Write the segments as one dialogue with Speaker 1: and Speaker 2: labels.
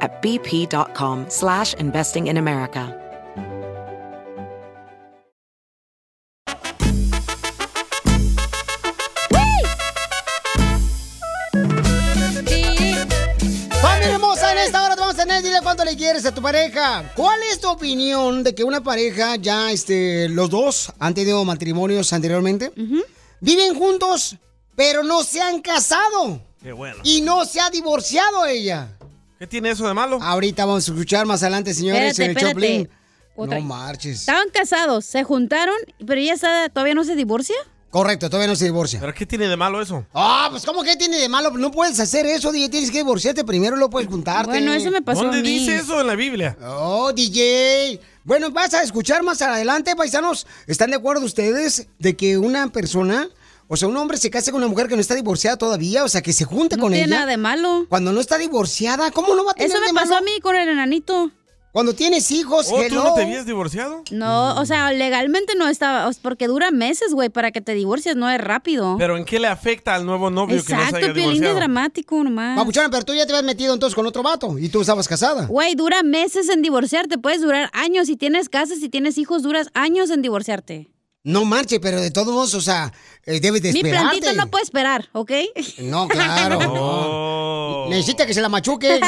Speaker 1: at bp.com slash investing in America.
Speaker 2: ¡Familia hermosa! En esta hora te vamos a tener, dile cuánto le quieres a tu pareja. ¿Cuál es tu opinión de que una pareja ya, este, los dos han tenido matrimonios anteriormente? Viven juntos, pero no se han casado.
Speaker 3: Qué bueno.
Speaker 2: Y no se ha divorciado ella.
Speaker 3: ¿Qué tiene eso de malo?
Speaker 2: Ahorita vamos a escuchar más adelante, señores,
Speaker 4: Espérate,
Speaker 2: en el Choplin.
Speaker 4: espérate. Otra.
Speaker 2: No marches.
Speaker 4: Estaban casados, se juntaron, pero ella está- todavía no se divorcia.
Speaker 2: Correcto, todavía no se divorcia.
Speaker 3: ¿Pero qué tiene de malo eso?
Speaker 2: Ah, pues ¿cómo que tiene de malo? No puedes hacer eso, DJ. Tienes que divorciarte primero, lo puedes juntarte.
Speaker 4: Bueno, eso me pasó
Speaker 3: ¿Dónde
Speaker 4: a mí.
Speaker 3: dice eso en la Biblia?
Speaker 2: Oh, DJ. Bueno, vas a escuchar más adelante, paisanos. ¿Están de acuerdo ustedes de que una persona, o sea, un hombre se case con una mujer que no está divorciada todavía, o sea, que se junte con
Speaker 4: tiene
Speaker 2: ella?
Speaker 4: nada de malo.
Speaker 2: Cuando no está divorciada, ¿cómo no va a tener
Speaker 4: Eso me
Speaker 2: de
Speaker 4: pasó
Speaker 2: malo?
Speaker 4: a mí con el enanito.
Speaker 2: Cuando tienes hijos,
Speaker 3: ¿O Oh, tú
Speaker 2: hello.
Speaker 3: no te habías divorciado?
Speaker 4: No, o sea, legalmente no estaba, o sea, porque dura meses, güey, para que te divorcies, no es rápido.
Speaker 3: ¿Pero en qué le afecta al nuevo novio que no se
Speaker 4: Exacto,
Speaker 3: haya
Speaker 4: Piolín es
Speaker 3: divorciado?
Speaker 4: dramático nomás.
Speaker 2: Papuchona, pero tú ya te habías metido entonces con otro vato y tú estabas casada.
Speaker 4: Güey, dura meses en divorciarte, puedes durar años. Si tienes casa, si tienes hijos, duras años en divorciarte.
Speaker 2: No marche, pero de todos modos, o sea, eh, debes de
Speaker 4: Mi
Speaker 2: esperarte.
Speaker 4: plantito no puede esperar, ¿ok?
Speaker 2: No, claro. no.
Speaker 3: Oh.
Speaker 2: Necesita que se la machuque.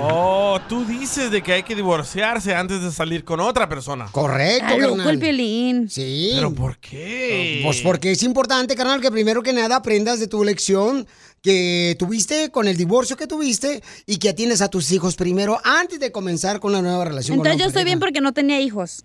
Speaker 3: Oh, tú dices de que hay que divorciarse antes de salir con otra persona.
Speaker 2: Correcto,
Speaker 4: Está loco
Speaker 2: carnal.
Speaker 4: el Piolín.
Speaker 2: Sí.
Speaker 3: ¿Pero por qué?
Speaker 2: Pues porque es importante, carnal, que primero que nada aprendas de tu lección que tuviste con el divorcio que tuviste y que atiendes a tus hijos primero antes de comenzar con la nueva relación. con
Speaker 4: Entonces
Speaker 2: la
Speaker 4: yo estoy
Speaker 2: pareja.
Speaker 4: bien porque no tenía hijos.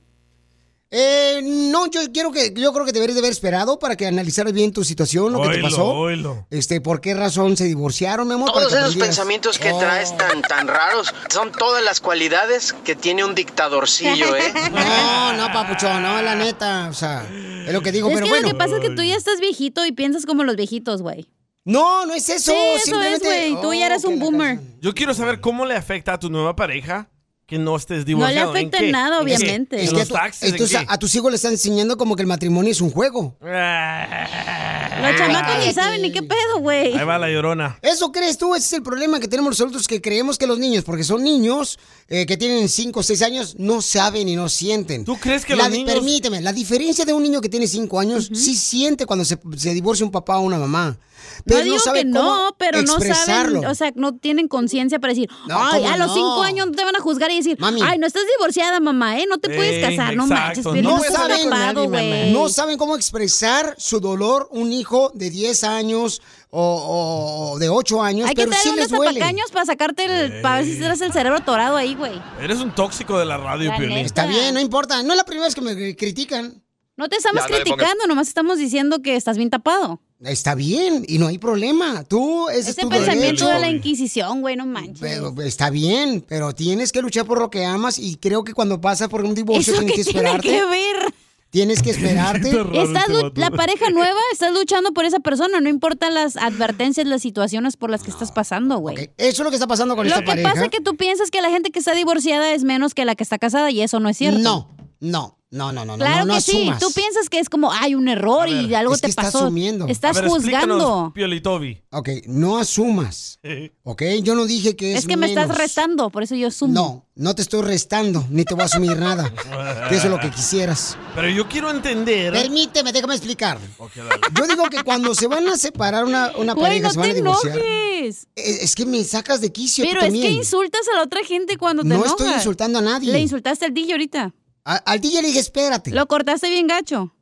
Speaker 2: Eh, no, yo quiero que, yo creo que deberías de haber esperado para que analizaras bien tu situación, lo que te
Speaker 3: Oílo,
Speaker 2: pasó.
Speaker 3: oílo.
Speaker 2: Este, ¿por qué razón se divorciaron, mi amor? Para
Speaker 5: Todos
Speaker 2: que
Speaker 5: esos
Speaker 2: aprendieras.
Speaker 5: pensamientos que
Speaker 2: Oh.
Speaker 5: traes tan, tan raros son todas las cualidades que tiene un dictadorcillo, ¿eh?
Speaker 2: No, no, papuchón, no,
Speaker 4: Ah,
Speaker 2: la neta, o sea, es lo que digo,
Speaker 4: es
Speaker 2: pero
Speaker 4: que
Speaker 2: bueno.
Speaker 4: lo que pasa es que tú ya estás viejito y piensas como los viejitos, güey.
Speaker 2: No, no es eso,
Speaker 4: Sí, eso es,
Speaker 2: simplemente-
Speaker 4: güey, tú ya eres
Speaker 2: que
Speaker 4: un
Speaker 2: la
Speaker 4: boomer.
Speaker 2: canción.
Speaker 3: Yo quiero saber cómo le afecta a tu nueva pareja que no estés
Speaker 4: No le
Speaker 3: divorciado.
Speaker 4: afecta
Speaker 3: ¿En qué?
Speaker 4: en nada,
Speaker 3: ¿En qué?
Speaker 4: obviamente.
Speaker 3: ¿En
Speaker 2: Es que a,
Speaker 3: los
Speaker 2: tu-
Speaker 3: taxis? ¿En
Speaker 2: entonces a-
Speaker 3: qué?
Speaker 2: a tus hijos le están enseñando como que el matrimonio es un juego.
Speaker 3: Ah,
Speaker 4: Los chamacos ni
Speaker 2: oh, cállate.
Speaker 4: saben ni qué pedo, güey.
Speaker 3: Ahí va la llorona.
Speaker 2: ¿Eso crees tú? Ese es el problema que tenemos nosotros, que creemos que los niños, porque son niños eh, que tienen 5 o 6 años, no saben y no sienten.
Speaker 3: ¿Tú crees que
Speaker 2: La
Speaker 3: los
Speaker 2: di-
Speaker 3: niños-
Speaker 2: Permíteme, la diferencia de un niño que tiene 5 años, sí siente cuando se, se divorcia un papá o una mamá. Pero
Speaker 4: no
Speaker 2: no,
Speaker 4: digo
Speaker 2: sabe
Speaker 4: que
Speaker 2: cómo
Speaker 4: no, pero no
Speaker 2: expresarlo.
Speaker 4: saben, o sea, no tienen conciencia para decir,
Speaker 2: No,
Speaker 4: ay,
Speaker 2: ¿cómo
Speaker 4: a los
Speaker 2: no?
Speaker 4: cinco años no te van a juzgar y decir,
Speaker 2: Mami.
Speaker 4: ay, no estás divorciada, mamá, ¿eh? No te puedes
Speaker 3: Ey,
Speaker 4: casar, no
Speaker 3: exacto,
Speaker 4: manches,
Speaker 3: no
Speaker 4: Piolín,
Speaker 2: no
Speaker 4: estás
Speaker 2: saben con
Speaker 4: atrapado,
Speaker 3: nadie, mamá.
Speaker 4: güey.
Speaker 2: no saben cómo expresar su dolor un hijo de 10 años o, o- o de 8 años,
Speaker 4: Hay que
Speaker 2: pero
Speaker 4: traer
Speaker 2: sí
Speaker 4: unos
Speaker 2: les duele.
Speaker 4: zapacaños para sacarte el, para ver si tienes el cerebro torado ahí, güey.
Speaker 3: Eres un tóxico de la radio,
Speaker 4: La
Speaker 3: Piolín.
Speaker 4: neta.
Speaker 2: Está bien, ¿eh? no importa. No es la primera vez que me cri- critican.
Speaker 4: No te estamos criticando, nomás estamos diciendo que estás bien tapado.
Speaker 2: Está bien y no hay problema. Tú, ese, es
Speaker 4: Ese
Speaker 2: tu
Speaker 4: pensamiento
Speaker 2: derecho.
Speaker 4: de la Inquisición, güey, no manches.
Speaker 2: Pero, está bien, pero tienes que luchar por lo que amas y creo que cuando pasas por un divorcio
Speaker 4: ¿Eso
Speaker 2: tienes
Speaker 4: qué
Speaker 2: que
Speaker 4: tiene
Speaker 2: esperarte.
Speaker 4: que ver?
Speaker 2: Tienes que esperarte.
Speaker 3: este
Speaker 4: Estás lu- la pareja nueva, estás luchando por esa persona, no importan las advertencias, las situaciones por las que estás pasando, güey.
Speaker 2: Ok, Eso es lo que está pasando con
Speaker 4: Lo
Speaker 2: esta
Speaker 4: que
Speaker 2: pareja.
Speaker 4: pasa es que tú piensas que la gente que está divorciada es menos que la que está casada y eso no es cierto.
Speaker 2: No, no, no, no, no,
Speaker 4: Claro
Speaker 2: no, no
Speaker 4: que
Speaker 2: asumas.
Speaker 4: sí, tú piensas que es como hay un error y algo
Speaker 2: es que
Speaker 4: te
Speaker 2: estás
Speaker 4: pasó.
Speaker 2: asumiendo.
Speaker 3: A
Speaker 4: Estás
Speaker 3: ver, explícanos,
Speaker 4: juzgando.
Speaker 3: Piolitobi.
Speaker 2: Ok, no asumas. Ok, yo no dije que es
Speaker 4: Es, que me estás
Speaker 2: menos.
Speaker 4: restando, por eso yo sumo.
Speaker 2: No, no te estoy restando, ni te voy a asumir nada.
Speaker 3: Ah.
Speaker 2: Que eso es lo que quisieras.
Speaker 3: Pero yo quiero entender...
Speaker 2: Permíteme, déjame explicar.
Speaker 3: Ok, dale.
Speaker 2: Yo digo que cuando se van a separar una, una
Speaker 4: Güey,
Speaker 2: pareja,
Speaker 4: no
Speaker 2: se van a
Speaker 4: te
Speaker 2: divorciar. eh,
Speaker 4: enojes.
Speaker 2: Es, es que me sacas de quicio tú
Speaker 4: Pero es que
Speaker 2: también.
Speaker 4: insultas a la otra gente cuando te
Speaker 2: no
Speaker 4: enojas.
Speaker 2: estoy insultando a nadie.
Speaker 4: Le insultaste al DJ ahorita.
Speaker 2: A- al DJ le dije, espérate.
Speaker 4: Lo cortaste bien gacho.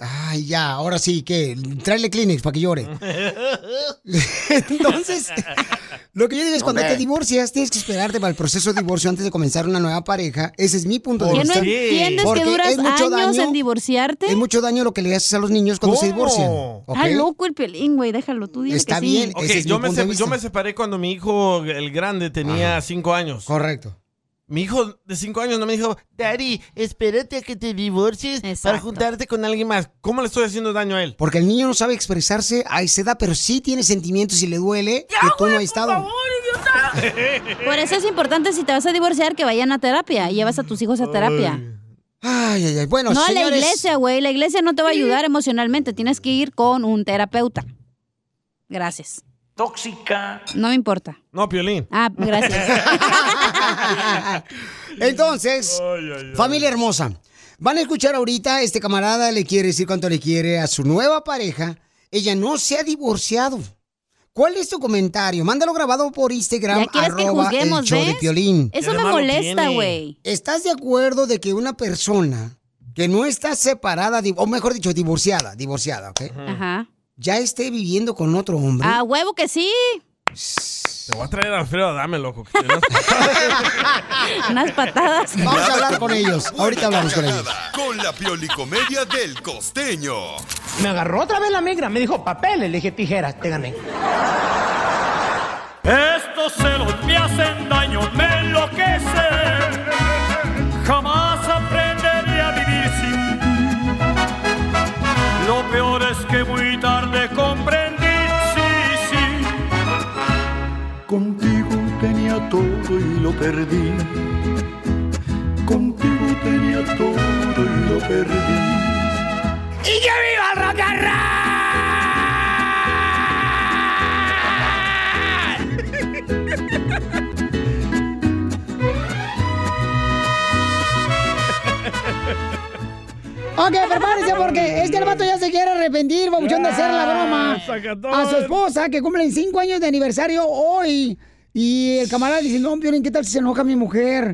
Speaker 2: Ay, ya, ahora sí, que tráele Kleenex para que llore. Entonces, lo que yo digo es cuando
Speaker 4: Hombre.
Speaker 2: te divorcias, tienes que esperarte para el proceso de divorcio antes de comenzar una nueva pareja. Ese es mi punto de
Speaker 4: ¿Que no
Speaker 2: vista.
Speaker 4: entiendes
Speaker 2: Porque
Speaker 4: que duras
Speaker 2: es mucho
Speaker 4: años
Speaker 2: daño,
Speaker 4: en divorciarte?
Speaker 2: Es mucho daño lo que le haces a los niños cuando se
Speaker 3: ¿Cómo?
Speaker 2: divorcian.
Speaker 4: Ah,
Speaker 2: ¿ok?
Speaker 4: loco el pelín, güey, déjalo, tú dile que sí.
Speaker 3: Ok, yo, me se- yo me separé cuando mi hijo, el grande, tenía cinco años.
Speaker 2: Correcto.
Speaker 3: Mi hijo de cinco años no me dijo, Daddy, espérate a que te divorcies para juntarte con alguien más. ¿Cómo le estoy haciendo daño a él?
Speaker 2: Porque el niño no sabe expresarse a esa edad, pero sí tiene sentimientos y le duele que tú no has estado.
Speaker 4: Por eso es importante si te vas a divorciar que vayan a terapia. y Llevas a tus hijos a terapia.
Speaker 2: Ay, ay, ay. Bueno,
Speaker 4: no a la
Speaker 2: señores,
Speaker 4: iglesia, güey. La iglesia no te va a ayudar emocionalmente. Tienes que ir con un terapeuta. Gracias.
Speaker 3: Tóxica.
Speaker 4: No me importa.
Speaker 3: No, Piolín.
Speaker 4: Ah, gracias.
Speaker 2: Entonces, familia hermosa, van a escuchar ahorita, este camarada le quiere decir cuánto le quiere a su nueva pareja. Ella no se ha divorciado. ¿Cuál es tu comentario? Mándalo grabado por Instagram.
Speaker 4: Ya quieres que
Speaker 2: arroba el
Speaker 4: juzguemos,
Speaker 2: show de
Speaker 4: ¿ves?
Speaker 2: Piolín.
Speaker 4: Eso me molesta, güey.
Speaker 2: ¿Estás de acuerdo de que una persona que no está separada, di- o mejor dicho, divorciada, divorciada, ¿ok?
Speaker 4: Ajá. Ah.
Speaker 2: Ya esté viviendo con otro hombre.
Speaker 4: A huevo que sí.
Speaker 3: Te voy a traer a Alfredo Dame, loco. que tienes-
Speaker 4: Unas patadas.
Speaker 2: Vamos a hablar con ellos. Ahorita hablamos con ellos.
Speaker 6: Con la piolicomedia del costeño.
Speaker 7: Me agarró otra vez la migra, me dijo papeles, le dije tijeras, te gané.
Speaker 8: Estos celos me hacen daño, me enloquecen. Jamás aprenderé a vivir sin ti. Lo peor es que muy tarde comprendí, sí, sí.
Speaker 9: Contigo tenía todo y lo perdí. Contigo tenía todo y lo perdí.
Speaker 8: ¡Y que viva el rock
Speaker 2: Ok, prepárense porque es que el vato ya se quiere arrepentir, babuchón, de hacer la broma.
Speaker 8: Sacatón.
Speaker 10: eh.
Speaker 2: A su esposa, que cumplen cinco años de aniversario hoy. Y el camarada dice, no, Piolín, ¿qué tal si se enoja mi mujer?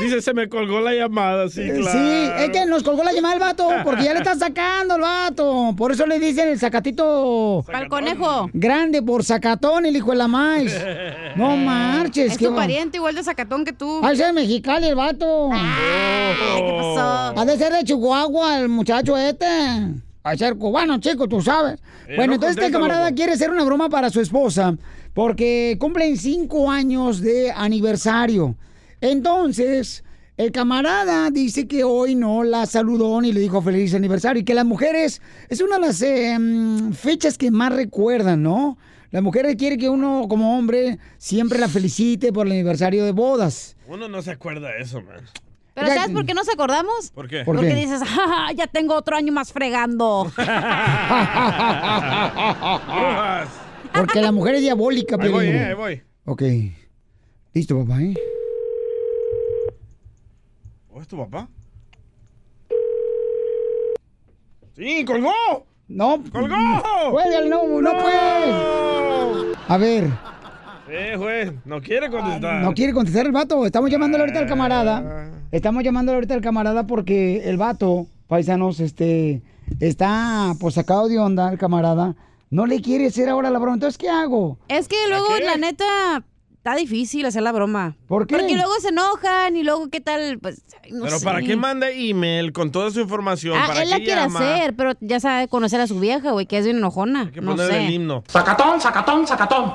Speaker 10: dice, se me colgó la llamada, sí,
Speaker 2: Eh,
Speaker 10: claro.
Speaker 2: Sí, es que nos colgó la llamada el vato, porque ya le están sacando el vato. Por eso le dicen el sacatito...
Speaker 4: Al conejo.
Speaker 2: Grande por sacatón, el hijo de la más. No marches.
Speaker 4: Es
Speaker 2: qué
Speaker 4: tu
Speaker 2: va-
Speaker 4: pariente igual de sacatón que tú.
Speaker 2: Ha de ser mexicali el vato.
Speaker 4: ¿qué pasó?
Speaker 2: Ha de ser de Chihuahua el muchacho este. Ha de ser cubano, chico, tú sabes.
Speaker 8: Eh,
Speaker 2: bueno,
Speaker 8: no
Speaker 2: entonces este
Speaker 8: contesta,
Speaker 2: camarada
Speaker 8: loco.
Speaker 2: quiere hacer una broma para su esposa porque cumplen cinco años de aniversario. Entonces, el camarada dice que hoy no la saludó ni le dijo feliz aniversario y que las mujeres es una de las eh, mm, fechas que más recuerdan, ¿no? Las mujeres quieren que uno como hombre siempre la felicite por el aniversario de bodas.
Speaker 3: Uno no se acuerda de eso, man.
Speaker 4: Pero ¿sabes por qué nos acordamos?
Speaker 3: ¿Por qué?
Speaker 2: ¿Por
Speaker 4: Porque
Speaker 2: qué?
Speaker 4: dices, "Ja, ja, ya tengo otro año más fregando.
Speaker 3: Brujas.
Speaker 2: Porque la mujer es diabólica,
Speaker 10: Ahí voy,
Speaker 2: Piolín.
Speaker 10: eh, ahí voy.
Speaker 2: Ok. Listo, papá, ¿eh?
Speaker 10: ¿O es tu papá? ¡Sí, colgó!
Speaker 2: No.
Speaker 10: ¡Colgó!
Speaker 2: Cuélgale, no, no
Speaker 10: puede!
Speaker 2: A ver,
Speaker 3: Eh, juez, no quiere contestar.
Speaker 2: no quiere contestar el vato. Estamos llamándole ahorita al camarada. Estamos llamándole ahorita al camarada porque el vato, paisanos, este, está pues sacado de onda el camarada. No le quiere hacer ahora la broma. Entonces, ¿qué hago?
Speaker 4: Es que luego, la neta, está difícil hacer la broma.
Speaker 2: ¿Por qué?
Speaker 4: Porque luego se enojan y luego, ¿qué tal? Pues, ay, no
Speaker 3: Pero
Speaker 4: sé.
Speaker 3: ¿para qué manda email con toda su información?
Speaker 4: Ah,
Speaker 3: ¿Para
Speaker 4: él la
Speaker 3: qué
Speaker 4: quiere
Speaker 3: llama?
Speaker 4: hacer, pero ya sabe conocer a su vieja, güey, que es bien enojona.
Speaker 3: Hay que
Speaker 4: no
Speaker 3: poner
Speaker 4: sé.
Speaker 3: el himno.
Speaker 7: Sacatón, sacatón, sacatón.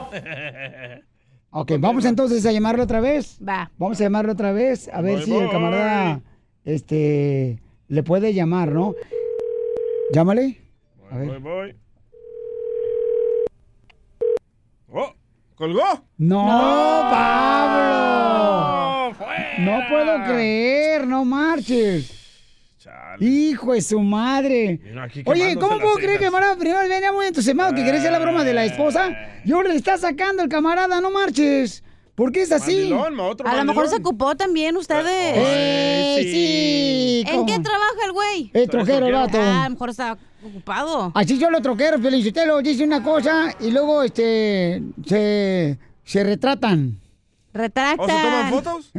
Speaker 2: Ok, vamos entonces a llamarlo otra vez.
Speaker 4: Va.
Speaker 2: Vamos a llamarlo otra vez a ver
Speaker 7: Voy,
Speaker 2: si el
Speaker 7: voy.
Speaker 2: camarada este, le puede llamar, ¿no? Llámale. A ver.
Speaker 3: Voy, voy. ¡Oh! ¿Colgó?
Speaker 2: No, Pablo.
Speaker 3: No, fuera.
Speaker 2: No puedo creer, no marches. Hijo de su madre.
Speaker 3: Mira, aquí
Speaker 2: Oye,
Speaker 3: quemándose
Speaker 2: ¿cómo
Speaker 3: las
Speaker 2: puedo
Speaker 3: cejas.
Speaker 2: creer que el camarada primero venía muy entusiasmado que quería hacer la broma de la esposa? Y ahora le está sacando el camarada, no marches. ¿Por qué es así?
Speaker 4: a lo mejor se ocupó también ustedes.
Speaker 2: Eh, Ay, sí. sí,
Speaker 4: ¿En
Speaker 2: ¿cómo?
Speaker 4: qué trabaja el güey?
Speaker 2: Es troquero el vato.
Speaker 4: Ah, a lo mejor está ocupado.
Speaker 2: Así yo lo troquero, Felicitelo, dice una cosa y luego este se, se retratan.
Speaker 4: Retractan.
Speaker 10: ¿O se toman fotos?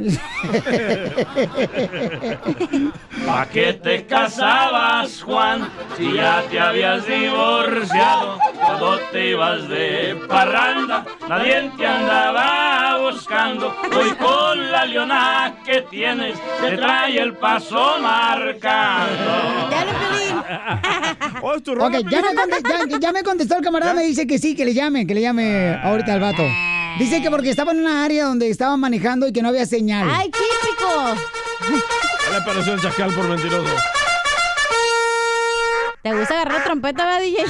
Speaker 8: ¿Para qué te casabas, Juan? Si ya te habías divorciado, cuando te ibas de parranda, nadie te andaba buscando. Hoy con la leona que tienes, te trae el paso marcando.
Speaker 2: Ok, ya me, conte- ya- ya me contestó el camarada, me dice que sí, que le llame, que le llame ahorita al vato. Dice que porque estaba en una área donde estaban manejando y que no había señal.
Speaker 4: ¡Ay, típico!
Speaker 8: Ya le pareció el chacal por mentiroso.
Speaker 4: ¿Te gusta agarrar trompeta, va, DJ?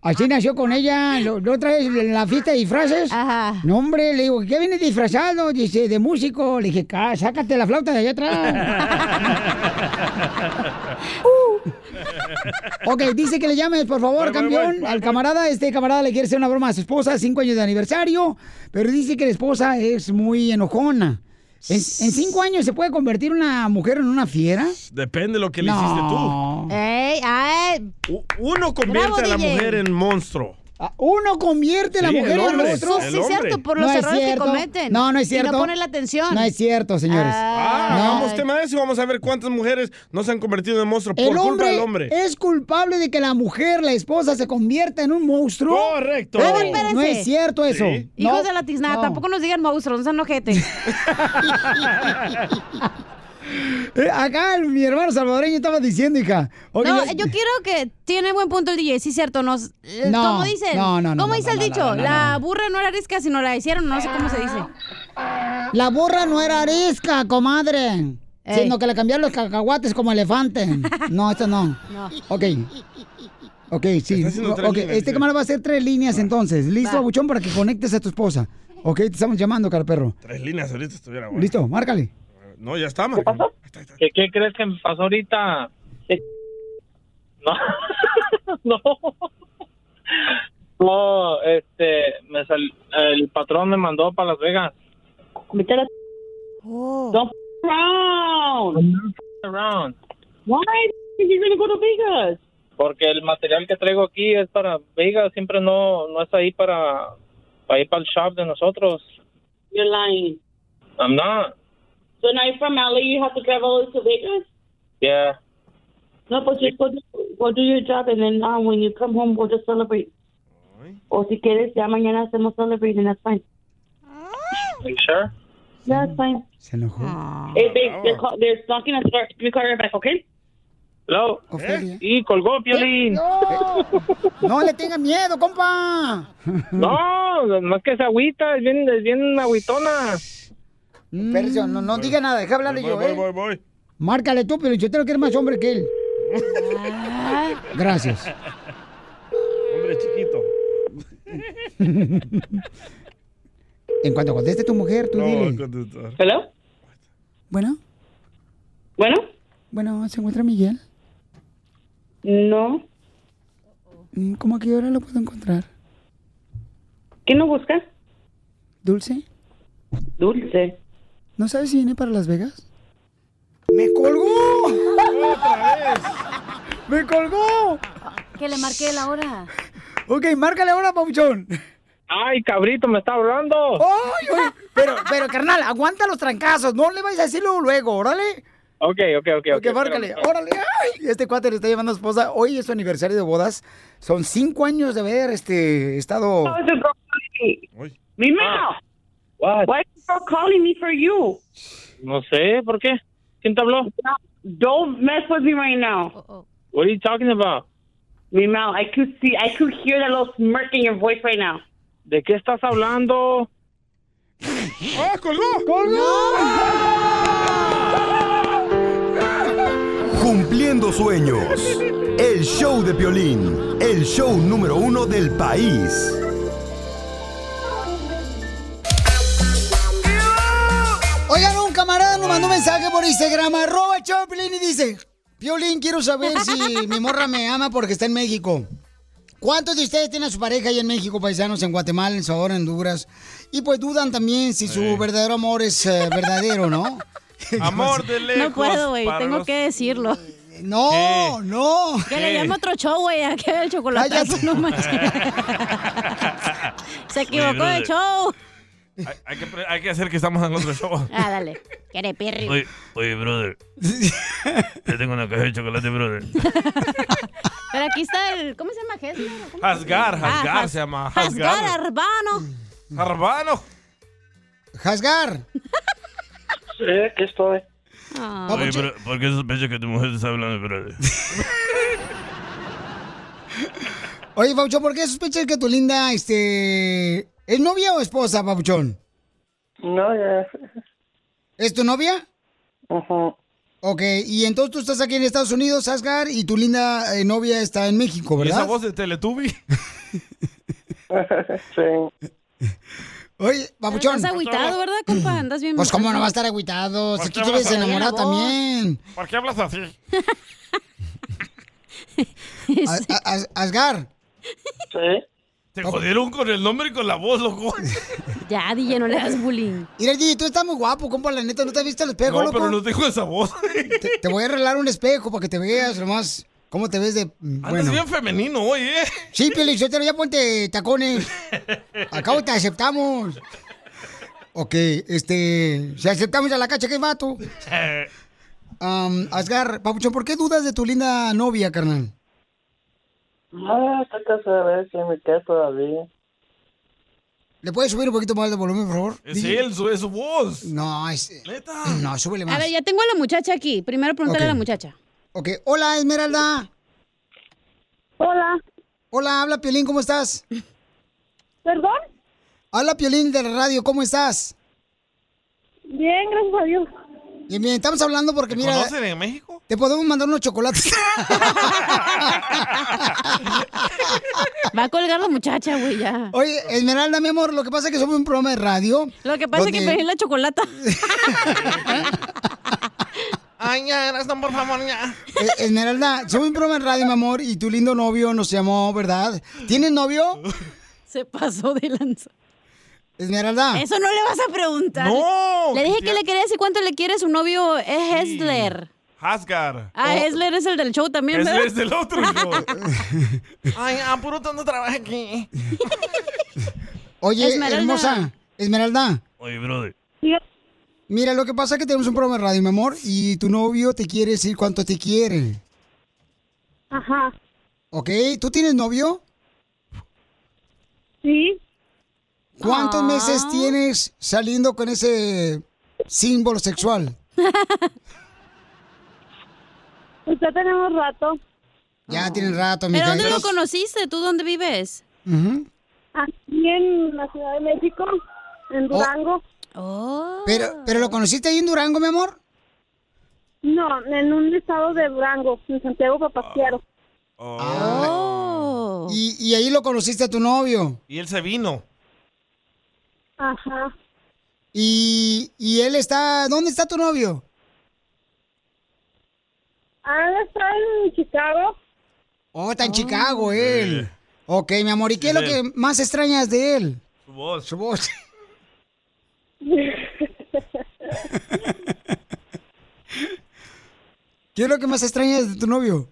Speaker 2: Así nació con ella, lo, lo otra vez en la fiesta de disfraces. No, hombre, le digo, ¿qué vienes disfrazado? Dice, de músico. Le dije, "Cá, sácate la flauta de allá atrás.
Speaker 3: Uh.
Speaker 2: ok, dice que le llames, por favor, campeón. al camarada, este camarada le quiere hacer una broma a su esposa, cinco años de aniversario, pero dice que la esposa es muy enojona. ¿En, en cinco años se puede convertir una mujer en una fiera?
Speaker 3: Depende de lo que le
Speaker 2: No.
Speaker 3: hiciste tú.
Speaker 4: ¡Ey, ay!
Speaker 3: Uno convierte
Speaker 4: Bravo,
Speaker 3: a la
Speaker 4: DJ.
Speaker 3: mujer en monstruo.
Speaker 2: Ah, Uno convierte a la
Speaker 3: Sí,
Speaker 2: mujer
Speaker 3: el
Speaker 2: en
Speaker 3: hombre,
Speaker 2: monstruo.
Speaker 3: el Sí, hombre. cierto, por
Speaker 4: los
Speaker 2: es
Speaker 4: errores que
Speaker 2: cierto.
Speaker 4: cometen.
Speaker 2: No, no es
Speaker 4: Y no
Speaker 2: cierto.
Speaker 4: ponen la atención.
Speaker 2: No es cierto, señores.
Speaker 3: Ah,
Speaker 2: No.
Speaker 3: hagamos tema de eso y vamos a ver cuántas mujeres no se han convertido en monstruos
Speaker 2: El
Speaker 3: por culpa
Speaker 2: hombre,
Speaker 3: del hombre.
Speaker 2: es culpable de que la mujer, la esposa, se convierta en un monstruo.
Speaker 3: Correcto.
Speaker 4: A ver, espérense.
Speaker 2: No es cierto eso.
Speaker 4: Hijos
Speaker 2: No,
Speaker 4: de la tiznada,
Speaker 2: no.
Speaker 4: tampoco nos digan monstruos, no sean ojetes.
Speaker 2: Eh, Acá el- mi hermano salvadoreño estaba diciendo, hija. oye,
Speaker 4: no, eh, yo quiero que tiene buen punto el DJ, sí cierto, nos eh,
Speaker 2: No,
Speaker 4: ¿cómo dicen?
Speaker 2: no, no, no,
Speaker 4: ¿Cómo
Speaker 2: no,
Speaker 4: dice
Speaker 2: no,
Speaker 4: el
Speaker 2: no,
Speaker 4: dicho?
Speaker 2: no, no,
Speaker 4: la burra no era arisca, sino la hicieron, no sé cómo se dice.
Speaker 2: La borra no era arisca, comadre. eh,
Speaker 4: Ey.
Speaker 2: Sino que le cambiaron los cacahuates como elefante. No, esto no.
Speaker 4: No.
Speaker 2: Ok. Ok, sí.
Speaker 4: haciendo tres
Speaker 2: Ok,
Speaker 4: líneas,
Speaker 2: este
Speaker 4: dice.
Speaker 2: cámara va a hacer tres líneas entonces. Listo,
Speaker 4: Va.
Speaker 2: buchón, para que conectes a tu esposa. Ok, te estamos llamando, cara perro.
Speaker 3: Tres líneas ahorita estuviera bueno.
Speaker 2: Listo, márcale.
Speaker 3: No, ya está, Marco.
Speaker 11: ¿Qué, qué crees que me pasó ahorita? Que- No, no. No, este, me sal- el patrón me mandó para Las Vegas.
Speaker 12: Vete a la- Don't f- around.
Speaker 11: Around.
Speaker 12: Why the f- you gonna go to Vegas?
Speaker 11: Porque el material que traigo aquí es para Vegas, siempre no, no es ahí para, para ir para el shop de nosotros.
Speaker 12: You're lying.
Speaker 11: I'm not.
Speaker 12: So now you're from LA, you have to drive all the way to Vegas?
Speaker 11: Yeah.
Speaker 12: No, but just go do, go do your job, and then uh, when you come home, we'll just celebrate. O si quieres, ya mañana hacemos celebrate, and that's fine.
Speaker 11: You sure?
Speaker 12: Yeah, that's fine.
Speaker 2: Se enojó.
Speaker 12: Hey, babe, they're, call, they're knocking at the door. Let me call you right back, okay?
Speaker 11: Hello.
Speaker 2: Ofelia.
Speaker 11: Y colgó Piolín.
Speaker 2: Eh, No le tenga miedo, compa.
Speaker 11: No, más que es agüita, es bien, es bien agüitona.
Speaker 2: Espérese, no, no diga nada, deja hablarle yo, ¿eh?
Speaker 3: Voy, voy.
Speaker 2: Márcale tú, pero yo tengo que eres más hombre que él. Gracias.
Speaker 3: Hombre chiquito.
Speaker 2: En cuanto conteste tu mujer, tú
Speaker 3: No,
Speaker 2: dile.
Speaker 3: contestar.
Speaker 12: ¿Hello?
Speaker 2: Bueno.
Speaker 12: ¿Bueno?
Speaker 2: Bueno, ¿se encuentra Miguel?
Speaker 12: No.
Speaker 2: Mm, ¿Cómo a qué hora lo puedo encontrar?
Speaker 12: ¿Qué no buscas?
Speaker 2: ¿Dulce?
Speaker 12: Dulce.
Speaker 2: ¿No sabes si viene para Las Vegas? ¡Me colgó!
Speaker 3: ¡Otra vez!
Speaker 2: ¡Me colgó!
Speaker 4: Que le marqué la hora.
Speaker 2: Ok, márcale ahora, Pauchón.
Speaker 11: Ay, cabrito, me está hablando.
Speaker 2: ¡Ay, ay! Pero, pero, carnal, aguanta los trancazos. No le vais a decirlo luego, órale.
Speaker 11: Ok, ok, ok.
Speaker 2: Ok, márcale, órale. Ay, este cuate le está llevando a su esposa. Hoy es su aniversario de bodas. Son cinco años de haber este, estado...
Speaker 12: Mimeo. Why is you calling me for you?
Speaker 11: No sé, ¿por qué? ¿Quién te habló?
Speaker 12: Don't mess with me right now.
Speaker 11: What are you talking about?
Speaker 12: Mimeo, I could see, I could hear that little smirk in your voice right now.
Speaker 11: ¿De qué estás hablando?
Speaker 3: ¡Ah, colgó!
Speaker 6: Cumpliendo sueños. El show de Piolín. El show número uno del país.
Speaker 2: Oigan, un camarada nos mandó un mensaje por Instagram, arroba el show de Piolín, y dice, Piolín, quiero saber si mi morra me ama porque está en México. ¿Cuántos de ustedes tienen a su pareja ahí en México, paisanos, en Guatemala, en El Salvador, en Honduras? Y pues dudan también si su verdadero amor es eh, verdadero, ¿no?
Speaker 3: Amor de lejos.
Speaker 4: No puedo, güey,
Speaker 3: para
Speaker 4: tengo
Speaker 3: los-
Speaker 4: que decirlo.
Speaker 2: No,
Speaker 3: ¿Qué?
Speaker 2: no.
Speaker 4: Que le
Speaker 3: ¿Qué?
Speaker 4: llame otro show, güey, a que el chocolate.
Speaker 2: Cállate.
Speaker 4: No manches. Se equivocó de show.
Speaker 3: Hay, hay que, pre- hay que hacer que estamos en otro show.
Speaker 4: Ah, dale. Quiere perri.
Speaker 3: Oye, oye, brother. Yo tengo una caja de chocolate, brother.
Speaker 4: Pero aquí está el. ¿Cómo se llama Hessler? ¿Cómo?
Speaker 3: Hasgar,
Speaker 4: Ah,
Speaker 3: Hasgar
Speaker 4: Has-
Speaker 3: se llama.
Speaker 4: Hasgar
Speaker 3: Hasgar.
Speaker 4: Arbano.
Speaker 3: Arbano.
Speaker 2: Hasgar.
Speaker 13: Sí, aquí estoy.
Speaker 3: Oye, pero, ¿por qué sospechas que tu mujer te está hablando, brother?
Speaker 2: Oye, Papuchón, ¿por qué sospechas que tu linda, este... ¿Es novia o esposa, Papuchón?
Speaker 13: No, ya.
Speaker 2: ¿Es tu novia?
Speaker 13: Ajá.
Speaker 2: Ok, y entonces tú estás aquí en Estados Unidos, Asgar, y tu linda eh, novia está en México,
Speaker 3: ¿Y
Speaker 2: ¿verdad?
Speaker 3: esa voz de Teletubi?
Speaker 13: sí.
Speaker 2: Oye, Papuchón.
Speaker 4: Estás agüitado, ¿verdad, compa? Andas bien.
Speaker 2: Pues cómo no va a estar agüitado,
Speaker 4: Pues,
Speaker 2: aquí
Speaker 4: ¿qué
Speaker 2: tú eres
Speaker 4: vas a hacer?
Speaker 2: enamorado
Speaker 4: La voz.
Speaker 2: también.
Speaker 3: ¿Por qué hablas así?
Speaker 2: A- a- a- Asgar.
Speaker 13: Sí.
Speaker 3: Te jodieron con el nombre y con la voz, loco.
Speaker 2: Ya, DJ, no le das bullying. Mira, DJ, tú estás muy guapo, compa, la neta, ¿no te has visto el espejo,
Speaker 3: No,
Speaker 2: loco?
Speaker 3: pero no dijo esa voz.
Speaker 2: Te, te voy a arreglar un espejo para que te veas nomás cómo te ves de... mm,
Speaker 3: Andas
Speaker 2: Bueno.
Speaker 3: bien femenino hoy, ¿eh?
Speaker 2: Sí, Piolín, Sotelo, ya ponte tacones. Acabo te aceptamos. Ok, este... Si aceptamos a la cacha, ¿qué vato?
Speaker 3: Eh,
Speaker 2: Am, Asgar, Papuchón, ¿por qué dudas de tu linda novia, carnal?
Speaker 13: Ah, está casada, a ver si me queda todavía.
Speaker 2: ¿Le puedes subir un poquito más de volumen, por favor?
Speaker 3: Es él, su- es su voz.
Speaker 2: No, es... No, súbele más.
Speaker 4: A ver, ya tengo a la muchacha aquí. Primero preguntarle a la muchacha.
Speaker 2: pues. Ok, hola Esmeralda. Hola. Hola, habla Piolín, ¿cómo estás? ¿Perdón? Habla Piolín de la radio, ¿cómo estás? Bien, gracias a Dios. Bien, bien, estamos hablando porque mira...
Speaker 3: ¿Conocen en México?
Speaker 2: Te podemos mandar unos chocolates.
Speaker 4: Va a colgar la muchacha, güey, ya.
Speaker 2: Oye, Esmeralda, mi amor, lo que pasa es que somos un programa de radio.
Speaker 4: Lo que pasa es que pedí la chocolata.
Speaker 14: Ay, ya, eras, no, por favor, ya.
Speaker 2: Eh, Esmeralda, somos un programa de radio, mi amor, y tu lindo novio nos llamó, ¿verdad? ¿Tienes novio?
Speaker 4: Se pasó de lanza.
Speaker 2: Esmeralda.
Speaker 4: Eso no le vas a preguntar.
Speaker 3: No.
Speaker 4: Le dije que le quería decir cuánto le quiere su novio es Hessler.
Speaker 3: Hasgar.
Speaker 4: Ah, Hessler es el del show también,
Speaker 3: Ese
Speaker 4: ¿verdad?
Speaker 3: Oh. es del otro. yo.
Speaker 14: Ay, apuro tanto trabajo aquí.
Speaker 2: Oye,
Speaker 14: Esmeralda.
Speaker 2: hermosa, Esmeralda.
Speaker 3: Oye, brother.
Speaker 2: Mira, lo que pasa es que tenemos un programa de radio, mi amor, y tu novio te quiere decir cuánto te quiere.
Speaker 15: Ajá.
Speaker 2: ¿Ok? ¿Tú tienes novio? Sí. ¿Cuántos
Speaker 15: Ah.
Speaker 2: meses tienes saliendo con ese símbolo sexual?
Speaker 15: Pues Ya tenemos rato.
Speaker 2: Ya tienes rato, mi
Speaker 4: ¿Pero dónde lo conociste? ¿Tú dónde vives?
Speaker 15: Aquí en la Ciudad de México,
Speaker 2: Oh.
Speaker 15: en Durango.
Speaker 4: Oh.
Speaker 2: Pero, pero lo conociste ahí en Durango, mi amor.
Speaker 15: No, en un estado de Durango, en Santiago Papasquiaro.
Speaker 2: Oh. Y, y ahí lo conociste a tu novio.
Speaker 3: Y él se vino.
Speaker 15: Ajá.
Speaker 2: Y, y él está. ¿Dónde está tu novio?
Speaker 15: Ahora Ah, está en Chicago. Ah.
Speaker 2: Oh, está en Chicago él. Ok, mi amor. ¿Y qué es lo
Speaker 3: Sí.
Speaker 2: que más extrañas de él?
Speaker 3: Su voz.
Speaker 2: Su voz. ¿Qué es lo que más extrañas de tu novio?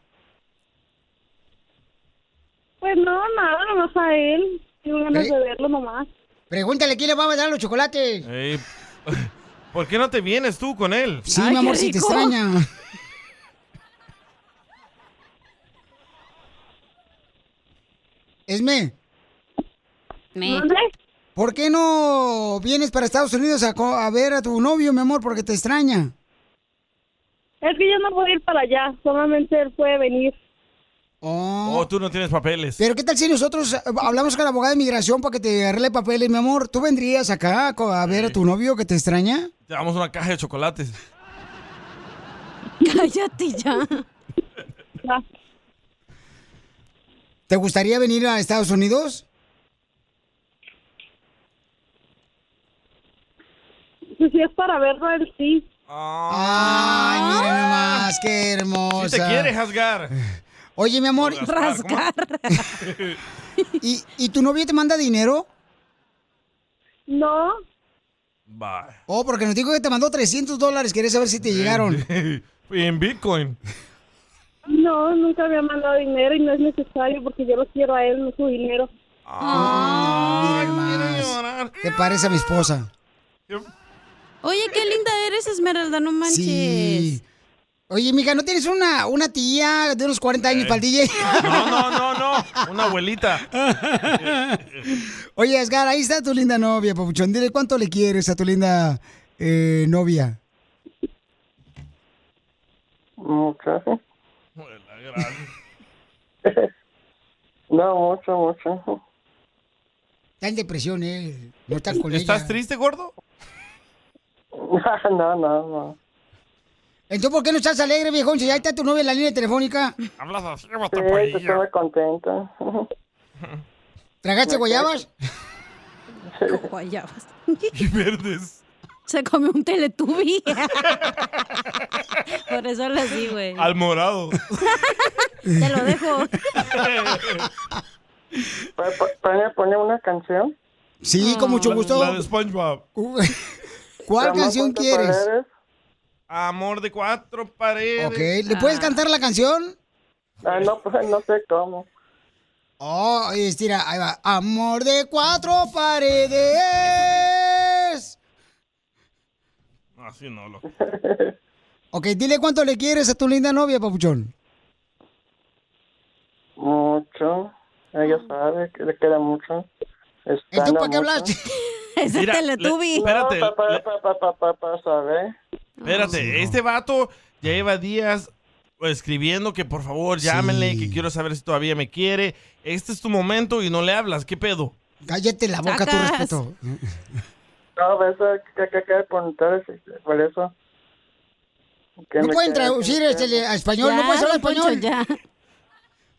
Speaker 15: Pues no, nada, nomás a él. Tengo ganas
Speaker 2: ¿Eh?
Speaker 15: de verlo nomás.
Speaker 2: Pregúntale quién le va a dar los chocolates.
Speaker 3: Ey, ¿Por qué no te vienes tú con él?
Speaker 2: Sí, mi amor, si te extraña. Esme.
Speaker 15: ¿Dónde?
Speaker 2: ¿Por qué no vienes para Estados Unidos a, co- a ver a tu novio, mi amor? Porque te extraña.
Speaker 15: Es que yo no puedo ir para allá, solamente él puede venir.
Speaker 3: Oh, tú no tienes papeles.
Speaker 2: Pero ¿qué tal si nosotros eh, hablamos con la abogada de migración para que te arregle papeles, mi amor? ¿Tú vendrías acá co- a ver a tu novio que te extraña?
Speaker 3: Te damos una caja de chocolates.
Speaker 4: Cállate ya.
Speaker 2: ¿Te gustaría venir a Estados Unidos?
Speaker 15: Pues si es para verlo a él, sí. Ah.
Speaker 2: Ay, mira nomás, qué hermosa.
Speaker 3: Si te quieres, Hasgar.
Speaker 2: Oye, mi amor.
Speaker 3: O rascar,
Speaker 2: ¿Y, ¿Y tu novio te manda dinero?
Speaker 15: No.
Speaker 3: Bye.
Speaker 2: Oh, porque nos dijo que te mandó 300 dólares. Quería saber si te llegaron.
Speaker 3: en Bitcoin.
Speaker 15: No, nunca me ha mandado
Speaker 2: Ah.
Speaker 15: dinero y no es necesario porque yo lo quiero a él, no su dinero.
Speaker 2: Mira nomás. ganas. Te parece a mi esposa.
Speaker 4: Oye, qué linda eres, Esmeralda, no manches.
Speaker 2: Sí. Oye, mija, ¿no tienes una, una tía de unos 40 años para el DJ?
Speaker 8: No, no, no, no. Una abuelita.
Speaker 2: Oye, Edgar, ahí está tu linda novia, papuchón. Dile cuánto le quieres a tu linda eh, novia.
Speaker 13: Mucho. No, mucho, mucho.
Speaker 2: Está en depresión, ¿eh? No está con
Speaker 3: ¿Estás
Speaker 2: ella.
Speaker 3: triste, gordo?
Speaker 13: No, no, no.
Speaker 2: Entonces, ¿por qué no estás alegre, viejón? Si ya está tu novia en la línea telefónica.
Speaker 3: Hablas así,
Speaker 13: Sí,
Speaker 3: guastaparilla.
Speaker 13: estoy muy contenta.
Speaker 2: ¿Tragaste guayabas?
Speaker 4: Guayabas.
Speaker 3: Y verdes.
Speaker 4: Se comió un teletubi. Por eso lo así, güey.
Speaker 3: Al morado.
Speaker 4: Te lo dejo.
Speaker 13: Pues, ¿Pueden poner una canción?
Speaker 2: Sí, con mucho gusto.
Speaker 3: La de SpongeBob.
Speaker 2: ¿Cuál canción quieres?
Speaker 3: Amor de cuatro paredes. Ah.
Speaker 2: Ok, ¿le puedes cantar la canción?
Speaker 13: Ah, no, pues, no sé cómo.
Speaker 2: Oh, estira, ahí va. Amor de cuatro paredes.
Speaker 8: Así no,
Speaker 13: Ah,
Speaker 8: loco.
Speaker 2: Ok, dile cuánto le quieres a tu linda novia, papuchón.
Speaker 13: Mucho. Ella sabe que le queda mucho.
Speaker 2: ¿Entonces para qué hablaste?
Speaker 4: Ese
Speaker 3: Mira, Teletubby. le- espérate,
Speaker 13: No, papá,
Speaker 3: le-
Speaker 13: papá, papá, papá, sabe.
Speaker 3: Espérate, este vato ya lleva días escribiendo que por favor llámenle, que quiero saber si todavía me quiere. Este es tu momento y no le hablas, ¿qué pedo?
Speaker 2: Cállate la boca, tu
Speaker 3: Sacas.
Speaker 2: respeto.
Speaker 13: No, pues, eso que que que preguntar es- Pues, este, por eso. Que
Speaker 2: No
Speaker 13: me
Speaker 2: pueden
Speaker 13: quede-
Speaker 2: traducir
Speaker 13: que me
Speaker 2: este
Speaker 13: quede.
Speaker 2: le- a español, no puedes hablar español.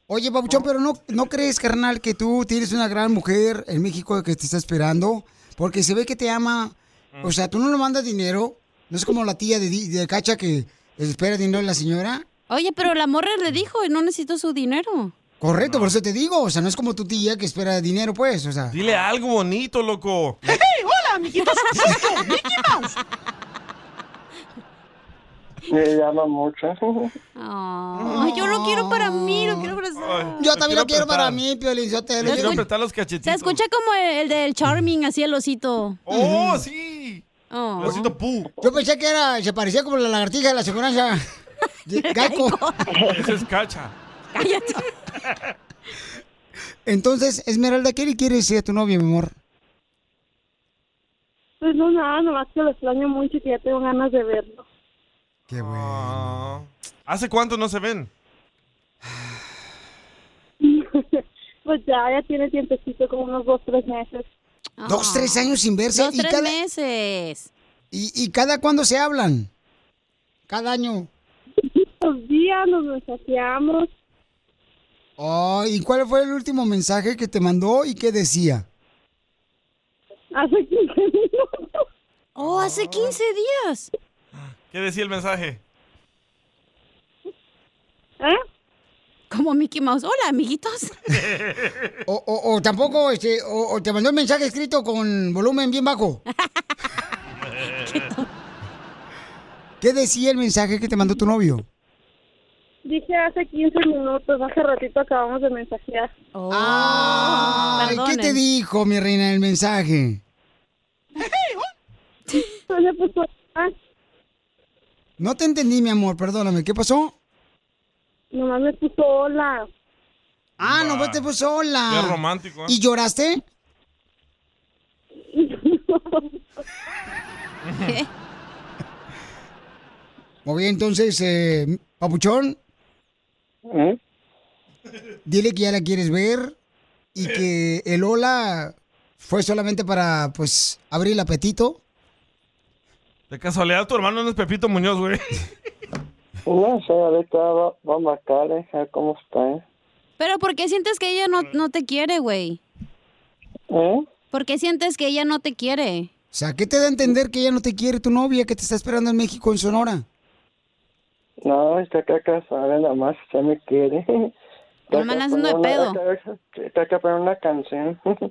Speaker 2: Oye, Papuchón, pero no, ¿no crees, carnal, que tú tienes una gran mujer en México que te está esperando? Porque se ve que te ama. O sea, tú no le mandas dinero. No es como la tía de, Di- de Cacha que espera dinero de la señora.
Speaker 4: Oye, pero la morra le dijo, no necesito su dinero.
Speaker 2: Correcto, por eso te digo. O sea, no es como tu tía que espera dinero, pues. O sea.
Speaker 3: Dile algo bonito, loco.
Speaker 7: ¡Hey, hola, amiguitos! Soy yo, Mickey Mouse.
Speaker 13: Me llama mucho.
Speaker 4: Ay, yo lo quiero para mí, lo quiero para
Speaker 2: Yo también lo quiero para mí, Piolín. Yo te
Speaker 3: Le
Speaker 2: lo
Speaker 3: quiero
Speaker 2: quiero.
Speaker 3: apretar los
Speaker 4: Se
Speaker 3: cachetitos.
Speaker 4: escucha como el, el del Charming, así el osito.
Speaker 3: ¡Oh, sí!
Speaker 4: Oh.
Speaker 3: Osito Pú.
Speaker 2: Yo pensé que era, se parecía como la lagartija de la seguridad. Gaico.
Speaker 3: Ese es cacha.
Speaker 4: Cállate.
Speaker 2: Entonces, Esmeralda, ¿qué le quieres decir a tu novio, mi amor?
Speaker 14: Pues no, nada, nomás que lo extraño mucho y que ya tengo ganas de verlo.
Speaker 2: Qué
Speaker 3: bueno. Ah. ¿Hace cuánto no se ven?
Speaker 14: Pues ya, ya tiene tiempecito, como unos dos, tres meses.
Speaker 2: Ah. Dos, tres años sin verse.
Speaker 4: Ah. Dos, tres meses.
Speaker 2: ¿Y, y cada cuándo se hablan? Cada año.
Speaker 14: Los días nos mensajeamos.
Speaker 2: Oh, ¿Y cuál fue el último mensaje que te mandó y qué decía?
Speaker 14: Hace 15
Speaker 4: Pues,
Speaker 14: minutos.
Speaker 4: Oh, hace 15 días.
Speaker 3: ¿Qué decía el mensaje?
Speaker 7: ¿Eh?
Speaker 4: Como Mickey Mouse. Hola, amiguitos.
Speaker 2: O, o- o tampoco, este, o, o te mandó un mensaje escrito con volumen bien bajo. ¿Qué decía el mensaje que te mandó tu novio?
Speaker 14: Dije hace 15 minutos, hace ratito acabamos de mensajear.
Speaker 2: Oh.
Speaker 15: Ah,
Speaker 2: Ay, ¿Qué te dijo, mi reina, el mensaje?
Speaker 14: pues,
Speaker 2: No te entendí, mi amor, perdóname. ¿Qué pasó?
Speaker 14: Nomás me puso hola.
Speaker 2: Ah, no,
Speaker 3: Va.
Speaker 2: pues te puso hola.
Speaker 3: Qué romántico, ¿eh?
Speaker 2: ¿Y lloraste? Muy bien, entonces, eh, Papuchón.
Speaker 14: ¿Eh?
Speaker 2: Dile que ya la quieres ver y
Speaker 14: Eh.
Speaker 2: que el hola fue solamente para, pues, abrir el apetito.
Speaker 3: De casualidad, tu hermano no es Pepito Muñoz, güey.
Speaker 13: No sé, ahorita va- vamos a caer, a ver cómo está. eh.
Speaker 4: Pero ¿por qué sientes que ella no, no te quiere, güey?
Speaker 13: ¿Eh?
Speaker 4: ¿Por qué sientes que ella no te quiere?
Speaker 2: O sea, ¿qué te da a entender que ya no te quiere tu novia que te está esperando en México, en Sonora?
Speaker 13: No, está acá casada, nada más, se me quiere.
Speaker 2: No me la haciendo de pedo.
Speaker 13: Está acá poner una canción.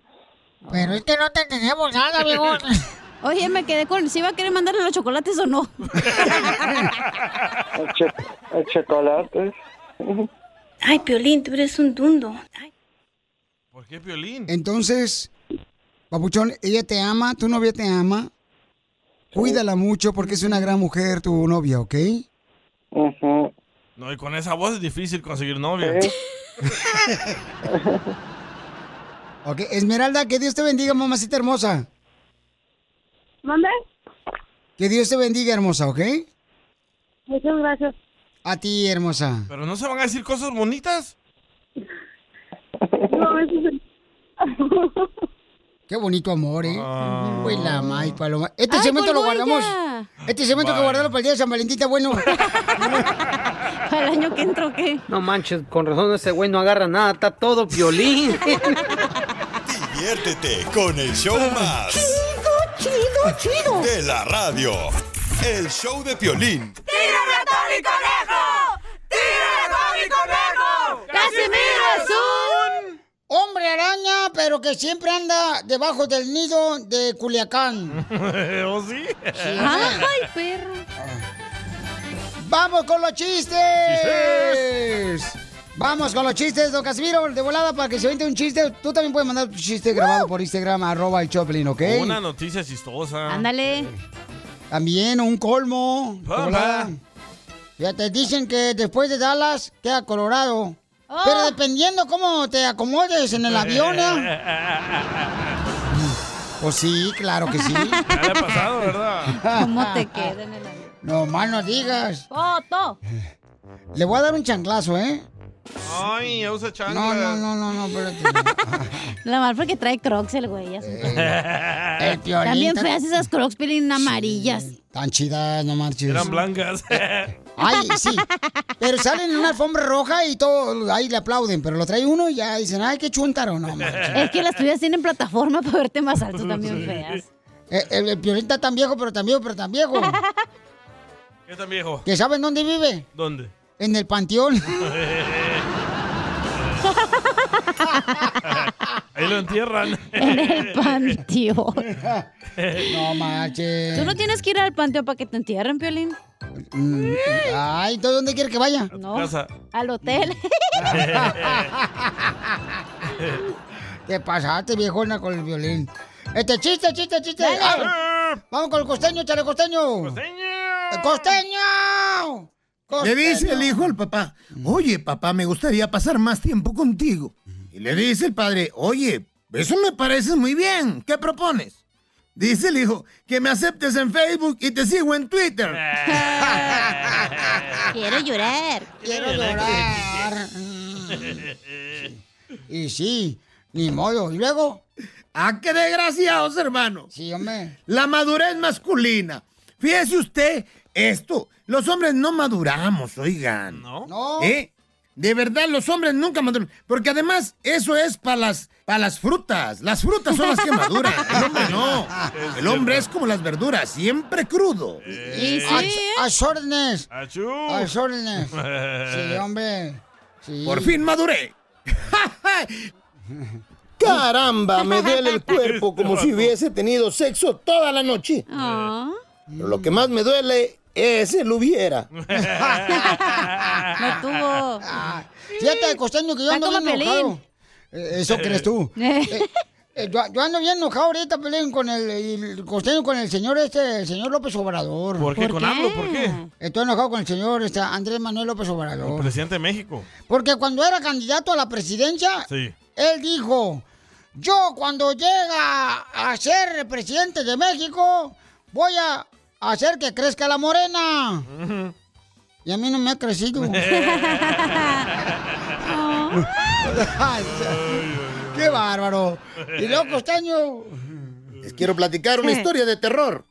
Speaker 2: Pero es que no te tenemos nada, viejón.
Speaker 4: Oye, me quedé con... ¿Si iba a querer mandarle los chocolates o no?
Speaker 13: El, cho- el chocolate.
Speaker 4: Ay, Piolín, tú eres un dundo.
Speaker 3: ¿Por qué, Piolín?
Speaker 2: Entonces, Papuchón, ella te ama, tu novia te ama. Cuídala mucho porque es una gran mujer tu novia, ¿ok?
Speaker 3: No, y con esa voz es difícil conseguir novia.
Speaker 2: Ok, Esmeralda, que Dios te bendiga, mamacita hermosa.
Speaker 14: ¿Mande?
Speaker 2: Que Dios te bendiga, hermosa, ¿ok?
Speaker 14: Muchas gracias.
Speaker 2: A ti, hermosa.
Speaker 3: ¿Pero no se van a decir cosas bonitas?
Speaker 14: No, eso es-
Speaker 2: Qué bonito amor, ¿eh? Uy, la may, paloma. Este
Speaker 4: Ay,
Speaker 2: cemento lo
Speaker 4: colgó
Speaker 2: guardamos.
Speaker 4: ella.
Speaker 2: Este cemento que
Speaker 4: Vaya.
Speaker 2: guardamos para el día de San Valentín está bueno.
Speaker 4: Para el año que entró, ¿qué?
Speaker 16: No manches, con razón ese güey no agarra nada, está todo violín.
Speaker 17: Diviértete con el show más. Ah. Chido, chido, chido. De la radio. El show de Piolín.
Speaker 10: ¡Tírame a Tony Conejo! ¡Tírame a Tony Conejo!
Speaker 2: ¡Casimiro es un hombre araña, pero que siempre anda debajo del nido de Culiacán.
Speaker 3: ¿O ¿Oh, sí?
Speaker 2: Ay, pues,
Speaker 4: perro.
Speaker 2: ¡Vamos con los chistes! Vamos con los chistes, don Casimiro, de volada para que se vente un chiste. Tú también puedes mandar tu chiste grabado por Instagram, arroba el Choplin, ¿ok?
Speaker 3: Una noticia chistosa.
Speaker 4: Ándale.
Speaker 2: También un colmo. de
Speaker 3: Ah,
Speaker 2: volada.
Speaker 3: va.
Speaker 2: Ya te dicen que después de Dallas queda Colorado.
Speaker 4: Oh.
Speaker 2: Pero dependiendo cómo te acomodes en el avión, ¿eh? Pues sí, claro que sí.
Speaker 3: Ya le ha pasado, ¿verdad?
Speaker 4: ¿Cómo te queda en el avión?
Speaker 2: No, mal no digas.
Speaker 4: ¡Foto!
Speaker 2: Le voy a dar un chanclazo, ¿eh?
Speaker 3: Ay, ya usa chancla.
Speaker 2: No, no, no, no, no, espérate.
Speaker 4: La mal porque trae crocs el güey. ya sé.
Speaker 2: El Eh, Piolín
Speaker 4: También
Speaker 2: ta-
Speaker 4: feas esas crocs pelín amarillas.
Speaker 2: Este, Tan chidas, no marches.
Speaker 3: Eran blancas.
Speaker 2: Ay, sí. Pero salen en una alfombra roja y todo, ahí le aplauden. Pero lo trae uno y ya dicen, ay, qué chuntaro, no manches.
Speaker 4: Es que las tuyas tienen plataforma para verte más alto también feas.
Speaker 2: Eh, El, el Piolín está tan viejo, pero tan viejo, pero tan viejo.
Speaker 3: ¿Qué tan viejo?
Speaker 2: ¿Que saben dónde vive?
Speaker 3: ¿Dónde?
Speaker 2: En el panteón.
Speaker 3: Ahí lo entierran.
Speaker 4: En el panteón.
Speaker 2: No marches.
Speaker 4: Tú no tienes que ir al panteón para que te entierren, Piolín.
Speaker 2: Mm, Ay, ¿tú dónde quieres que vaya?
Speaker 4: No. Al hotel.
Speaker 2: Te pasaste, viejona, con el violín. Este chiste, chiste, chiste.
Speaker 10: Dale.
Speaker 2: Ah, vamos con el costeño, chale, costeño. ¡Costeño! ¡Costeño!
Speaker 18: Le dice el hijo al papá, oye papá, me gustaría pasar más tiempo contigo. Y le dice el padre, oye, eso me parece muy bien, ¿qué propones? Dice el hijo, que me aceptes en Facebook y te sigo en Twitter.
Speaker 4: Quiero llorar.
Speaker 2: Quiero llorar. Y sí, ni modo. ¿Y luego?
Speaker 18: ¡Ah, qué desgraciados, hermano!
Speaker 2: Sí, hombre.
Speaker 18: La madurez masculina. Fíjese usted esto. Los hombres no maduramos, oigan.
Speaker 3: ¿No?
Speaker 2: No.
Speaker 18: ¿Eh? De verdad, los hombres nunca maduran. Porque además, eso es para las, pa' las frutas. Las frutas son las que maduran. El hombre no. El hombre es como las verduras, siempre crudo.
Speaker 2: Y sí, A a órdenes.
Speaker 3: ¡Achú!
Speaker 2: A sus órdenes. Sí, hombre. Sí.
Speaker 18: Por fin maduré.
Speaker 19: Caramba, me duele el cuerpo como si hubiese tenido sexo toda la noche. Pero lo que más me duele es el hubiera.
Speaker 2: No
Speaker 4: tuvo.
Speaker 2: Ah, Fíjate, costeño, que yo
Speaker 4: Está
Speaker 2: ando bien
Speaker 4: como Pelín.
Speaker 2: enojado. Eh, Eso crees tú. Eh, eh, yo, yo ando bien enojado ahorita, Pelín, con el, el costeño, con el señor este, el señor López Obrador.
Speaker 3: ¿Por qué ¿Por con qué? AMLO? ¿Por qué?
Speaker 2: Estoy enojado con el señor este, Andrés Manuel López Obrador.
Speaker 3: El presidente de México.
Speaker 2: Porque cuando era candidato a la presidencia,
Speaker 3: Sí.
Speaker 2: él dijo, yo cuando llega a ser presidente de México, voy a hacer que crezca la morena. Y a mí no me ha crecido. Ay, ¡Qué bárbaro! Y luego costeño.
Speaker 19: Les quiero platicar una historia de terror.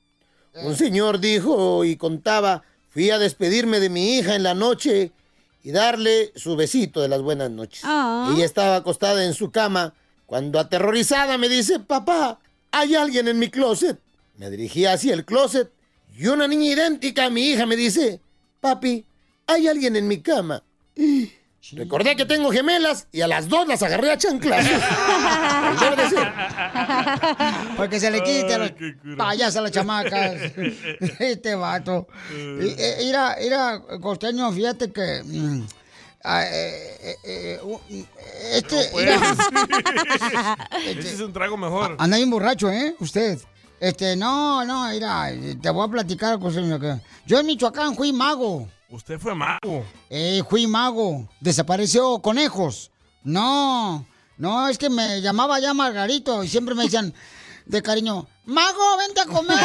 Speaker 2: Eh.
Speaker 19: Un señor dijo y contaba, fui a despedirme de mi hija en la noche y darle su besito de las buenas noches.
Speaker 4: Ah.
Speaker 19: Ella estaba acostada en su cama cuando aterrorizada me dice, papá, hay alguien en mi closet. Me dirigí hacia el closet y una niña idéntica a mi hija me dice, papi, hay alguien en mi cama. Recordé que tengo gemelas y a las dos las agarré a chanclas.
Speaker 2: Porque se le quite a los
Speaker 10: Ay, qué cura.
Speaker 2: payas a las chamacas. Este vato. Y- eh, Mira, mira, costeño, fíjate que mm, ah, eh, eh, eh, uh, este,
Speaker 3: Este es un trago mejor.
Speaker 2: anda bien borracho, ¿eh? Usted. Este, no, no, mira, te voy a platicar cosas. mira, que- Yo en Michoacán fui mago.
Speaker 3: Usted fue mago.
Speaker 2: Eh, fui mago. Desapareció conejos. No, no, es que me llamaba ya Margarito y siempre me decían de cariño, mago, vente a comer.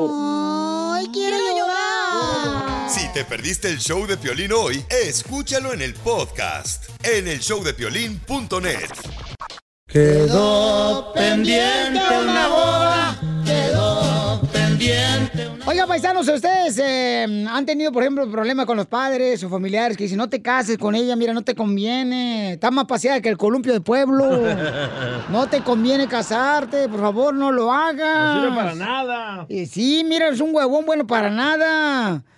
Speaker 2: Ay, quiero llorar.
Speaker 17: Si te perdiste el show de Piolín hoy, escúchalo en el podcast en el showdepiolín.net.
Speaker 10: Quedó pendiente una boda.
Speaker 2: Quedó pendiente. Oiga, paisanos, ¿ustedes eh, han tenido, por ejemplo, problemas con los padres o familiares que dicen, no te cases con ella, mira, no te conviene, está más paseada que el columpio del pueblo, no te conviene casarte, por favor, no lo hagas?
Speaker 3: No sirve para nada.
Speaker 2: Y sí, mira, es un huevón bueno para nada.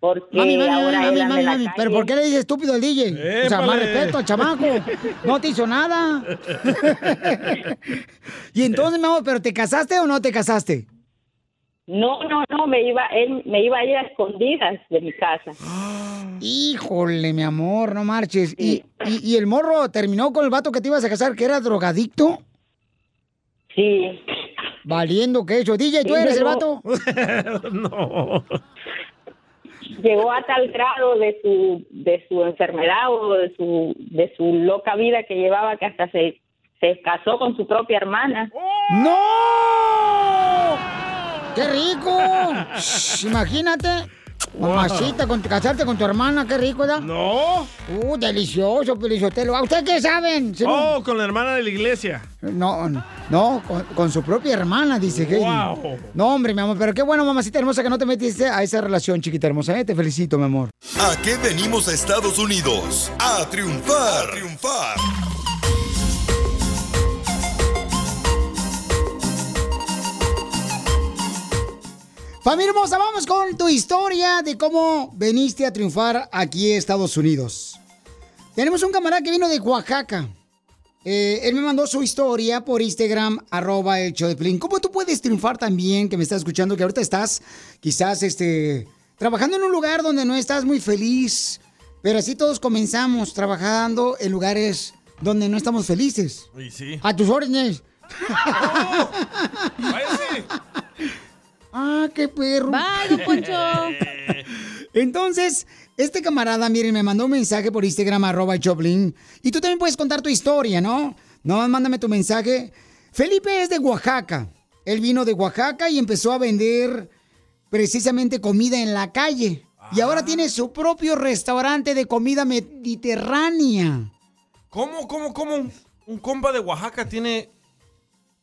Speaker 20: Porque
Speaker 2: Mami, mami,
Speaker 20: ahora él
Speaker 2: mami, mami,
Speaker 20: anda
Speaker 2: mami,
Speaker 20: en la
Speaker 2: mami, pero
Speaker 20: calle.
Speaker 2: ¿por qué le dices estúpido al DJ? O sea, más
Speaker 20: Épale.
Speaker 2: respeto al chamaco. No te hizo nada. y entonces, mi amor, ¿pero te casaste o no te casaste?
Speaker 20: No, no, no, me iba, él, me iba a ir a escondidas de mi casa.
Speaker 2: Híjole, mi amor, no marches. ¿Y, y, y el morro terminó con el vato que te ibas a casar, que era drogadicto?
Speaker 20: Sí.
Speaker 2: Valiendo que eso. DJ, ¿tú
Speaker 20: Sí,
Speaker 2: eres el
Speaker 20: llegó-
Speaker 2: vato?
Speaker 3: no.
Speaker 20: Llegó a tal grado de su, de su enfermedad o de su, de su loca vida que llevaba que hasta se, se casó con su propia hermana.
Speaker 2: ¡No! ¡Qué rico! Shh, Imagínate. Mamacita, con, casarte con tu hermana, qué rico, ¿verdad?
Speaker 3: No.
Speaker 2: Uh, delicioso, Pelizotelo. ¿A usted qué saben? Si no-
Speaker 3: Oh, con la hermana de la iglesia.
Speaker 2: No, no, con, con su propia hermana, dice que.
Speaker 3: Wow.
Speaker 2: No, hombre, mi amor, pero qué bueno, mamacita hermosa, que no te metiste a esa relación, chiquita hermosa. ¿eh? Te felicito, mi amor.
Speaker 17: ¿A qué venimos a Estados Unidos? A triunfar. A triunfar.
Speaker 2: Familia hermosa, vamos con tu historia de cómo veniste a triunfar aquí en Estados Unidos. Tenemos un camarada que vino de Oaxaca. Eh, él me mandó su historia por Instagram, arroba el show de Piolín. ¿Cómo tú puedes triunfar también, que me estás escuchando, que ahorita estás quizás este, trabajando en un lugar donde no estás muy feliz? Pero así todos comenzamos trabajando en lugares donde no estamos felices.
Speaker 3: Y sí.
Speaker 2: A tus órdenes.
Speaker 3: Váyase.
Speaker 2: Ah, qué perro.
Speaker 4: Bye, don Poncho.
Speaker 2: Entonces, este camarada, miren, me mandó un mensaje por Instagram, arroba Choplin. Y tú también puedes contar tu historia, ¿no? No, mándame tu mensaje. Felipe es de Oaxaca. Él vino de Oaxaca y empezó a vender precisamente comida en la calle. Y
Speaker 3: Ah.
Speaker 2: ahora tiene su propio restaurante de comida mediterránea.
Speaker 3: ¿Cómo, cómo, cómo un, un compa de Oaxaca tiene.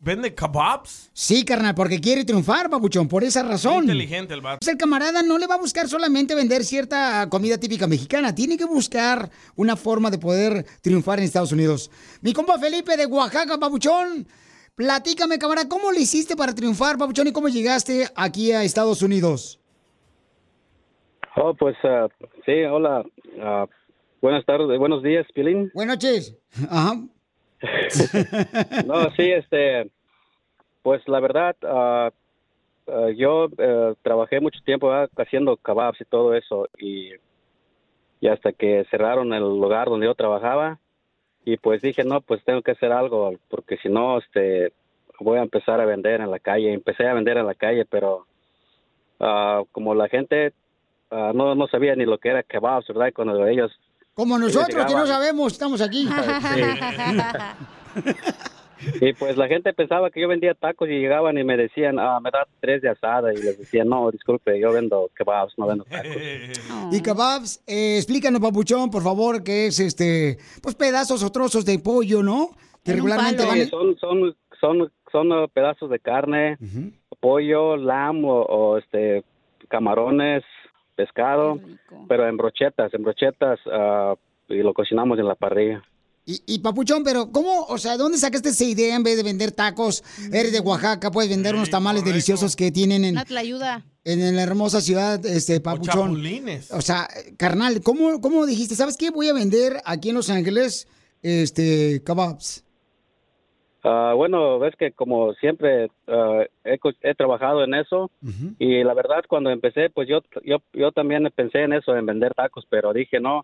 Speaker 3: vende kebabs?
Speaker 2: Sí, carnal, porque quiere triunfar, babuchón, por esa razón.
Speaker 3: Inteligente el vato.
Speaker 2: Pues el camarada no le va a buscar solamente vender cierta comida típica mexicana, tiene que buscar una forma de poder triunfar en Estados Unidos. Mi compa Felipe de Oaxaca, Papuchón, platícame, camarada, ¿cómo le hiciste para triunfar, Papuchón, y cómo llegaste aquí a Estados Unidos?
Speaker 21: Oh, pues ah, sí, hola. Ah, buenas tardes, buenos días, Pilín.
Speaker 2: Buenas noches. Ajá.
Speaker 21: no, sí, este, pues la verdad, ah, ah, yo eh, trabajé mucho tiempo ¿verdad? haciendo kebabs y todo eso y, y hasta que cerraron el lugar donde yo trabajaba y pues dije, no, pues tengo que hacer algo porque si no, este, voy a empezar a vender en la calle. Empecé a vender en la calle, pero ah, como la gente ah, no, no sabía ni lo que era kebabs, ¿verdad? Y Cuando ellos
Speaker 2: Como
Speaker 21: ellos
Speaker 2: nosotros que no
Speaker 21: llegaban-
Speaker 2: sabemos, estamos aquí.
Speaker 21: Y pues la gente pensaba que yo vendía tacos y llegaban y me decían, ah, me da tres de asada. Y les decía, no, disculpe, yo vendo kebabs, no vendo tacos.
Speaker 2: Y kebabs, eh, explícanos, Papuchón, por favor, que es este, pues pedazos o trozos de pollo, ¿no? Que regularmente
Speaker 21: Sí,
Speaker 2: van.
Speaker 21: son, son, son, son eh, pedazos de carne, pollo, lamb o, o, este, camarones, pescado, pero en brochetas, en brochetas ah, y lo cocinamos en la parrilla.
Speaker 2: Y, y, Papuchón, pero ¿cómo, o sea, dónde sacaste esa idea en vez de vender tacos? Eres de
Speaker 21: Mm.
Speaker 2: Oaxaca, puedes vender unos tamales deliciosos que tienen en,
Speaker 4: La ayuda.
Speaker 2: en la hermosa ciudad, este, Papuchón.
Speaker 3: chapulines.
Speaker 2: O sea, carnal, ¿cómo, ¿cómo dijiste? ¿Sabes qué? Voy a vender aquí en Los Ángeles, este, kebabs.
Speaker 21: Ah, bueno, ves que como siempre ah, he, co- he trabajado en eso y la verdad cuando empecé, pues yo, yo, yo también pensé en eso, en vender tacos, pero dije no,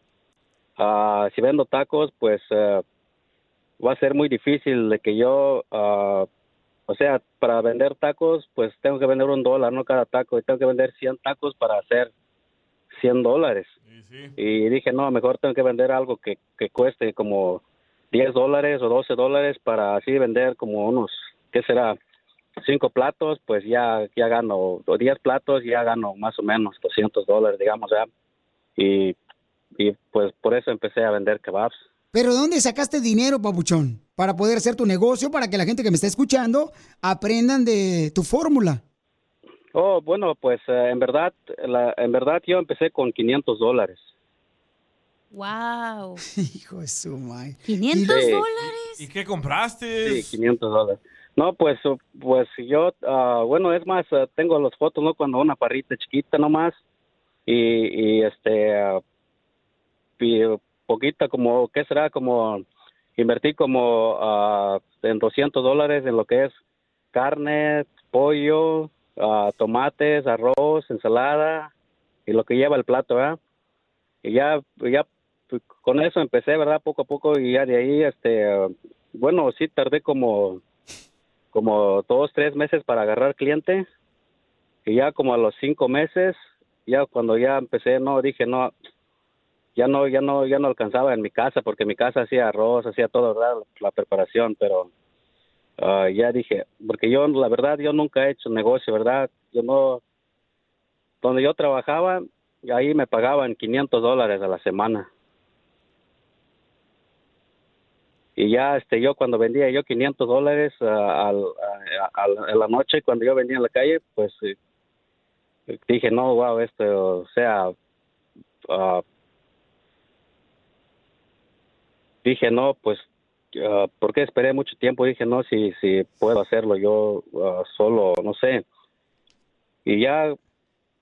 Speaker 21: ah, si vendo tacos, pues ah, va a ser muy difícil de que yo, ah, o sea, para vender tacos, pues tengo que vender un dólar, no cada taco, y tengo que vender 100 tacos para hacer 100 dólares. Y dije, no, mejor tengo que vender algo que, que cueste como 10 dólares o 12 dólares para así vender como unos, ¿qué será? Cinco platos, pues ya, ya gano, o 10 platos, ya gano más o menos 200 dólares, digamos, ya. Y, y pues por eso empecé a vender kebabs.
Speaker 2: Pero ¿de dónde sacaste dinero, Papuchón? Para poder hacer tu negocio, para que la gente que me está escuchando aprendan de tu fórmula.
Speaker 21: Oh, bueno, pues eh, en verdad, la, en verdad yo empecé con 500 dólares.
Speaker 4: Wow.
Speaker 2: Hijo de su madre.
Speaker 4: 500
Speaker 21: Sí.
Speaker 4: dólares.
Speaker 3: ¿Y qué compraste?
Speaker 21: Sí, 500 dólares. No, pues, uh, pues yo, ah, bueno, es más, ah, tengo las fotos, ¿no? Cuando una parrita chiquita nomás y, y este, ah, y poquita como, ¿qué será? Como invertí como ah, en 200 dólares en lo que es carne, pollo, ah, tomates, arroz, ensalada y lo que lleva el plato, ¿verdad? Y ya, ya pues, con eso empecé, ¿verdad? Poco a poco y ya de ahí, este, ah, bueno, sí tardé como, como dos, tres meses para agarrar cliente y ya como a los cinco meses, ya cuando ya empecé, no, dije, no, ya no, ya no, ya no alcanzaba en mi casa porque mi casa hacía arroz, hacía todo, ¿verdad? La preparación, pero ah, ya dije, porque yo, la verdad, yo nunca he hecho negocio, ¿verdad? Yo no, donde yo trabajaba, ahí me pagaban 500 dólares a la semana. y ya este yo cuando vendía yo 500 dólares ah, al, a, a- a la noche cuando yo venía en la calle pues eh, dije no wow esto o sea ah, dije no pues ah, porque esperé mucho tiempo dije no si si puedo hacerlo yo ah, solo no sé y ya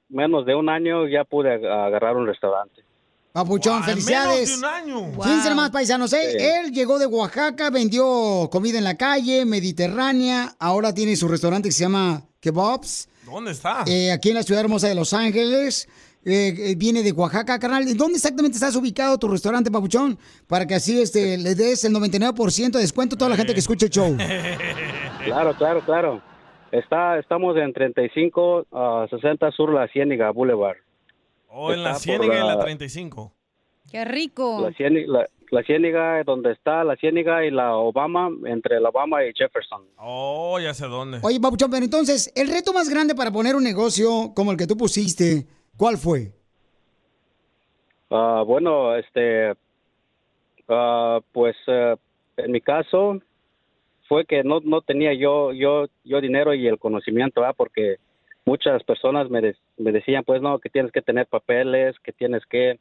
Speaker 21: menos de un año ya pude ag- agarrar un restaurante.
Speaker 2: Papuchón,
Speaker 21: Guau, en menos
Speaker 2: felicidades.
Speaker 21: de un año.
Speaker 2: Fíjense
Speaker 21: Wow.
Speaker 2: más, paisanos. ¿eh?
Speaker 21: Sí.
Speaker 2: Él llegó de Oaxaca, vendió comida en la calle, mediterránea. Ahora tiene su restaurante que se llama Kebabs,
Speaker 3: ¿Dónde está?
Speaker 2: eh, aquí en la ciudad hermosa de Los Ángeles. Eh, eh, viene de Oaxaca, carnal. ¿Y dónde exactamente estás ubicado tu restaurante, Papuchón? Para que así este, le des el 99% de descuento a toda la gente que escuche el show.
Speaker 21: Claro, claro, claro. Está, estamos en 35, a 60 ah, Sur La Ciéniga Boulevard.
Speaker 3: O Oh, en la
Speaker 21: Está por
Speaker 3: Ciénaga, en la
Speaker 21: la-
Speaker 3: 35.
Speaker 4: Qué rico.
Speaker 21: La, Ciéni- la, la Ciéniga, donde está la Ciéniga y la Obama, entre la Obama y Jefferson.
Speaker 3: Oh, ya sé dónde.
Speaker 2: Oye, Papuchón, pero entonces, el reto más grande para poner un negocio como el que tú pusiste, ¿cuál fue?
Speaker 21: Ah, bueno, este, ah, pues eh, en mi caso fue que no, no tenía yo, yo, yo dinero y el conocimiento, ¿verdad? porque muchas personas me, de- me decían, pues no, que tienes que tener papeles, que tienes que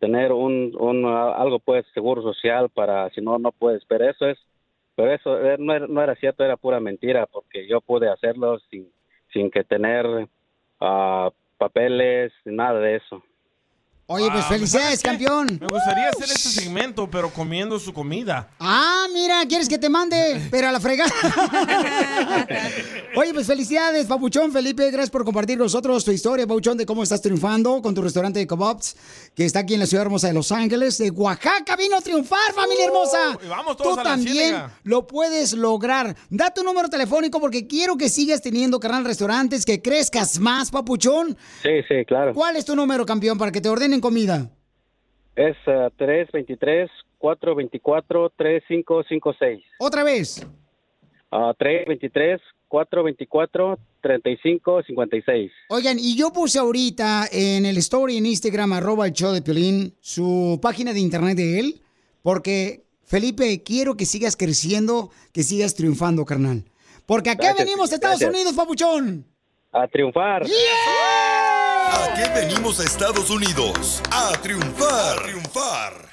Speaker 21: tener un, un ah, algo pues seguro social para si no no puedes, pero eso es, pero eso eh, no era, no era cierto, era pura mentira, porque yo pude hacerlo sin, sin que tener ah, papeles, nada de eso.
Speaker 2: Oye, pues
Speaker 3: Ah,
Speaker 2: felicidades, campeón.
Speaker 3: Me gustaría hacer este segmento, pero comiendo su comida.
Speaker 2: Ah, mira, ¿quieres que te mande? Pero a la fregada. Oye, pues felicidades, Papuchón, Felipe. Gracias por compartir con nosotros tu historia, Papuchón, de cómo estás triunfando con tu restaurante de kebabs, que está aquí en la ciudad hermosa de Los Ángeles. De Oaxaca vino a triunfar, familia hermosa.
Speaker 3: Uh, y vamos todos
Speaker 2: Tú
Speaker 3: a la
Speaker 2: también
Speaker 3: Ciénega.
Speaker 2: lo puedes lograr. Da tu número telefónico porque quiero que sigas teniendo, carnal, restaurantes, que crezcas más, Papuchón.
Speaker 21: Sí, sí, claro.
Speaker 2: ¿Cuál es tu número, campeón, para que te ordenen comida?
Speaker 21: Es eh, 323-424-3556.
Speaker 2: Otra vez.
Speaker 21: Ah, 323-424-3556.
Speaker 2: Oigan, y yo puse ahorita en el story en Instagram, arroba el show de Piolín, su página de internet de él, porque, Felipe, quiero que sigas creciendo, que sigas triunfando, carnal. Porque acá
Speaker 10: Gracias,
Speaker 2: venimos de Estados
Speaker 10: gracias.
Speaker 2: Unidos, papuchón.
Speaker 21: A triunfar.
Speaker 17: ¿A qué venimos a Estados Unidos? A triunfar. A triunfar.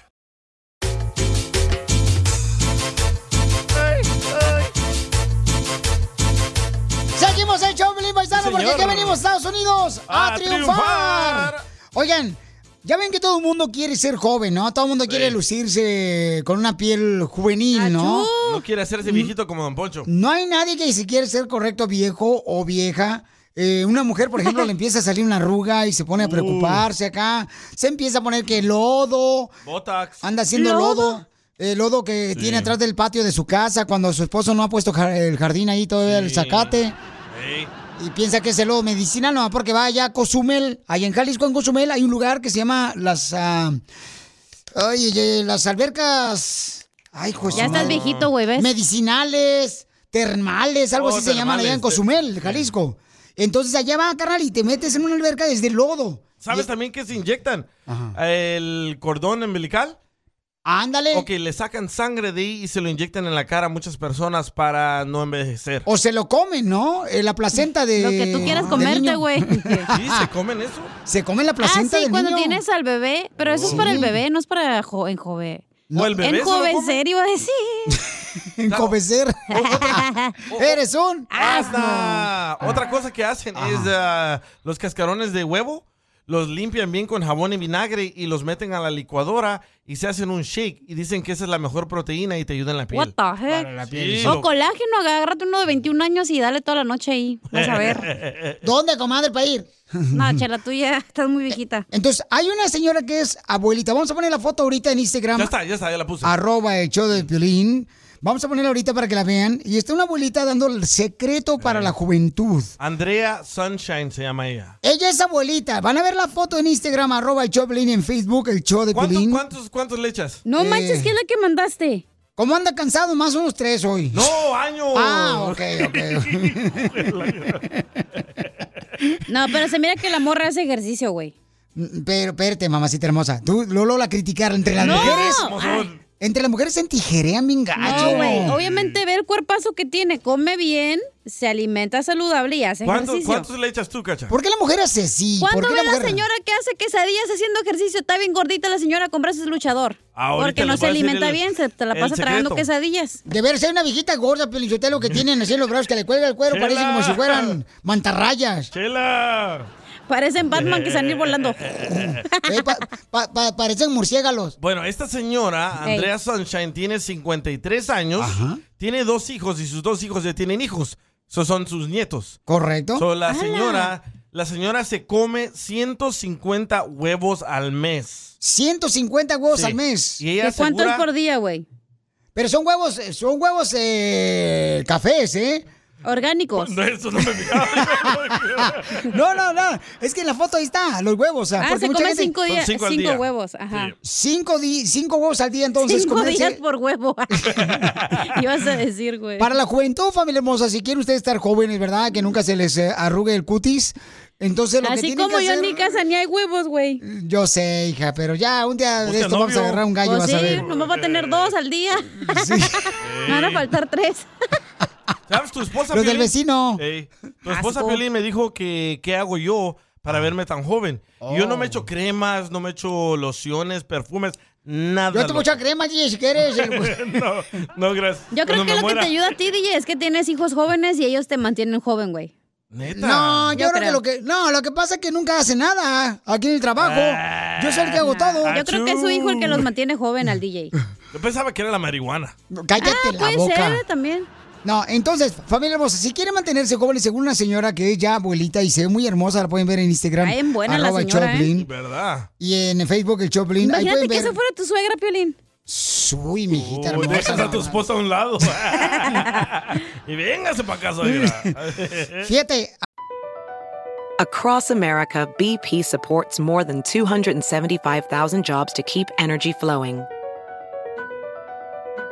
Speaker 2: Seguimos el show, Felipe Paisano,
Speaker 10: Sí,
Speaker 2: porque
Speaker 10: señor.
Speaker 2: acá venimos a Estados Unidos a,
Speaker 10: A
Speaker 2: triunfar.
Speaker 10: triunfar.
Speaker 2: Oigan, ya ven que todo el mundo quiere ser joven, ¿no? Todo el mundo quiere lucirse con una piel juvenil, ¿no? Mm.
Speaker 3: No quiere hacerse viejito como Don Poncho.
Speaker 2: No hay nadie que si quiere ser correcto viejo o vieja. eh, una mujer, por ejemplo, le empieza a salir una arruga y se pone a preocuparse acá. Se empieza a poner que lodo.
Speaker 3: Botox.
Speaker 2: Anda haciendo
Speaker 3: ¿Lodo?
Speaker 2: lodo. El lodo que tiene atrás del patio de su casa cuando su esposo no ha puesto ja- el jardín ahí todavía el zacate. Y piensa que es el lodo medicinal, no, porque va allá a Cozumel. Allá en Jalisco, en Cozumel, hay un lugar que se llama las... ah, ay, ay, ay, las albercas... Ay, hijo de
Speaker 4: Ya
Speaker 2: su
Speaker 4: estás
Speaker 2: madre.
Speaker 4: viejito, güey, ¿ves?
Speaker 2: Medicinales, termales, algo
Speaker 4: Oh,
Speaker 2: así se llaman allá en
Speaker 4: termales,
Speaker 2: Cozumel, Jalisco. Entonces allá va, carnal, y te metes en una alberca desde el lodo.
Speaker 3: ¿Sabes también que se inyectan? El cordón umbilical.
Speaker 2: Ándale.
Speaker 3: Ok, le sacan sangre de ahí y se lo inyectan en la cara a muchas personas para no envejecer.
Speaker 2: O se lo comen, ¿no? Eh, la placenta de...
Speaker 4: Lo que tú quieras
Speaker 2: del
Speaker 4: comerte,
Speaker 2: niño.
Speaker 4: güey.
Speaker 3: ¿Sí? ¿Se comen eso?
Speaker 2: Se come la
Speaker 4: Ah,
Speaker 2: placenta
Speaker 4: sí,
Speaker 2: del
Speaker 4: cuando
Speaker 2: niño.
Speaker 4: tienes al bebé. Pero eso es
Speaker 2: Sí.
Speaker 4: para el bebé, no es para jo- en joven.
Speaker 2: No, el bebé se
Speaker 4: En
Speaker 2: lo come.
Speaker 4: jovencer iba a decir.
Speaker 2: Encobecer. Eres un
Speaker 3: ¡Asna! Ah, Otra cosa que hacen es ah, los cascarones de huevo. Los limpian bien con jabón y vinagre y los meten a la licuadora y se hacen un shake y dicen que esa es la mejor proteína y te ayuda en la piel.
Speaker 4: What the heck?
Speaker 3: piel. Sí,
Speaker 4: o
Speaker 3: lo-
Speaker 4: colágeno, agárrate uno de 21 años y dale toda la noche ahí. Vas a ver.
Speaker 2: ¿Dónde, comadre, para ir?
Speaker 4: No, chela, tú ya estás muy viejita.
Speaker 2: Eh, Entonces, hay una señora que es abuelita. Vamos a poner la foto ahorita en Instagram.
Speaker 3: Ya está, ya está, ya la puse.
Speaker 2: Arroba el show de Piolín. Vamos a ponerla ahorita para que la vean. Y está una abuelita dando el secreto para
Speaker 3: Eh.
Speaker 2: la juventud.
Speaker 3: Andrea Sunshine se llama ella.
Speaker 2: Ella es abuelita. Van a ver la foto en Instagram, arroba el show de Piolín, en Facebook, el show de
Speaker 3: ¿Cuánto-
Speaker 2: Piolín.
Speaker 3: ¿Cuántos, cuántos le echas?
Speaker 2: Eh,
Speaker 4: es la que mandaste?
Speaker 2: ¿Cómo anda cansado? Más unos tres hoy.
Speaker 3: ¡No, año!
Speaker 2: Ah, ok, ok.
Speaker 4: No, pero se mira que la morra hace ejercicio, güey.
Speaker 2: Mm, Pero, espérate, mamacita hermosa. Tú, Lolo, la criticar entre las
Speaker 4: No.
Speaker 2: mujeres.
Speaker 4: Ay.
Speaker 2: Entre las mujeres se entijerean bien gacho.
Speaker 4: No, güey. Obviamente ve el cuerpazo que tiene, come bien, se alimenta saludable y hace
Speaker 3: ¿Cuántos,
Speaker 4: ejercicio.
Speaker 3: cuántos le echas tú, Cacha?
Speaker 2: ¿Por qué la mujer hace así? ¿Por
Speaker 4: ¿Cuándo
Speaker 2: qué
Speaker 4: ve la,
Speaker 2: mujer-
Speaker 4: señora que hace quesadillas haciendo ejercicio? Está bien gordita la señora, comprase el luchador.
Speaker 3: Ah, Ahorita
Speaker 4: Porque no
Speaker 3: les
Speaker 4: se
Speaker 3: voy a decir
Speaker 4: alimenta
Speaker 3: el-
Speaker 4: bien, se te la
Speaker 3: el
Speaker 4: pasa tragando
Speaker 3: secreto.
Speaker 4: quesadillas.
Speaker 2: De ver, ser una viejita gorda, pelinchotelo, que tienen así los brazos que le cuelga el cuero,
Speaker 3: Chela.
Speaker 2: parece como si fueran mantarrayas.
Speaker 3: ¡Chela!
Speaker 4: Parecen Batman que salen volando.
Speaker 2: parecen murciélagos.
Speaker 3: Bueno, esta señora,
Speaker 4: Ey.
Speaker 3: Andrea Sunshine, tiene 53 años, tiene dos hijos y sus dos hijos ya tienen hijos. Esos son sus nietos.
Speaker 2: Correcto.
Speaker 3: So, la
Speaker 2: ¡Hala!
Speaker 3: señora, la señora se come 150 huevos al mes.
Speaker 2: 150 huevos
Speaker 3: Sí.
Speaker 2: al mes.
Speaker 3: Y ella ¿De cuántos asegura- por
Speaker 4: día, güey?
Speaker 2: Pero son huevos, son huevos eh, cafés, ¿eh?
Speaker 4: Orgánicos.
Speaker 3: No, eso no me
Speaker 2: No, no, no. Es que en la foto ahí está, los huevos.
Speaker 4: Ah, se come cinco, días, cinco, huevos. Ajá.
Speaker 2: Cinco, di- cinco huevos al día, entonces.
Speaker 4: Cinco
Speaker 2: comerse-
Speaker 4: días por huevo. Ibas a decir, güey.
Speaker 2: Para la juventud, familia hermosa, si quieren ustedes estar jóvenes, ¿verdad? Que nunca se les eh, arrugue el cutis. Entonces lo que
Speaker 4: Así
Speaker 2: tienen
Speaker 4: como
Speaker 2: que
Speaker 4: yo en
Speaker 2: hacer-
Speaker 4: mi casa ni hay huevos, güey.
Speaker 2: Yo sé, hija, pero ya un día de
Speaker 4: Busca
Speaker 2: esto vamos a
Speaker 4: Pues novio.
Speaker 2: agarrar un gallo,
Speaker 4: Pues
Speaker 2: vas
Speaker 4: sí,
Speaker 2: a ver.
Speaker 4: nomás va a tener dos al día. Me van a faltar tres.
Speaker 3: ¿Sabes? Tu esposa.
Speaker 2: Los del
Speaker 3: Piolín-
Speaker 2: vecino.
Speaker 3: Ey, tu esposa
Speaker 4: Asco.
Speaker 3: Piolín me dijo que qué hago yo para verme tan joven. Y Yo no me echo cremas, no me echo lociones, perfumes, nada.
Speaker 2: Yo te
Speaker 4: este
Speaker 3: loco.
Speaker 2: mucha crema, DJ, si quieres.
Speaker 3: no, no, gracias.
Speaker 4: Yo creo
Speaker 3: Cuando
Speaker 4: que
Speaker 3: me
Speaker 4: lo
Speaker 3: muera-
Speaker 4: que te ayuda a ti, DJ, es que tienes hijos jóvenes y ellos te mantienen joven, güey.
Speaker 3: Neta.
Speaker 2: No, yo,
Speaker 4: Yo
Speaker 2: creo, que
Speaker 4: creo.
Speaker 2: lo que. No, lo que pasa es que nunca hace nada aquí en el trabajo.
Speaker 4: Ah.
Speaker 2: yo soy el que hago todo.
Speaker 4: Yo creo que es su hijo el que los mantiene joven al DJ.
Speaker 3: Yo pensaba que era la marihuana.
Speaker 2: Cállate la
Speaker 4: Ah, Puede
Speaker 2: boca.
Speaker 4: ser también.
Speaker 2: No, entonces, familia hermosa, si quieren mantenerse jóvenes, según una señora que es ya abuelita y se ve muy hermosa, la pueden ver en Instagram.
Speaker 4: Está bien buena la
Speaker 2: arroba el
Speaker 4: señora, ¿eh?
Speaker 2: Choplin,
Speaker 3: ¿Verdad?
Speaker 2: Y en Facebook el Choplin.
Speaker 4: Imagínate
Speaker 2: ahí pueden
Speaker 4: que
Speaker 2: ver.
Speaker 4: eso fuera tu suegra, Piolín.
Speaker 2: Uy, mi hijita
Speaker 3: Oh,
Speaker 2: hermosa.
Speaker 3: dejas a tu esposa a un lado. y véngase para acá, suegra.
Speaker 2: Fíjate,
Speaker 22: Across America, BP supports more than 275,000 jobs to keep energy flowing.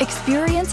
Speaker 23: Experience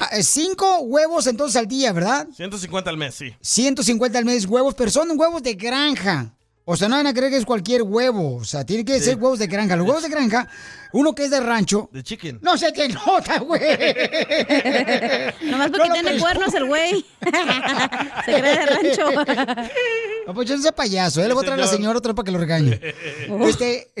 Speaker 2: ah, cinco huevos entonces al día, ¿verdad?
Speaker 3: 150 al mes, sí.
Speaker 2: 150 al mes huevos, pero son huevos de granja. O sea, no van a creer que es cualquier huevo. O sea, tiene que ser huevos de granja. Los huevos de granja, uno que es de rancho.
Speaker 3: De chicken.
Speaker 2: No se te nota, güey.
Speaker 4: Nomás porque tiene cuernos el güey. Se cree de rancho.
Speaker 2: No, pues yo no soy payaso. ¿eh? Le voy a traer a la
Speaker 4: Señor.
Speaker 2: señora otra para que lo regañe.
Speaker 4: Oh.
Speaker 2: Este,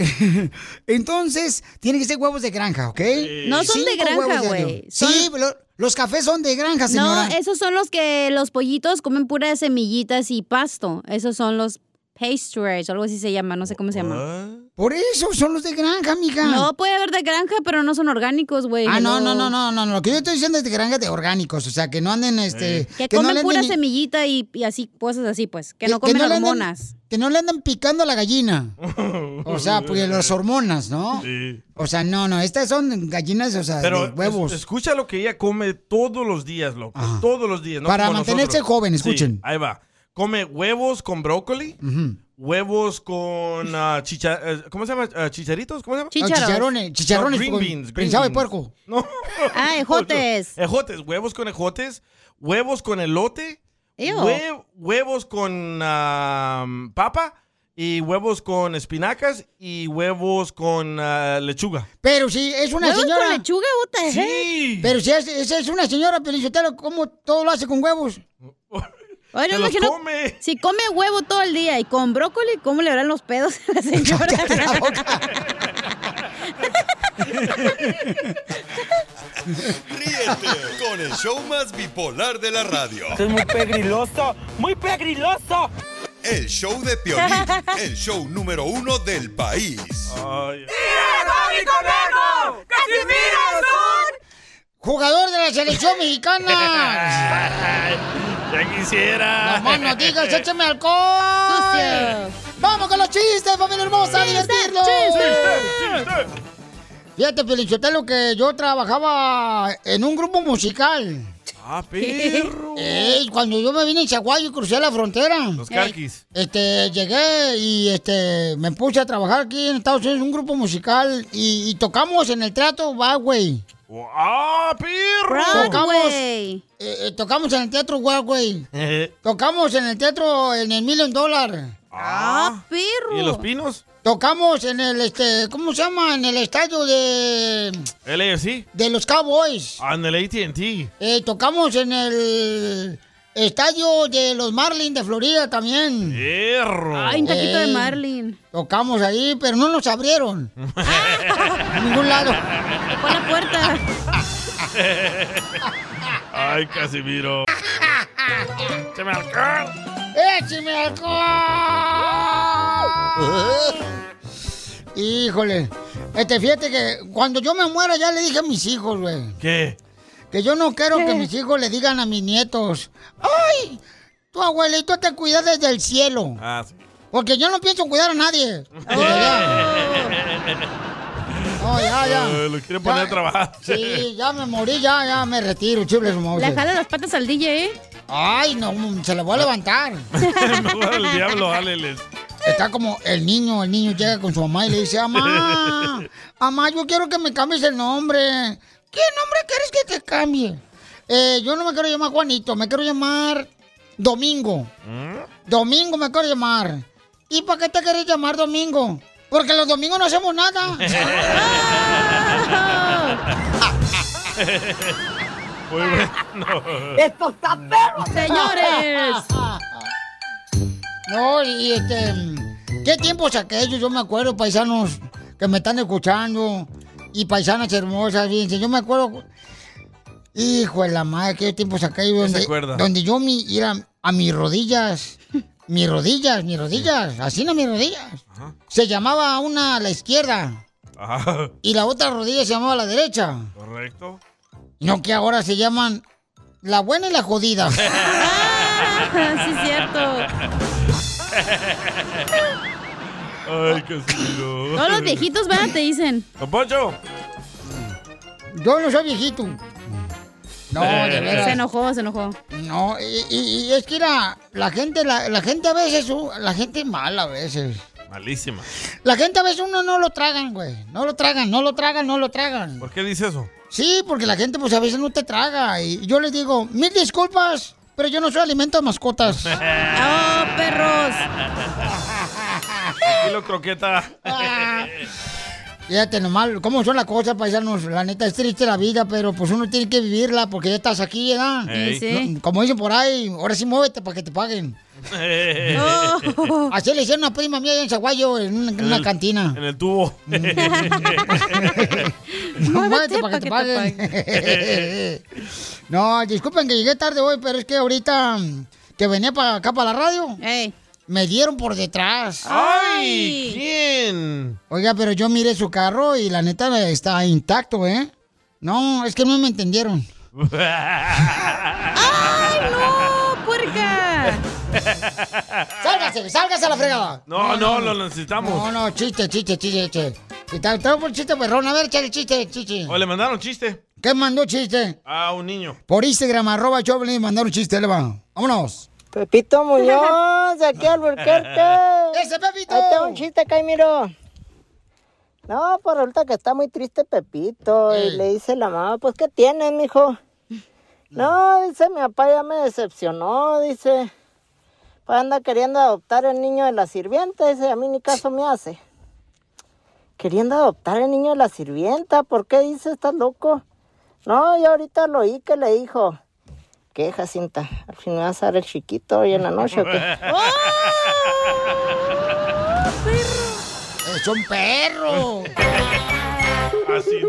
Speaker 2: entonces, tienen que ser huevos de granja, ¿ok?
Speaker 4: No son de
Speaker 2: Cinco
Speaker 4: granja,
Speaker 2: huevos
Speaker 4: güey.
Speaker 2: diario. Sí, lo- los cafés son de granja, señora.
Speaker 4: No, esos son los que los pollitos comen puras semillitas y pasto. Esos son los pastries, algo así se llama, no sé cómo se llama.
Speaker 2: Por eso son los de granja, amiga.
Speaker 4: No, puede haber de granja, pero no son orgánicos, güey.
Speaker 2: Ah, no, no,
Speaker 4: hello.
Speaker 2: no, no, no, no, Lo que yo estoy diciendo es de granja de orgánicos. O sea, que no anden, este...
Speaker 4: Que,
Speaker 2: no
Speaker 4: comen
Speaker 2: le anden
Speaker 4: pura
Speaker 2: ni-
Speaker 4: semillita y, y así, cosas así, pues. Que no comen
Speaker 2: le anden-
Speaker 4: hormonas.
Speaker 2: que no le andan picando a la gallina. O sea, porque las hormonas, ¿no?
Speaker 3: Sí.
Speaker 2: O sea, no, no, estas son gallinas, o sea,
Speaker 3: Pero
Speaker 2: de huevos. Ah.
Speaker 3: es- escucha lo que ella come todos los días, loco. Todos los días. ¿no?
Speaker 2: Para
Speaker 3: Como
Speaker 2: mantenerse
Speaker 3: nosotros.
Speaker 2: joven,
Speaker 3: Sí,
Speaker 2: escuchen.
Speaker 3: ahí va. Come huevos con brócoli,
Speaker 2: Ujú.
Speaker 3: huevos con ah, chicha- eh, ¿cómo se llama? Ah, ¿Chicharitos? ¿Cómo se llama?
Speaker 2: Chícharos. Ah, chicharrones, chicharrones
Speaker 3: No, green
Speaker 2: con-
Speaker 3: beans. green
Speaker 2: pensaba de
Speaker 3: beans.
Speaker 2: puerco.
Speaker 3: No.
Speaker 4: Ah, ejotes.
Speaker 3: Ejotes, huevos con ejotes, huevos con elote,
Speaker 4: Ew.
Speaker 3: hue- huevos con ah, papa y huevos con espinacas y huevos con ah, lechuga.
Speaker 2: Pero si es una
Speaker 4: ¿Huevos
Speaker 2: señora.
Speaker 4: con lechuga, what the heck?
Speaker 3: Sí.
Speaker 2: Pero si es, esa es una señora, Pelichotelo, ¿cómo todo lo hace con huevos?
Speaker 4: Oye,
Speaker 2: Se
Speaker 4: me
Speaker 2: los
Speaker 4: imagino,
Speaker 3: come.
Speaker 4: Si come huevo todo el día y con brócoli, ¿cómo le harán los pedos a la señora?
Speaker 17: Ríete con el show más bipolar de la radio.
Speaker 9: Esto es muy pegriloso, muy pegriloso.
Speaker 17: El show de Piolín, el show número uno del país.
Speaker 10: mi conejo! ¡Casimiro es un
Speaker 2: ¡Jugador de la selección mexicana!
Speaker 8: ya quisiera.
Speaker 2: Nomás no digas, échame alcohol.
Speaker 8: Sucio.
Speaker 2: Vamos con los chistes, familia hermosa, a divertirnos. Fíjate, Felicitelo, que yo trabajaba en un grupo musical.
Speaker 3: Ah, perro.
Speaker 2: Ey, cuando yo me vine en Chaguayo y crucé la frontera.
Speaker 3: Los carquis.
Speaker 2: Este, llegué y este, me puse a trabajar aquí en Estados Unidos en un grupo musical y, y tocamos en el teatro Broadway.
Speaker 3: ¡Ah, perro!
Speaker 2: Tocamos, eh, eh, tocamos en el teatro Broadway. Tocamos en el teatro en el Million Dollar.
Speaker 3: Ah,
Speaker 4: perro.
Speaker 3: ¿Y los pinos?
Speaker 2: Tocamos en el, este, ¿cómo se llama? En el estadio de,
Speaker 3: LAFC.
Speaker 2: de los Cowboys.
Speaker 3: Ah, en el ATT.
Speaker 2: Eh, tocamos en el estadio de los Marlins de Florida también.
Speaker 3: Perro.
Speaker 4: Ay, un taquito de
Speaker 2: Ey,
Speaker 4: Marlin.
Speaker 2: Tocamos ahí, pero no nos abrieron. A ningún lado.
Speaker 4: Por Ah, la puerta.
Speaker 3: Ay, Casimiro.
Speaker 10: ¡Se me alcanza!
Speaker 2: ¡Écheme alcohol! Híjole. Este, fíjate que cuando yo me muera ya le dije a mis hijos, güey.
Speaker 3: ¿Qué?
Speaker 2: Que yo no quiero
Speaker 10: ¿Qué?
Speaker 2: que mis hijos le digan a mis nietos. ¡Ay! Tu abuelito te cuida desde el cielo.
Speaker 3: Ah, sí.
Speaker 2: Porque yo no pienso cuidar a nadie. No, ya, ya.
Speaker 3: Eh, lo quiere poner a trabajar.
Speaker 2: Sí, ya me morí, ya, ya me retiro, chifles
Speaker 4: Le
Speaker 2: mouses.
Speaker 4: jala las patas al DJ, ¿eh?
Speaker 2: Ay, no, se la voy a levantar.
Speaker 3: No, el diablo, áleles.
Speaker 2: Está como el niño, el niño llega con su mamá y le dice, mamá, mamá, yo quiero que me cambies el nombre. ¿Qué nombre quieres que te cambie? "Eh, yo no me quiero llamar Juanito, me quiero llamar Domingo. Domingo me quiero llamar. ¿Y para qué te quieres llamar Domingo? Porque los domingos no hacemos nada.
Speaker 3: Muy bueno.
Speaker 2: ¡Esto está perro,
Speaker 10: señores!
Speaker 2: No, y este. ¿Qué tiempos aquellos? Yo me acuerdo, paisanos que me están escuchando y paisanas hermosas, fíjense. Yo me acuerdo. Hijo de la madre, qué tiempos aquellos
Speaker 3: ¿Qué se
Speaker 2: donde,
Speaker 3: acuerda?
Speaker 2: donde yo me iba a, mis rodillas. Mis rodillas, mis rodillas, así no mis rodillas. Se llamaba una a la izquierda
Speaker 3: Ah,
Speaker 2: y la otra rodilla se llamaba a la derecha.
Speaker 3: correcto.
Speaker 2: No que ahora se llaman la buena y la jodida.
Speaker 10: sí,
Speaker 2: es
Speaker 3: Ay, Casimiro.
Speaker 4: Todos los viejitos van, te dicen.
Speaker 3: Don Poncho.
Speaker 2: Yo no soy viejito. No, Oh, de veras.
Speaker 4: Eh, Se
Speaker 3: Eh,
Speaker 4: enojó, se enojó.
Speaker 2: No, y, y- y es que la, la gente, la, la gente a veces, uh, la gente es mala a veces.
Speaker 3: Malísima.
Speaker 2: La gente a veces uno no lo tragan, güey. No lo tragan, no lo tragan, no lo tragan.
Speaker 3: ¿Por qué dice eso?
Speaker 2: Sí, porque la gente pues a veces no te traga. Y yo les digo, mil disculpas, pero yo no soy alimento de mascotas.
Speaker 3: ¡Oh,
Speaker 2: perros!
Speaker 3: Dilo croqueta.
Speaker 2: Fíjate nomás, cómo son las cosas, paisanos. La neta es triste la vida, pero pues uno tiene que vivirla porque ya estás aquí, ¿verdad?
Speaker 10: Ey. Sí, sí.
Speaker 2: No, Como dicen por ahí, ahora sí muévete para que te paguen.
Speaker 10: No.
Speaker 2: Así le hicieron a una prima mía allá en Zaguayo, en una, en una cantina.
Speaker 3: En el tubo.
Speaker 2: Muévete para que te paguen. no, disculpen que llegué tarde hoy, pero es que ahorita mm, que venía para acá para la radio, me dieron por detrás.
Speaker 3: ¡Ay! ¿Quién?
Speaker 2: Oiga, pero yo miré su carro y la neta está intacto, ¿eh? No, es que no me entendieron.
Speaker 10: ¡Ay, no! ¡Puerca!
Speaker 2: ¡Sálgase! ¡Sálgase a la fregada!
Speaker 3: No, no, lo necesitamos.
Speaker 2: No, no, chiste, chiste, chiste, chiste. Si está- está por chiste, perrón. A ver, échale chiste, chiste.
Speaker 3: O Oh, le mandaron chiste
Speaker 2: ¿Qué mandó chiste?
Speaker 3: a un niño.
Speaker 2: Por Instagram, arroba Choplin, mandaron chiste, le va. Vámonos.
Speaker 6: Pepito Muñoz, de aquí al Burquerque.
Speaker 2: ¡Ese Pepito!
Speaker 6: Ahí está un chiste acá, y miro. No, pues resulta que está muy triste Pepito. Y le dice la mamá, pues, ¿qué tienes, mijo? No, dice, mi papá ya me decepcionó, dice. Pues anda queriendo adoptar el niño de la sirvienta, dice, a mí ni caso me hace. Queriendo adoptar el niño de la sirvienta, ¿por qué dice, estás loco? No, yo ahorita lo oí que le dijo. ¿Qué, Jacinta? ¿Al fin me vas a dar el chiquito hoy en la noche o qué?
Speaker 2: ¡Es un perro!
Speaker 10: Así.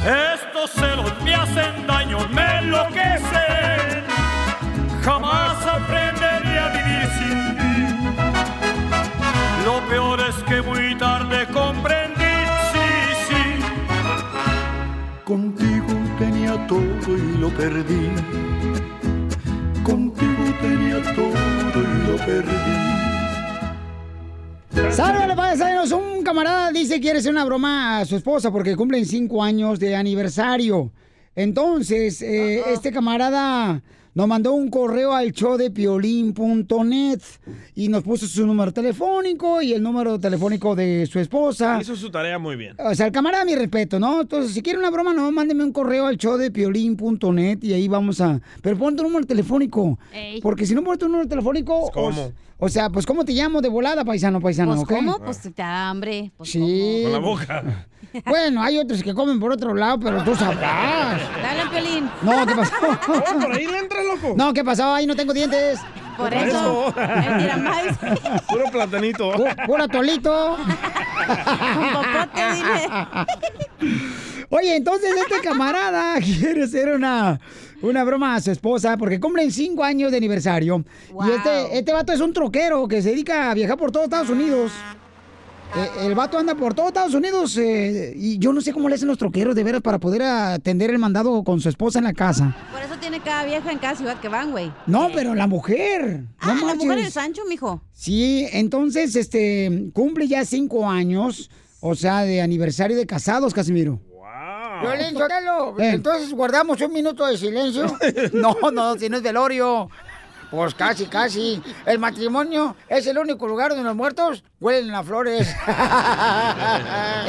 Speaker 10: Estos celos me hacen daño, me enloquecen. Jamás aprenderé a vivir sin ti. Lo peor es que muy tarde comprendí, sí, sí.
Speaker 7: Contigo tenía todo y lo perdí. Contigo tenía todo y lo perdí.
Speaker 2: Sálvale, paisanos. Un camarada dice que eres una broma a su esposa porque cumplen cinco años de aniversario. Entonces, eh, este camarada nos mandó un correo al showdepiolín.net y nos puso su número telefónico y el número telefónico de su esposa.
Speaker 12: Hizo su tarea muy bien.
Speaker 2: O sea, el camarada, mi respeto, ¿no? Entonces, si quiere una broma, no, mándeme un correo al show de piolín.net y ahí vamos a. Pero pon tu número telefónico.
Speaker 4: Ey.
Speaker 2: Porque si no pones tu número
Speaker 12: Pues,
Speaker 2: telefónico.
Speaker 4: ¿Cómo?
Speaker 2: O, o sea, pues, ¿cómo te llamo de volada, paisano, paisano?
Speaker 4: Pues,
Speaker 2: ¿ok?
Speaker 4: ¿cómo? Pues te da hambre. Pues,
Speaker 2: Sí.
Speaker 4: ¿cómo?
Speaker 12: boca.
Speaker 2: Bueno, hay otros que comen por otro lado, pero tú sabrás.
Speaker 4: Dale, Piolín.
Speaker 2: No, ¿qué pasó?
Speaker 4: Oh,
Speaker 12: por ahí le entras, loco.
Speaker 2: No, ¿qué pasó? Ahí no tengo dientes.
Speaker 4: Por eso. Mentira, más.
Speaker 12: Puro platanito.
Speaker 2: Pura tolito. Oye, entonces este camarada quiere hacer una, una broma a su esposa porque cumplen cinco años de aniversario. Y este, este vato es un troquero que se dedica a viajar por todo Estados Unidos. Eh, el vato anda por todo Estados Unidos eh, y yo no sé cómo le hacen los troqueros de veras para poder atender el mandado con su esposa en la casa.
Speaker 4: Por eso tiene cada vieja en cada ciudad que van, güey.
Speaker 2: No, pero la mujer. No
Speaker 4: Ah, la
Speaker 2: marches.
Speaker 4: mujer del Sancho, mijo.
Speaker 2: Sí, entonces, este, cumple ya cinco años, o sea, de aniversario de casados, Casimiro.
Speaker 13: Violín, Sotelo,
Speaker 2: Eh.
Speaker 13: entonces guardamos un minuto de silencio.
Speaker 2: No, no, si no es velorio.
Speaker 13: Pues casi, casi. El matrimonio es el único lugar donde los muertos huelen a flores.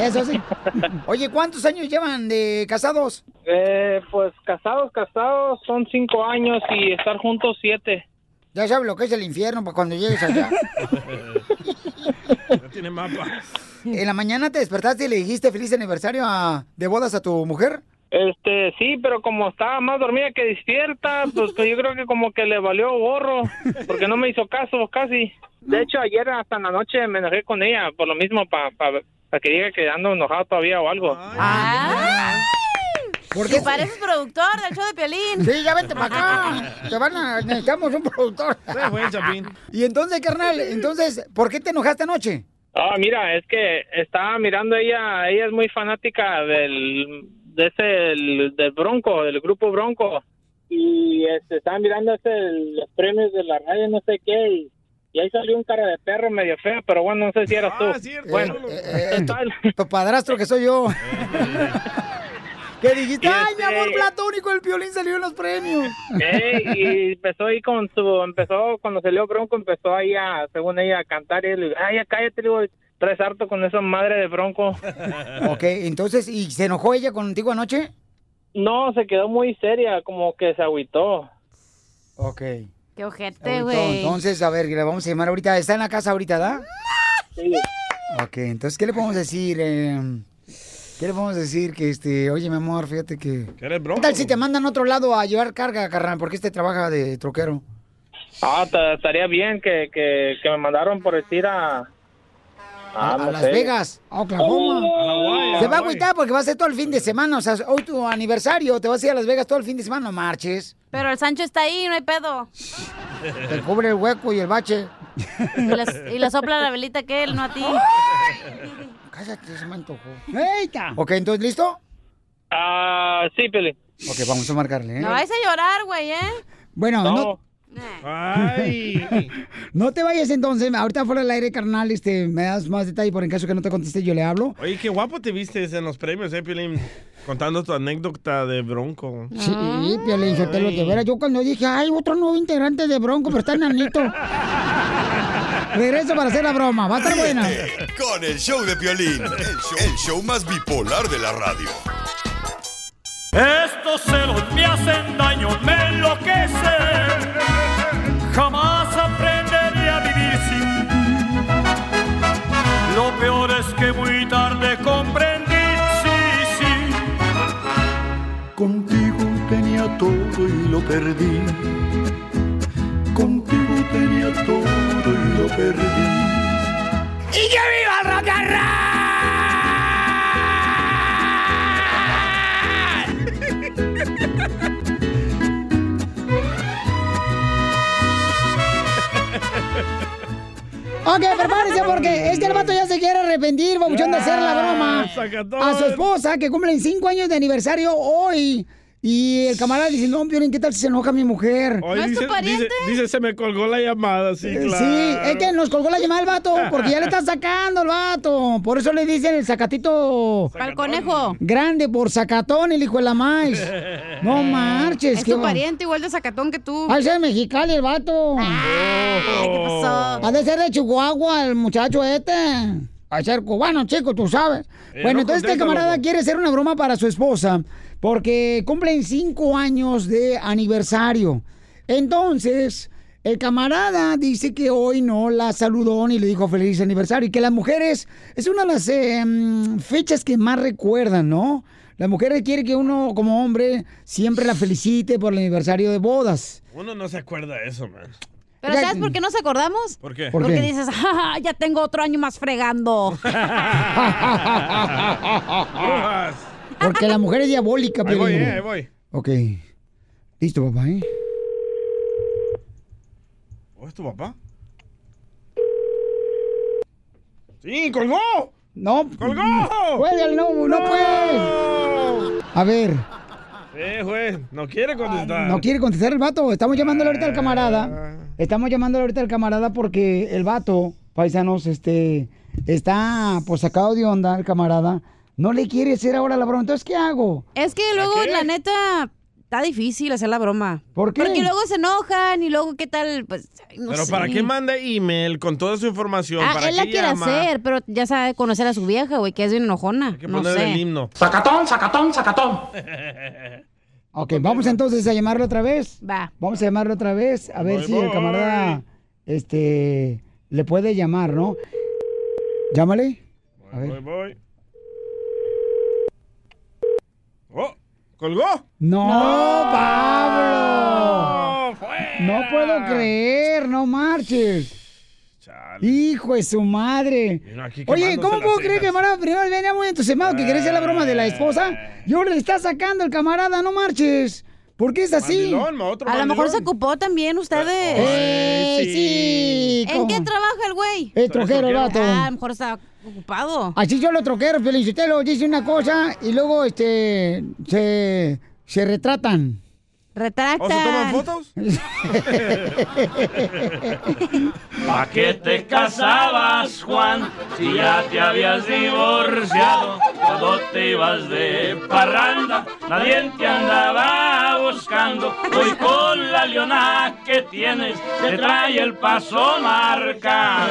Speaker 2: Eso sí. Oye, ¿cuántos años llevan de casados?
Speaker 13: Eh, pues casados, casados, son cinco años y estar juntos siete. Ya sabes lo que es el infierno para cuando llegues allá.
Speaker 12: Ya tiene mapa.
Speaker 13: ¿En la mañana te despertaste y le dijiste feliz aniversario a- de bodas a tu mujer?
Speaker 11: Este, sí, pero como estaba más dormida que despierta, pues que yo creo que como que le valió gorro, porque no me hizo caso casi. De hecho, ayer hasta en la noche me enojé con ella, por lo mismo, para que diga que ando enojado todavía o algo.
Speaker 4: Porque pareces productor del show de Piolín.
Speaker 13: Sí, ya vente para acá. Te van a- necesitamos un productor.
Speaker 2: Y entonces, carnal, entonces, ¿por qué te enojaste anoche?
Speaker 11: Ah, mira, es que estaba mirando ella, ella es muy fanática del de ese el- del Bronco, del grupo Bronco y este estaba mirando ese, los premios de la radio no sé qué y, y ahí salió un cara de perro medio fea, pero bueno, no sé si eras tú. Bueno, eh, total.
Speaker 2: Eh, Tu padrastro que soy yo. ¿Qué dijiste?
Speaker 11: Y
Speaker 2: ¡Ay, mi
Speaker 11: este-
Speaker 2: amor platónico! El violín salió en los premios.
Speaker 11: Eh, y empezó ahí con su, empezó cuando salió Bronco, empezó ahí a, según ella, a cantar. Y yo le digo, ay, ya cállate, le digo, traes harto con esa madre de Bronco.
Speaker 2: Ok, entonces, ¿y se enojó ella contigo anoche?
Speaker 11: No, se quedó muy seria, como que se agüitó.
Speaker 2: Ok.
Speaker 4: Qué ojete,
Speaker 2: Entonces,
Speaker 4: güey.
Speaker 2: entonces, a ver, le vamos a llamar ahorita. ¿Está en la casa ahorita, da?
Speaker 11: Sí.
Speaker 2: Ok, entonces, ¿qué le podemos decir? eh? ¿Qué le podemos decir? Que, este, oye, mi amor, fíjate que...
Speaker 12: ¿Quieres
Speaker 2: ¿Qué tal si te mandan a otro lado a llevar carga, carnal? Porque este trabaja de troquero.
Speaker 11: Ah, ta- estaría bien que, que, que me mandaron por decir a...
Speaker 2: A, a
Speaker 11: Ah, no
Speaker 2: Las
Speaker 11: sé.
Speaker 2: Vegas, a Oklahoma.
Speaker 11: Hawái, Oh, a
Speaker 2: Se va a
Speaker 11: Hawái.
Speaker 2: agüitar porque va a ser todo el fin de semana. O sea, hoy tu aniversario, te vas a ir a Las Vegas todo el fin de semana, no marches.
Speaker 4: Pero el Sancho está ahí, no hay pedo.
Speaker 2: Te cubre el hueco y el bache.
Speaker 4: Y le, y le sopla la velita que él, no a ti.
Speaker 2: Cállate, se me antojó. Ok, entonces, ¿listo?
Speaker 11: Ah, sí, Peli.
Speaker 2: Ok, vamos a marcarle, ¿eh?
Speaker 4: No vais a llorar, güey, ¿eh?
Speaker 2: Bueno, no.
Speaker 4: No.
Speaker 2: no te vayas entonces. Ahorita fuera del aire, carnal, este, me das más detalle por en caso que no te conteste, yo le hablo.
Speaker 12: Oye, qué guapo te viste en los premios, eh, Piolín, contando tu anécdota de bronco.
Speaker 2: Sí,
Speaker 4: Ah.
Speaker 2: Piolín, Sotelo, de veras. Yo cuando dije, ay, otro nuevo integrante de Bronco, pero está enanito. Regreso para hacer la broma, va a estar buena.
Speaker 17: Ríete Con el show de Piolín, el show, el show más bipolar de la radio.
Speaker 10: Estos celos me hacen daño, me enloquecen. Jamás aprenderé a vivir sin ti. Lo peor es que muy tarde comprendí, sí, sí.
Speaker 7: Contigo tenía todo y lo perdí. Contigo tenía todo y lo perdí.
Speaker 10: ¡Y que viva el rock
Speaker 2: Ok, prepárense porque es que el vato ya se quiere arrepentir, babuchón, de hacer la
Speaker 12: Ah,
Speaker 2: broma
Speaker 12: sacatón.
Speaker 2: a su esposa que cumplen cinco años de aniversario hoy. Y el camarada dice, no, Piolín, ¿qué tal si se enoja mi mujer?
Speaker 12: Ay, dice, dice, dice, se me colgó la llamada, sí,
Speaker 2: Eh,
Speaker 12: claro.
Speaker 2: Sí, es que nos colgó la llamada el vato, porque ya le está sacando el vato. Por eso le dicen el sacatito.
Speaker 4: Al conejo.
Speaker 2: Grande por sacatón, el hijo de la maíz. No marches,
Speaker 4: Eh, Es
Speaker 2: qué
Speaker 4: tu
Speaker 2: va-
Speaker 4: pariente igual de sacatón que tú.
Speaker 2: Ha de ser mexicali el vato.
Speaker 4: ¿qué pasó?
Speaker 2: Ha de ser de Chihuahua el muchacho este. Ha de ser cubano, chico, tú sabes.
Speaker 13: Eh,
Speaker 2: bueno,
Speaker 13: no
Speaker 2: entonces este
Speaker 13: contesta,
Speaker 2: camarada
Speaker 13: loco.
Speaker 2: quiere hacer una broma para su esposa porque cumplen cinco años de aniversario. Entonces, el camarada dice que hoy no la saludó ni le dijo feliz aniversario y que las mujeres es una de las eh, mm, fechas que más recuerdan, ¿no? Las mujeres quieren que uno como hombre siempre la felicite por el aniversario de bodas.
Speaker 12: Uno no se acuerda de eso, man.
Speaker 4: Pero ¿sabes por qué nos acordamos?
Speaker 12: ¿Por qué?
Speaker 2: ¿Por
Speaker 4: Porque
Speaker 2: qué?
Speaker 4: dices, "Ah, "Ja, ja, ya tengo otro año más fregando.
Speaker 12: Brujas.
Speaker 2: Porque la mujer es diabólica,
Speaker 12: Ahí voy,
Speaker 2: Piolín.
Speaker 12: eh, ahí voy.
Speaker 2: Ok. Listo, papá, ¿eh?
Speaker 12: ¿O es tu papá? ¡Sí, colgó!
Speaker 2: No.
Speaker 12: ¡Colgó!
Speaker 2: Cuélgale, no, no
Speaker 12: puede!
Speaker 2: A ver, Ah,
Speaker 12: Eh, güey, no quiere contestar.
Speaker 2: no quiere contestar el vato. Estamos llamándole ahorita al camarada. Estamos llamándole ahorita al camarada porque el vato, paisanos, este, está pues sacado de onda el camarada. No le quiere hacer ahora la broma. Entonces, ¿qué hago?
Speaker 4: Es que luego, la neta, está difícil hacer la broma.
Speaker 2: ¿Por qué?
Speaker 4: Porque luego se enojan y luego, ¿qué tal? Pues, ay, no
Speaker 12: Pero
Speaker 4: sé.
Speaker 12: ¿para qué manda email con toda su información?
Speaker 4: Ah,
Speaker 12: ¿Para
Speaker 4: él la
Speaker 12: qué
Speaker 4: quiere
Speaker 12: llama?
Speaker 4: hacer, pero ya sabe conocer a su vieja, güey, que es bien enojona.
Speaker 12: Hay que
Speaker 4: no
Speaker 12: poner
Speaker 4: sé.
Speaker 12: el himno.
Speaker 4: Sacatón, sacatón, sacatón.
Speaker 2: Ok, vamos entonces a llamarlo otra vez.
Speaker 4: Va.
Speaker 2: Vamos a llamarlo otra vez a ver
Speaker 13: Voy,
Speaker 2: si el
Speaker 13: voy.
Speaker 2: camarada este, le puede llamar, ¿no? Llámale. A ver.
Speaker 12: Voy, voy. ¡Oh! ¿Colgó?
Speaker 2: No,
Speaker 12: No.
Speaker 2: Pablo. No puedo creer, no marches. Hijo de su madre.
Speaker 12: Vino aquí
Speaker 2: Oye,
Speaker 12: quemándose
Speaker 2: ¿cómo
Speaker 12: las
Speaker 2: puedo creer que el
Speaker 12: cejas.
Speaker 2: camarada primero venía muy entusiasmado que quería hacer la broma de la esposa? Y ahora le está sacando el camarada, no marches. ¿Por qué es así?
Speaker 12: Mandilón, otro
Speaker 4: A lo mejor se ocupó también ustedes.
Speaker 2: Ay, Eh, sí.
Speaker 4: ¿En
Speaker 2: ¿Cómo?
Speaker 4: qué trabaja el güey?
Speaker 2: Es troquero, el vato.
Speaker 4: Ah, a lo mejor está ocupado.
Speaker 2: Así yo lo troquero, felicitelo, dice una cosa y luego este se, se retratan.
Speaker 4: Retractan.
Speaker 8: ¿O se toman fotos? ¿Pa' qué te casabas, Juan? Si ya te habías divorciado, todo te ibas de parranda, nadie te andaba buscando. Hoy con la leona que tienes, te trae el paso marcando.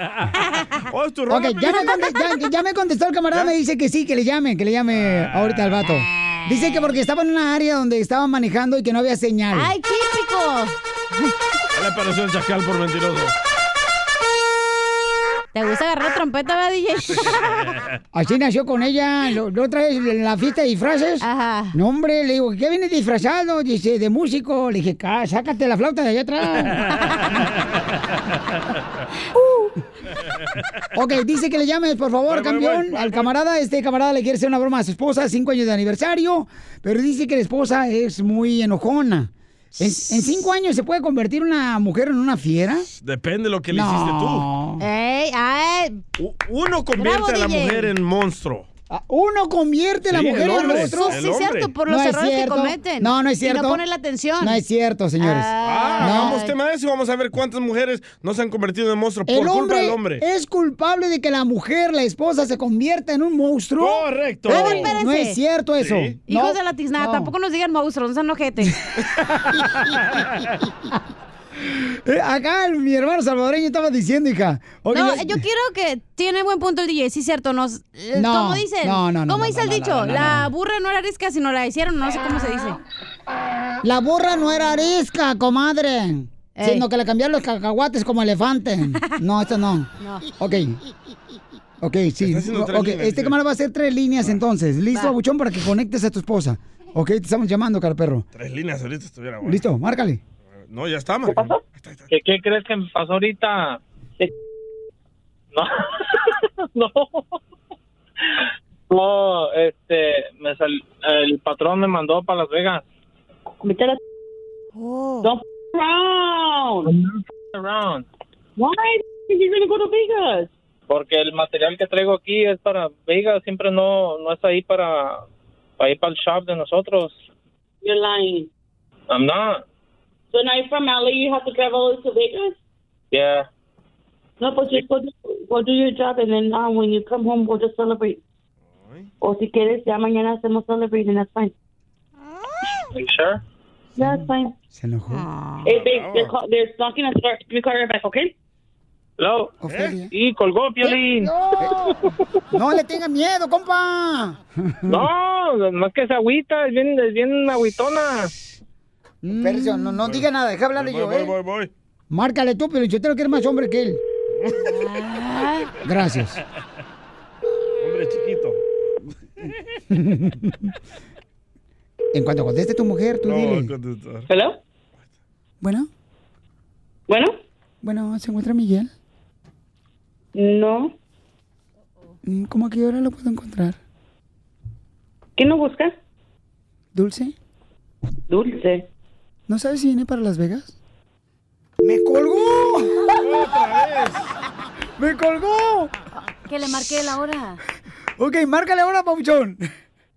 Speaker 2: Ok, ya me, conte- ya- ya me contestó el camarada, me dice que sí, que le llame, que le llame ahorita al vato. Dice que porque estaba en una área donde estaba manejando y que no había señal.
Speaker 4: ¡Ay, típico!
Speaker 12: Ya le pareció el chacal por mentiroso.
Speaker 4: ¿Te gusta agarrar trompeta, va, DJ?
Speaker 2: Así nació con ella, lo, la otra vez en la fiesta de disfraces. Ajá. No, hombre, le digo, ¿qué vienes disfrazado? Dice, de músico. Le dije, "Cá, sácate la flauta de allá atrás. ok, dice que le llames, por favor, campeón, al camarada. Este camarada le quiere hacer una broma a su esposa, cinco años de aniversario, pero dice que la esposa es muy enojona. ¿En, en cinco años se puede convertir una mujer en una fiera?
Speaker 12: Depende de lo que le
Speaker 2: No.
Speaker 12: hiciste tú.
Speaker 4: ¡Ey, ay!
Speaker 12: Uno convierte
Speaker 4: Bravo,
Speaker 12: a la
Speaker 4: DJ.
Speaker 12: mujer en monstruo.
Speaker 2: Ah, Uno convierte a la
Speaker 12: Sí,
Speaker 2: mujer
Speaker 12: el
Speaker 2: en
Speaker 12: hombre,
Speaker 2: monstruo.
Speaker 12: el Sí, hombre. cierto, por
Speaker 4: los
Speaker 2: es
Speaker 4: errores que
Speaker 2: cierto.
Speaker 4: cometen.
Speaker 2: No, no es
Speaker 4: Y no
Speaker 2: cierto.
Speaker 4: ponen la atención.
Speaker 2: No es cierto, señores.
Speaker 12: Ah,
Speaker 2: No.
Speaker 12: hagamos tema de eso y vamos a ver cuántas mujeres no se han convertido en monstruos
Speaker 2: El
Speaker 12: por culpa
Speaker 2: hombre,
Speaker 12: del hombre.
Speaker 2: es culpable de que la mujer, la esposa, se convierta en un monstruo.
Speaker 12: Correcto.
Speaker 4: A ver, espérense.
Speaker 2: No es cierto eso.
Speaker 4: Hijos
Speaker 2: No,
Speaker 4: de la tiznada,
Speaker 2: no.
Speaker 4: tampoco nos digan monstruos, no sean ojete.
Speaker 2: Eh, Acá el- mi hermano salvadoreño estaba diciendo, hija. oye,
Speaker 4: no, eh,
Speaker 2: yo-
Speaker 4: yo quiero que tiene buen punto el DJ, sí cierto, nos
Speaker 2: No,
Speaker 4: ¿cómo dicen?
Speaker 2: no, no, no,
Speaker 4: ¿Cómo
Speaker 2: no,
Speaker 4: dice
Speaker 2: no,
Speaker 4: el
Speaker 2: no,
Speaker 4: dicho?
Speaker 2: no, no,
Speaker 4: la burra no era arisca sino la hicieron, no sé cómo se dice.
Speaker 2: La burra no era arisca, comadre.
Speaker 4: Ey.
Speaker 2: Sino que le cambiaron los cacahuates como elefante. No, esto no.
Speaker 4: No.
Speaker 2: Ok. Ok, sí.
Speaker 13: haciendo
Speaker 2: Ok,
Speaker 13: tres líneas,
Speaker 2: este
Speaker 13: dice.
Speaker 2: camarada va a hacer tres líneas entonces. Listo,
Speaker 12: Va.
Speaker 2: buchón, para que conectes a tu esposa. Ok, te estamos llamando, cara perro.
Speaker 12: Tres líneas ahorita estuviera
Speaker 13: Ah,
Speaker 12: bueno.
Speaker 2: Listo, márcale.
Speaker 12: No, ya está, Marco.
Speaker 11: ¿Qué, qué crees que me pasó ahorita? Que- No. no. No, este, me sal- el patrón me mandó para Las Vegas. Don't f- around. Don't f- around. Why are you gonna go to Vegas? Porque el material que traigo aquí es para Vegas, siempre no, no es ahí para, para ir para el shop de nosotros.
Speaker 20: You're lying.
Speaker 11: I'm not.
Speaker 20: So now you're from LA, you have to drive all the way to Vegas?
Speaker 11: Yeah.
Speaker 20: No, but just go do, go do your job and then uh, when you come home, we'll just celebrate. O si quieres, ya mañana hacemos celebrate and that's fine.
Speaker 11: Are you sure?
Speaker 20: Yeah, that's fine.
Speaker 13: Se enojó.
Speaker 20: Hey, babe, they're, call, they're knocking at the door. Let me call you right back, okay?
Speaker 11: Hello.
Speaker 13: Ofelia.
Speaker 11: Y colgó Piolín.
Speaker 13: No, no le tenga miedo, compa.
Speaker 11: No, más que esa agüita, es bien, es bien agüitona.
Speaker 13: Percio, no,
Speaker 2: Mm.
Speaker 13: no diga nada, deja hablarle yo, eh. Márcale tú, pero yo te lo quiero más hombre que él. Gracias.
Speaker 12: Hombre chiquito.
Speaker 13: En cuanto conteste tu mujer, tú dile.
Speaker 20: ¿Hello?
Speaker 13: Bueno,
Speaker 20: ¿Bueno?
Speaker 13: bueno, ¿se encuentra Miguel?
Speaker 20: No.
Speaker 13: Mm, ¿Cómo a qué hora lo puedo encontrar?
Speaker 20: ¿Quién lo busca?
Speaker 13: ¿Dulce?
Speaker 20: Dulce.
Speaker 13: ¿No sabes si viene para Las Vegas?
Speaker 2: ¡Me colgó!
Speaker 13: ¡Otra vez! ¡Me colgó!
Speaker 4: Que le marqué la hora.
Speaker 13: Ok, márcale ahora, Pauchón.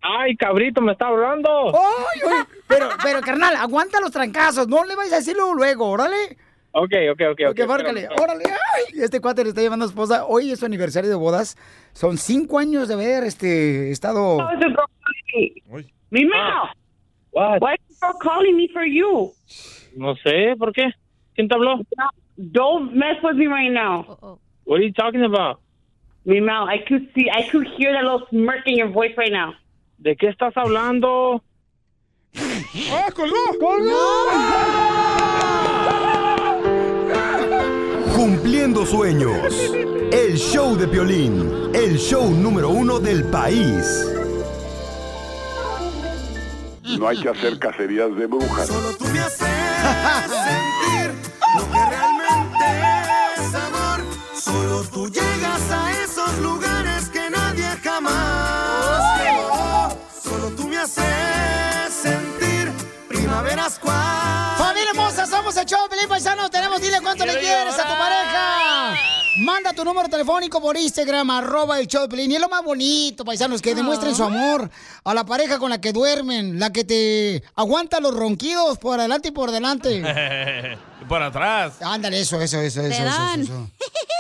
Speaker 11: Ay, cabrito, me está hablando.
Speaker 13: ¡Ay, ay! Pero, pero, carnal, aguanta los trancazos. No le vais a decirlo luego, órale.
Speaker 11: Ok, ok, ok.
Speaker 13: Ok, márcale. Órale, ay. Este cuate le está llevando a esposa. Hoy es su aniversario de bodas. Son cinco años de haber este, estado...
Speaker 20: Why is the girl calling me? Mi What? Why is the girl calling me for you?
Speaker 11: No sé, ¿por qué? ¿Quién te habló?
Speaker 20: Don't mess with me right now.
Speaker 11: What are you talking about?
Speaker 20: Mi mouth. I could see, I could hear that little smirk in your voice right now.
Speaker 11: ¿De qué estás hablando?
Speaker 12: ¡Ah, colgó!
Speaker 17: Cumpliendo sueños. El show de Piolín. El show número uno del país.
Speaker 14: No hay que hacer cacerías de brujas.
Speaker 7: Solo tú llegas a esos lugares que nadie
Speaker 10: jamás
Speaker 7: llegó. Solo tú me haces sentir primaveras
Speaker 2: Familia hermosa, somos el show, Pelín Paisano. Tenemos, dile cuánto le quieres a tu pareja. Manda tu número telefónico por Instagram, arroba el show de Pelín. Y es lo más bonito, paisanos, que demuestren su amor a la pareja con la que duermen, la que te aguanta los ronquidos por adelante y por delante.
Speaker 3: Por atrás.
Speaker 2: Ándale, eso, eso, eso,
Speaker 3: Te
Speaker 2: eso, eso,
Speaker 3: dan.
Speaker 2: eso,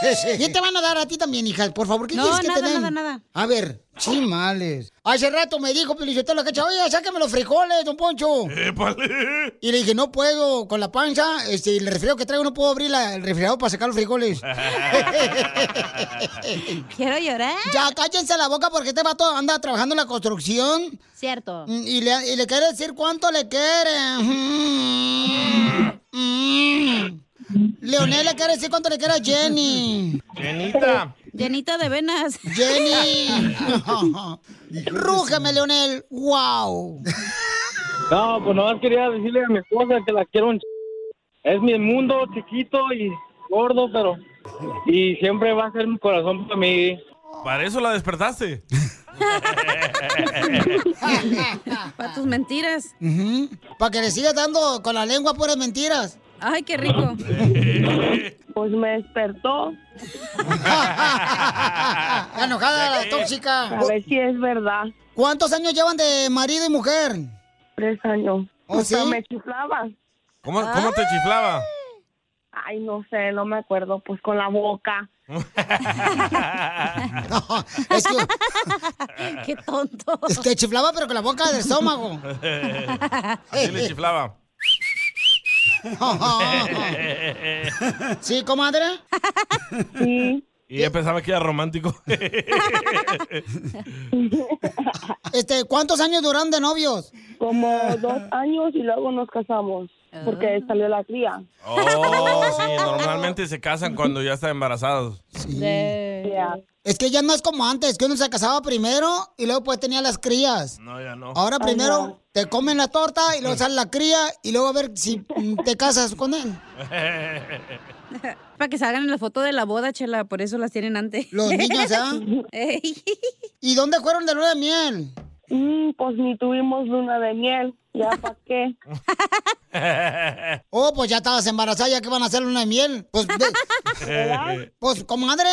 Speaker 2: eso. ¿Qué te van a dar a ti también, hija? Por favor, ¿qué
Speaker 4: No,
Speaker 2: quieres que
Speaker 4: nada,
Speaker 2: te den?
Speaker 4: nada, nada.
Speaker 2: A ver, chimales. Hace rato me dijo pues, Pelizotelo Cacha, oye, sáqueme los frijoles, don Poncho. Y le dije, no puedo, con la panza, este, y el refrigerador que traigo no puedo abrir la- el refrigerador para sacar los frijoles.
Speaker 4: Quiero llorar.
Speaker 2: Ya cállense la boca porque este vato anda trabajando en la construcción.
Speaker 4: Cierto.
Speaker 2: Mm, Y le, y le quiere decir cuánto le quiere. Mm, mm. Leonel le quiere decir cuánto le quiere a Jenny.
Speaker 3: Jenita.
Speaker 4: Llenita de venas.
Speaker 2: Jenny. Rúgeme, Leonel. Wow.
Speaker 11: No, pues nomás quería decirle a mi esposa que la quiero un ch- Es mi mundo chiquito y gordo, pero... Y siempre va a ser mi corazón para mí.
Speaker 3: Para eso la despertaste.
Speaker 4: Para tus mentiras.
Speaker 2: Para que le siga dando con la lengua puras mentiras.
Speaker 4: Ay, qué rico.
Speaker 20: Pues me despertó.
Speaker 2: Está enojada la tóxica.
Speaker 20: A ver si es verdad.
Speaker 2: ¿Cuántos años llevan de marido y mujer?
Speaker 20: Tres años.
Speaker 2: ¿Oh,
Speaker 20: O sea,
Speaker 2: sí?
Speaker 20: me chiflaba.
Speaker 3: ¿Cómo, cómo te chiflaba?
Speaker 20: Ay, no sé, no me acuerdo. Pues con la boca.
Speaker 4: Qué tonto.
Speaker 2: Te chiflaba, pero con la boca del estómago.
Speaker 3: Así le chiflaba.
Speaker 2: ¿Sí, comadre?
Speaker 3: Y ella pensaba que era romántico.
Speaker 2: Este, ¿cuántos años duraron de novios?
Speaker 20: Como dos años y luego nos casamos. Porque
Speaker 4: Ah.
Speaker 20: salió la cría.
Speaker 3: Oh, sí, normalmente se casan cuando ya están embarazados.
Speaker 2: Es que ya no es como antes, que uno se casaba primero y luego pues tenía las crías.
Speaker 3: No, ya no.
Speaker 2: Ahora
Speaker 3: Ay,
Speaker 2: primero
Speaker 3: no.
Speaker 2: te comen la torta y
Speaker 20: Mm.
Speaker 2: luego sale la cría y luego a ver si mm, te casas con él.
Speaker 4: Para que salgan en la foto de la boda, chela. Por eso las tienen antes.
Speaker 2: Los niños, ¿ah? ¿Y dónde fueron de luna de miel?
Speaker 20: pues ni tuvimos luna de miel. ¿Ya para qué?
Speaker 2: Oh, pues ya estabas embarazada, ya que van a hacer luna de miel. Pues, de- pues comadre,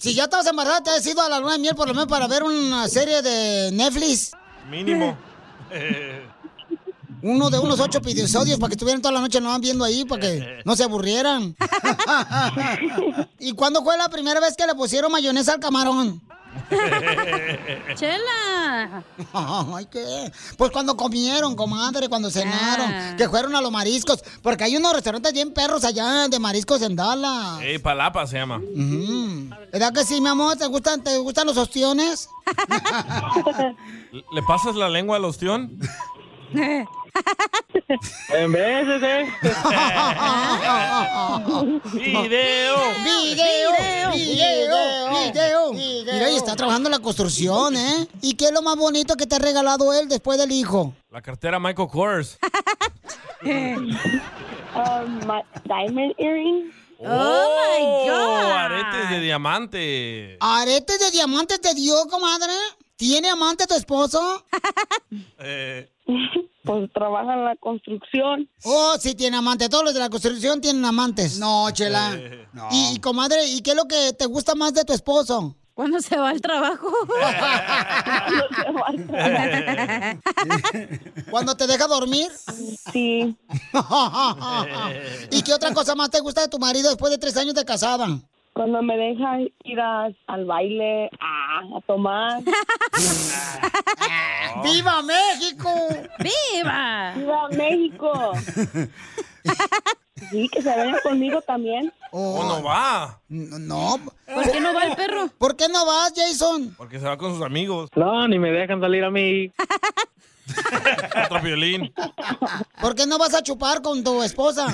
Speaker 2: si ya estabas embarazada, te has ido a la luna de miel por lo menos para ver una serie de Netflix.
Speaker 3: Mínimo.
Speaker 2: Uno de unos ocho episodios para que estuvieran toda la noche no viendo ahí, para que no se aburrieran. ¿Y cuándo fue la primera vez que le pusieron mayonesa al camarón? ¡Chela! Ay, ¿qué? Pues cuando comieron, comadre, cuando cenaron, que fueron a los mariscos, porque hay unos restaurantes bien perros allá de mariscos en Dallas.
Speaker 3: Ey, Palapa se llama.
Speaker 2: ¿Verdad que sí, mi amor? ¿Te gustan, te gustan los ostiones?
Speaker 3: ¿Le pasas la lengua al ostión?
Speaker 11: En veces, ¿eh?
Speaker 2: Ah,
Speaker 3: Video.
Speaker 2: Video,
Speaker 7: Video,
Speaker 2: video, video. Mira, y está trabajando en la construcción, ¿eh? ¿Y qué es lo más bonito que te ha regalado él después del hijo?
Speaker 3: La cartera Michael Kors.
Speaker 20: Um, my diamond earring.
Speaker 3: Oh, Aretes de diamante.
Speaker 2: ¿Aretes de diamantes te dio, comadre? ¿Tiene amante tu esposo?
Speaker 3: Eh,
Speaker 2: Pues trabaja en la construcción. Oh, sí tiene amante. Todos los de la construcción tienen amantes. No, chela.
Speaker 7: Eh. No.
Speaker 2: Y, y, comadre, ¿y qué es lo que te gusta más de tu esposo? Cuando se va al trabajo. ¿Cuándo te deja dormir? Sí. ¿Y qué otra cosa más te gusta de tu marido después de tres años de casada?
Speaker 20: Cuando me dejan ir a- al baile a, a tomar.
Speaker 2: ¡Viva México!
Speaker 20: ¡Viva! ¡Viva México! sí, que se vayan conmigo también.
Speaker 3: ¿O no va?
Speaker 2: Oh, No.
Speaker 20: ¿Por qué no va el perro?
Speaker 2: ¿Por qué no vas, Jason?
Speaker 3: Porque se va con sus amigos.
Speaker 11: No, ni me dejan salir a mí.
Speaker 3: Otro violín.
Speaker 2: ¿Por qué no vas a chupar con tu esposa?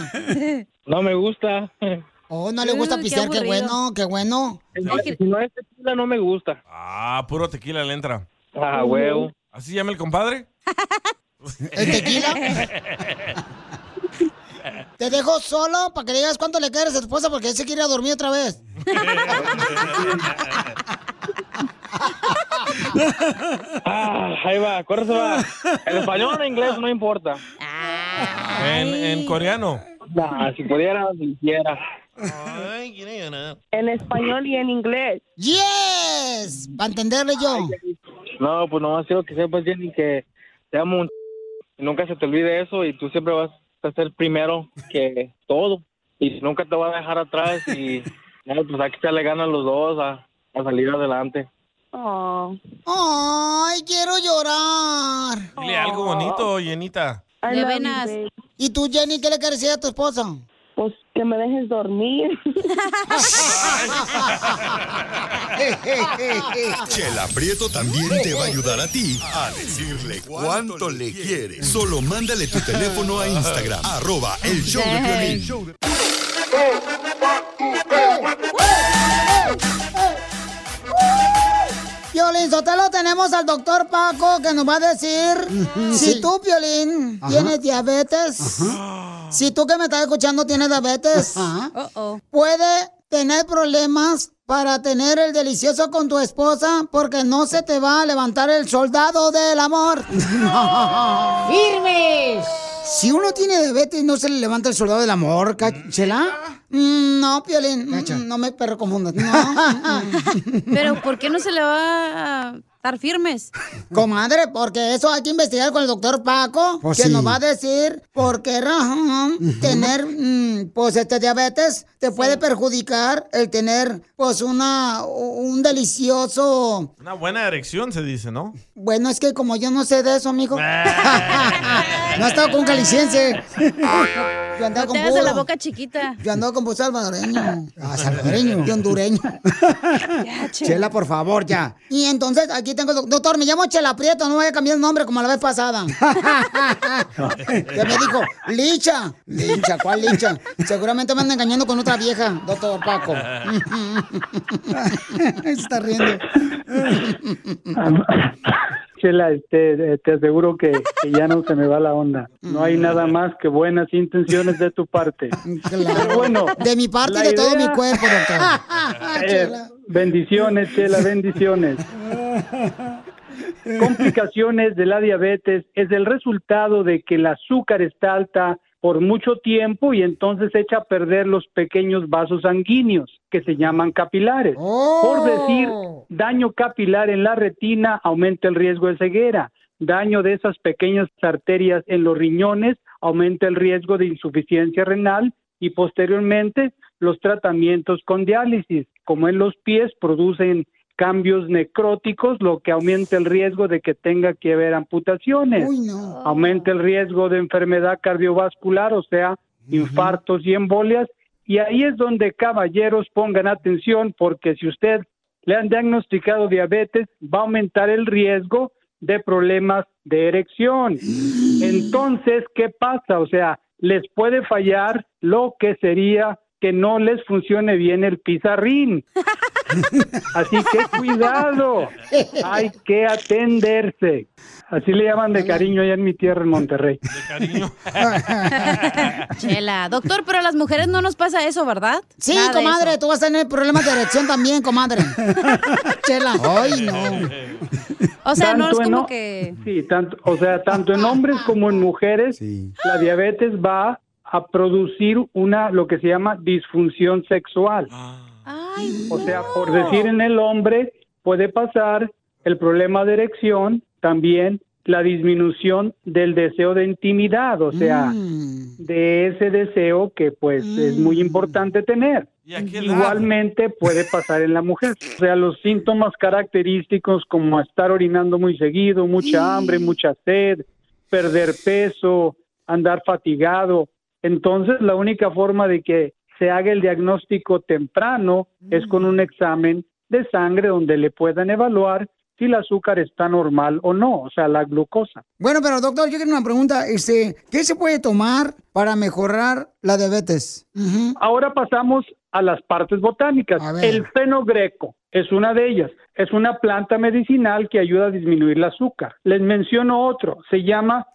Speaker 11: No me gusta.
Speaker 2: Oh, no le gusta
Speaker 20: Mm,
Speaker 11: Uh, qué
Speaker 2: pistear, qué,
Speaker 11: aburrido.
Speaker 2: bueno, qué bueno.
Speaker 11: Si no es tequila, no me gusta.
Speaker 3: Ah, puro tequila le entra.
Speaker 11: Ah, huevo.
Speaker 3: ¿Así llama el compadre?
Speaker 2: ¿El Te dejo solo para que le digas cuánto le quieres a tu esposa porque él se quiere ir a dormir otra vez.
Speaker 11: Ah, ahí va, corre, se va. El español o en inglés no importa.
Speaker 3: ¿En, en coreano?
Speaker 11: Nah, si pudiera, si quisiera.
Speaker 20: En español y en inglés.
Speaker 2: ¡Yes! Para entenderle yo.
Speaker 11: No, pues nomás quiero que sepas, Jenny, que te amo un... y Nunca se te olvide eso y tú siempre vas a ser primero que todo. Y nunca te vas a dejar atrás y... no, pues aquí te le ganan los dos a, a salir adelante.
Speaker 2: Ay, quiero llorar.
Speaker 3: Dile algo bonito, Yenita.
Speaker 20: De venas.
Speaker 2: ¿Y tú, Jenny, qué le quieres decir a tu esposa?
Speaker 20: Pues que me dejes dormir.
Speaker 17: Chela Prieto también te va a ayudar a ti a decirle cuánto le quiere. Solo mándale tu teléfono a Instagram, arroba el show de Piolín.
Speaker 2: Piolín Sotelo, tenemos al doctor Paco que nos va a decir si tú, Piolín,
Speaker 7: Ajá.
Speaker 2: tienes diabetes, si tú que me estás escuchando tienes diabetes, puede tener problemas para tener el delicioso con tu esposa porque no se te va a levantar el soldado del amor. ¡Firmes! Si uno tiene diabetes, ¿no se le levanta el soldado del amor,
Speaker 4: Mm.
Speaker 2: Cachela? No, Piolín, mm, no me perro confundas. No.
Speaker 4: Pero ¿por qué no se le va a estar firmes?
Speaker 2: Comadre, porque eso hay que investigar con el doctor Paco,
Speaker 4: Pues
Speaker 2: que
Speaker 4: sí.
Speaker 2: nos va a decir por qué razón tener, mm, pues, este diabetes te puede perjudicar el tener, pues, una, un delicioso...
Speaker 3: Una buena erección se dice, ¿no?
Speaker 2: Bueno, es que como yo no sé de eso, mijo. no he estado con caliciense. Yo andaba
Speaker 4: No
Speaker 2: con
Speaker 4: te hagas de la
Speaker 2: puro.
Speaker 4: boca chiquita.
Speaker 2: Yo andaba con puro salvadoreño. Ah, salvadoreño. Y hondureño. Chela, por favor, ya. Y entonces aquí tengo, doc- doctor, me llamo Chela Prieto, no voy a cambiar el nombre como la vez pasada. que me dijo, Licha. Licha, ¿cuál Licha? Seguramente me anda engañando con otra vieja, doctor Paco. Se está riendo.
Speaker 16: Chela, este, te, aseguro que, que ya no se me va la onda. No hay nada más que buenas intenciones de tu parte.
Speaker 2: Mm. Claro.
Speaker 16: bueno,
Speaker 2: de mi parte y de
Speaker 16: la
Speaker 2: todo mi
Speaker 16: idea-
Speaker 2: cuerpo, doctor.
Speaker 16: Eh, bendiciones, Chela, bendiciones. Complicaciones de la diabetes es el resultado de que el azúcar está alta por mucho tiempo y entonces echa a perder los pequeños vasos sanguíneos que se llaman capilares. Por decir, daño capilar en la retina aumenta el riesgo de ceguera. daño de esas pequeñas arterias en los riñones aumenta el riesgo de insuficiencia renal y posteriormente los tratamientos con diálisis, como en los pies, producen cambios necróticos, lo que aumenta el riesgo de que tenga que haber amputaciones, aumenta el riesgo de enfermedad cardiovascular, o sea, infartos y embolias, y ahí es donde caballeros pongan atención, porque si usted le han diagnosticado diabetes, va a aumentar el riesgo de problemas de erección. Entonces, ¿qué pasa? O sea, les puede fallar lo que sería que no les funcione bien el pizarrín. Así que cuidado, hay que atenderse. Así le llaman de cariño allá en mi tierra en Monterrey.
Speaker 4: Chela. Doctor, pero a las mujeres no nos pasa eso, ¿verdad?
Speaker 2: Sí,
Speaker 4: Nada de
Speaker 2: comadre,
Speaker 4: eso.
Speaker 2: tú vas a tener problemas de erección también, comadre. Chela. Ay, no.
Speaker 4: O sea, no es
Speaker 16: Tanto en
Speaker 4: como
Speaker 16: o-
Speaker 4: que.
Speaker 16: Sí, tanto, o sea, tanto en hombres como en mujeres, la diabetes va a producir una lo que se llama disfunción sexual. o sea, por decir en el hombre puede pasar el problema de erección, también la disminución del deseo de intimidad, o sea, de ese deseo que pues es muy importante tener. Igualmente puede pasar en la mujer. O sea, los síntomas característicos como estar orinando muy seguido, mucha hambre, mucha sed, perder peso, andar fatigado. Entonces, la única forma de que se haga el diagnóstico temprano es con un examen de sangre donde le puedan evaluar si el azúcar está normal o no, o sea, la glucosa.
Speaker 2: Bueno, pero doctor, yo quiero una pregunta. Este, ¿Qué se puede tomar para mejorar la diabetes?
Speaker 16: Ahora pasamos a las partes botánicas. El fenogreco es una de ellas. Es una planta medicinal que ayuda a disminuir el azúcar. Les menciono otro. Se llama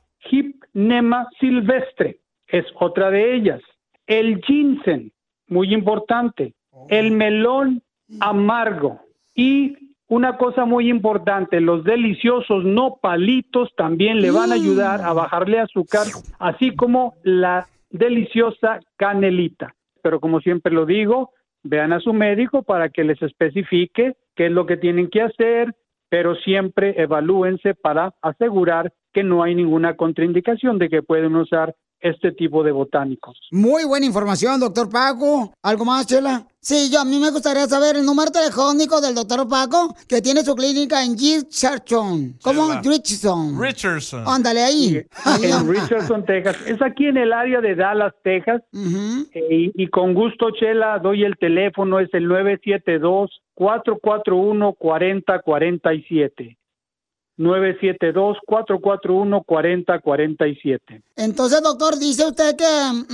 Speaker 16: Hipnema silvestre. Es otra de ellas. El ginseng, muy importante. El melón amargo. Y una cosa muy importante, los deliciosos nopalitos también le van a ayudar a bajarle azúcar, así como la deliciosa canelita. Pero como siempre lo digo, vean a su médico para que les especifique qué es lo que tienen que hacer, pero siempre evalúense para asegurar que no hay ninguna contraindicación de que pueden usar este tipo de botánicos.
Speaker 2: Muy buena información, doctor Paco. ¿Algo más, Chela? Sí, yo a mí me gustaría saber el número telefónico del doctor Paco, que tiene su clínica en Richardson. ¿Cómo?
Speaker 16: Chela.
Speaker 2: Richardson.
Speaker 3: Richardson.
Speaker 2: Ándale ahí.
Speaker 16: en Richardson, Texas. Es aquí en el área de Dallas, Texas. Eh, y, y con gusto, Chela, doy el teléfono, es el 972-441-4047. 972-441-4047.
Speaker 2: Entonces, doctor, dice usted que,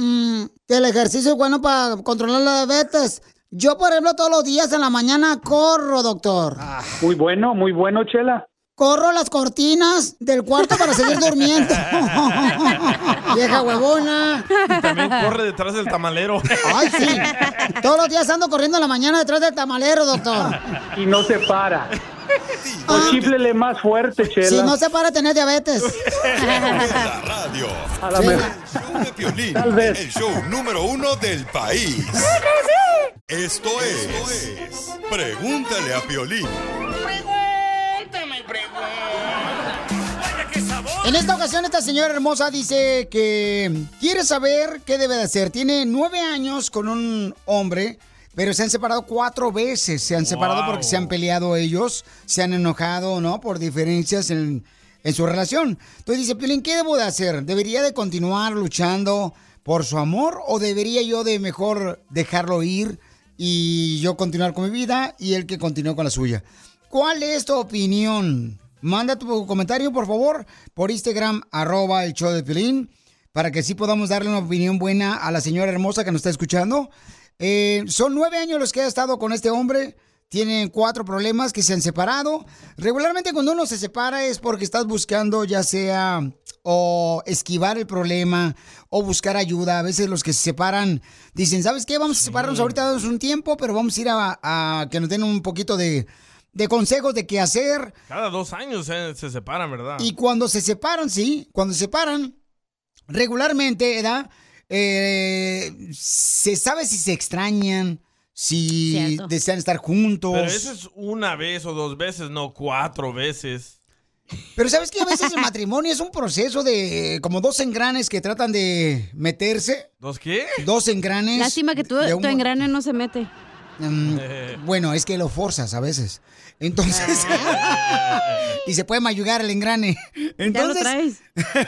Speaker 2: mm, que el ejercicio es bueno para controlar la diabetes. Yo, por ejemplo, todos los días en la mañana corro, doctor.
Speaker 3: Ah.
Speaker 16: Muy bueno, muy bueno, Chela.
Speaker 2: Corro las cortinas del cuarto para seguir durmiendo. Vieja huevona.
Speaker 3: También corre detrás del tamalero.
Speaker 2: Ay, sí. Todos los días ando corriendo en la mañana detrás del tamalero, doctor.
Speaker 16: Y no se para. O chíflele más fuerte, Chela.
Speaker 2: Si no se para tener diabetes.
Speaker 17: Radio.
Speaker 16: A la mejor.
Speaker 17: Show de Piolín,
Speaker 16: Tal vez.
Speaker 17: El show número uno del país. Esto es, Pregúntale a Piolín.
Speaker 2: En esta ocasión, esta señora hermosa dice que quiere saber qué debe de hacer. Tiene nueve años con un hombre, pero se han separado cuatro veces. Se han separado porque se han peleado ellos, se han enojado, ¿no? Por diferencias en, en su relación. Entonces dice, Piolín, ¿qué debo de hacer? ¿Debería de continuar luchando por su amor o debería yo de mejor dejarlo ir y yo continuar con mi vida y él que continúe con la suya? ¿Cuál es tu opinión? Manda tu comentario, por favor, por Instagram, arroba el show de Piolín, para que sí podamos darle una opinión buena a la señora hermosa que nos está escuchando. Eh, son nueve años los que ha estado con este hombre. Tienen cuatro problemas que se han separado. Regularmente cuando uno se separa es porque estás buscando ya sea o esquivar el problema o buscar ayuda. A veces los que se separan dicen, ¿sabes qué? Vamos a separarnos ahorita, damos un tiempo, pero vamos a ir a, a que nos den un poquito de, de consejos de qué hacer.
Speaker 3: Cada dos años eh, se separan, ¿verdad?
Speaker 2: Y cuando se separan, sí, cuando se separan, regularmente, ¿verdad? Eh, se sabe si se extrañan, si desean estar juntos.
Speaker 3: Pero eso es una vez o dos veces, no cuatro veces.
Speaker 2: Pero sabes que a veces el matrimonio es un proceso de como dos engranes que tratan de meterse.
Speaker 3: ¿Dos qué?
Speaker 2: Dos engranes.
Speaker 4: Lástima que tú,
Speaker 2: de un-
Speaker 4: tu engrane no se mete.
Speaker 2: Mm, Bueno, es que lo forzas a veces. Entonces. y se puede mayugar el engrane. Entonces.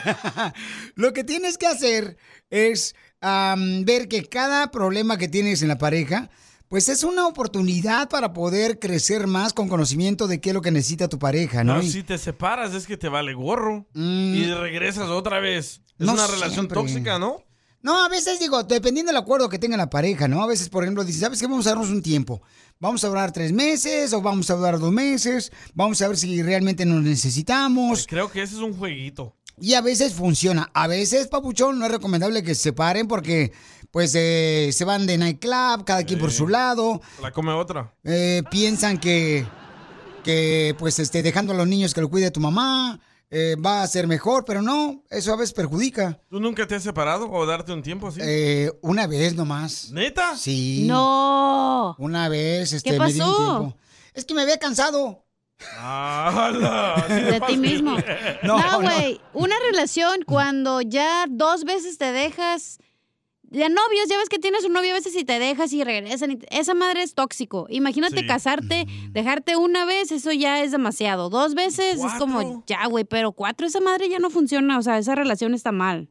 Speaker 2: lo que tienes que hacer es am, ver que cada problema que tienes en la pareja. Pues es una oportunidad para poder crecer más con conocimiento de qué es lo que necesita tu pareja, ¿no?
Speaker 3: Pero
Speaker 2: Y-
Speaker 3: si te separas es que te vale gorro y regresas otra vez. Es
Speaker 2: No
Speaker 3: una relación
Speaker 2: siempre.
Speaker 3: tóxica, ¿no?
Speaker 2: No, a veces digo, dependiendo del acuerdo que tenga la pareja, ¿no? A veces, por ejemplo, dices, ¿sabes qué? Vamos a darnos un tiempo. Vamos a durar tres meses o vamos a durar dos meses. Vamos a ver si realmente nos necesitamos.
Speaker 3: Creo que ese es un jueguito.
Speaker 2: Y a veces funciona. A veces, papuchón, no es recomendable que se separen porque, pues, eh, se van de nightclub, cada quien por su lado.
Speaker 3: La come otra.
Speaker 2: Eh, piensan que, que, pues, este, dejando a los niños que lo cuide tu mamá, eh, va a ser mejor, pero no, eso a veces perjudica.
Speaker 3: ¿Tú nunca te has separado o darte un tiempo así?
Speaker 2: Eh, una vez nomás.
Speaker 3: ¿Neta?
Speaker 2: Sí.
Speaker 4: No.
Speaker 2: Una vez, este,
Speaker 4: ¿Qué
Speaker 2: me di un
Speaker 4: pasó?
Speaker 2: tiempo. Es que me había cansado.
Speaker 3: ¡Hala! Así
Speaker 4: De ti
Speaker 3: fácil.
Speaker 4: mismo.
Speaker 2: No,
Speaker 4: No,
Speaker 2: no.
Speaker 4: güey. Una relación cuando ya dos veces te dejas. De novios, ya ves que tienes un novio a veces y te dejas y regresan. y te- esa madre es tóxico. Imagínate
Speaker 18: Sí.
Speaker 4: casarte, dejarte una vez, eso ya es demasiado. Dos veces es como, ya, güey, pero cuatro, esa madre ya no funciona. O sea, esa relación está mal.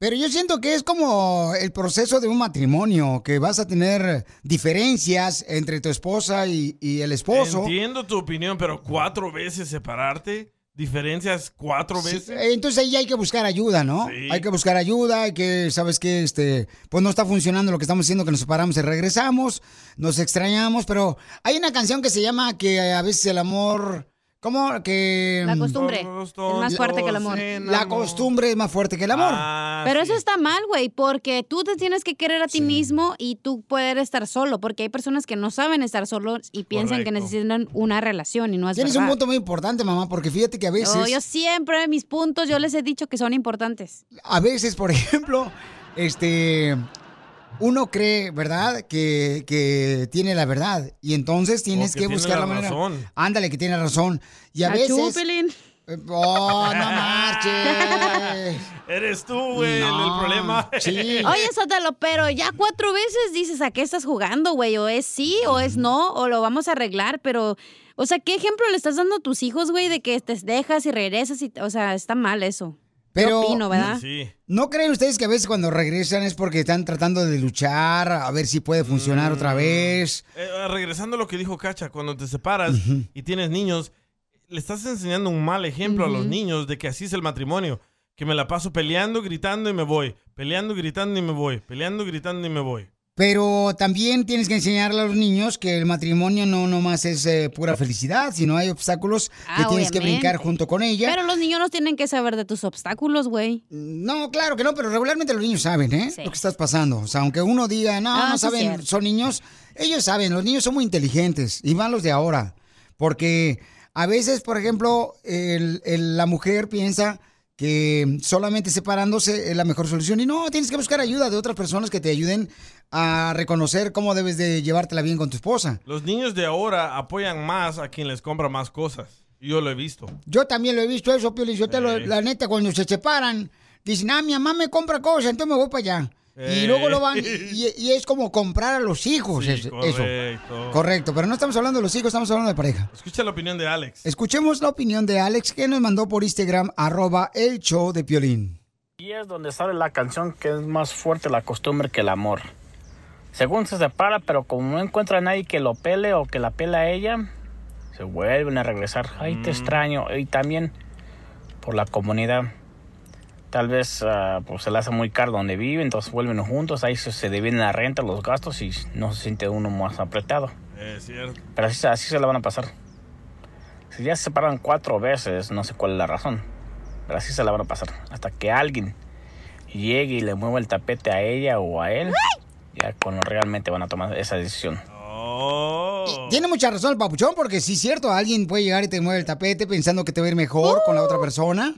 Speaker 2: Pero yo siento que es como el proceso de un matrimonio, que vas a tener diferencias entre tu esposa y, y el esposo.
Speaker 3: Entiendo tu opinión, pero cuatro veces separarte, diferencias cuatro
Speaker 2: Sí,
Speaker 3: veces.
Speaker 2: eh, Entonces ahí hay que buscar ayuda, ¿no? Hay que buscar ayuda, hay que, ¿sabes qué? Este, pues no está funcionando lo que estamos haciendo, que nos separamos y regresamos, nos extrañamos, pero hay una canción que se llama que a veces el amor... ¿Cómo? Que... mm,
Speaker 4: La costumbre es más fuerte que el amor. Ah,
Speaker 2: La costumbre es más fuerte que el amor.
Speaker 4: Pero eso está mal, güey, porque tú te tienes que querer a ti mismo y tú poder estar solo, porque hay personas que no saben estar solos y piensan que
Speaker 2: Correcto.
Speaker 4: necesitan una relación y no es
Speaker 2: Tienes un
Speaker 4: verdad.
Speaker 2: punto muy importante, mamá, porque fíjate que a veces...
Speaker 4: No, yo siempre mis puntos, yo les he dicho que son importantes.
Speaker 2: a veces, por ejemplo, este, uno cree, ¿verdad?, que, que tiene la verdad. Y entonces tienes
Speaker 4: Oh,
Speaker 3: que
Speaker 2: que,
Speaker 3: tiene
Speaker 2: buscar la,
Speaker 3: la
Speaker 2: manera.
Speaker 3: razón.
Speaker 2: Ándale, que tiene razón. Y a
Speaker 4: Achú,
Speaker 2: veces.
Speaker 4: Pelín.
Speaker 2: Oh, no marches.
Speaker 3: Eres tú, güey, el- el problema.
Speaker 4: Oye, Sótalo, pero ya cuatro veces dices a qué estás jugando, güey. O es sí, o es no, o lo vamos a arreglar, pero. O sea, ¿qué ejemplo le estás dando a tus hijos, güey, de que te dejas y regresas? Y, o sea, está mal eso.
Speaker 2: Pero, mm,
Speaker 4: Yo opino, ¿verdad?
Speaker 2: ¿No creen ustedes que a veces cuando regresan es porque están tratando de luchar, a ver si puede funcionar
Speaker 4: Mm.
Speaker 2: otra vez?
Speaker 3: Eh, regresando a lo que dijo Cacha, cuando te separas y tienes niños, le estás enseñando un mal ejemplo a los
Speaker 19: Ujú.
Speaker 3: niños de que así es el matrimonio. Que me la paso peleando, gritando y me voy. Peleando, gritando y me voy. Peleando, gritando y me voy.
Speaker 2: Pero también tienes que enseñarle a los niños que el matrimonio no nomás es eh, pura felicidad, sino hay obstáculos que
Speaker 4: Ah,
Speaker 2: tienes que
Speaker 4: obviamente.
Speaker 2: brincar junto con ella.
Speaker 4: Pero los niños no tienen que saber de tus obstáculos, güey.
Speaker 2: No, claro que no, pero regularmente los niños saben, ¿eh? Lo que estás pasando. O sea, aunque uno diga, no,
Speaker 4: Ah,
Speaker 2: no
Speaker 4: sí,
Speaker 2: saben,
Speaker 4: cierto.
Speaker 2: son niños, ellos saben, los niños son muy inteligentes y van los de ahora. Porque a veces, por ejemplo, el- el- la mujer piensa que solamente separándose es la mejor solución. Y no, tienes que buscar ayuda de otras personas que te ayuden a reconocer cómo debes de llevártela bien con tu esposa.
Speaker 3: Los niños de ahora apoyan más a quien les compra más cosas. Yo lo he visto.
Speaker 2: Yo también lo he visto eso, Pio Lizotelo, la neta, cuando se separan, dicen, ah, mi mamá me compra cosas, entonces me voy para allá.
Speaker 3: Eh.
Speaker 2: Y luego lo van, y, y es como comprar a los hijos, es- eso.
Speaker 3: Correcto.
Speaker 2: Correcto, pero no estamos hablando de los hijos, estamos hablando de pareja.
Speaker 3: Escucha la opinión de Alex.
Speaker 2: Escuchemos la opinión de Alex que nos mandó por Instagram, arroba el show de Piolín.
Speaker 24: Y es donde sale la canción que es más fuerte la costumbre que el amor. Según se separa, pero como no encuentra a nadie que lo pele o que la pela a ella, se vuelven a regresar. Ay, te extraño. Y también por la comunidad. Tal vez ah, pues, se le hace muy caro donde vive, entonces vuelven juntos. Ahí se, se dividen la renta, los gastos y no se siente uno más apretado.
Speaker 3: Es cierto.
Speaker 24: Pero así, se- así se la van a pasar. Si ya se separan cuatro veces, no sé cuál es la razón. Pero así se la van a pasar. Hasta que alguien llegue y le mueva el tapete a ella o a él. Ya cuando realmente van a tomar esa decisión.
Speaker 2: Tiene mucha razón el papuchón, porque sí es cierto, alguien puede llegar y te mueve el tapete pensando que te va a ir mejor con la otra persona.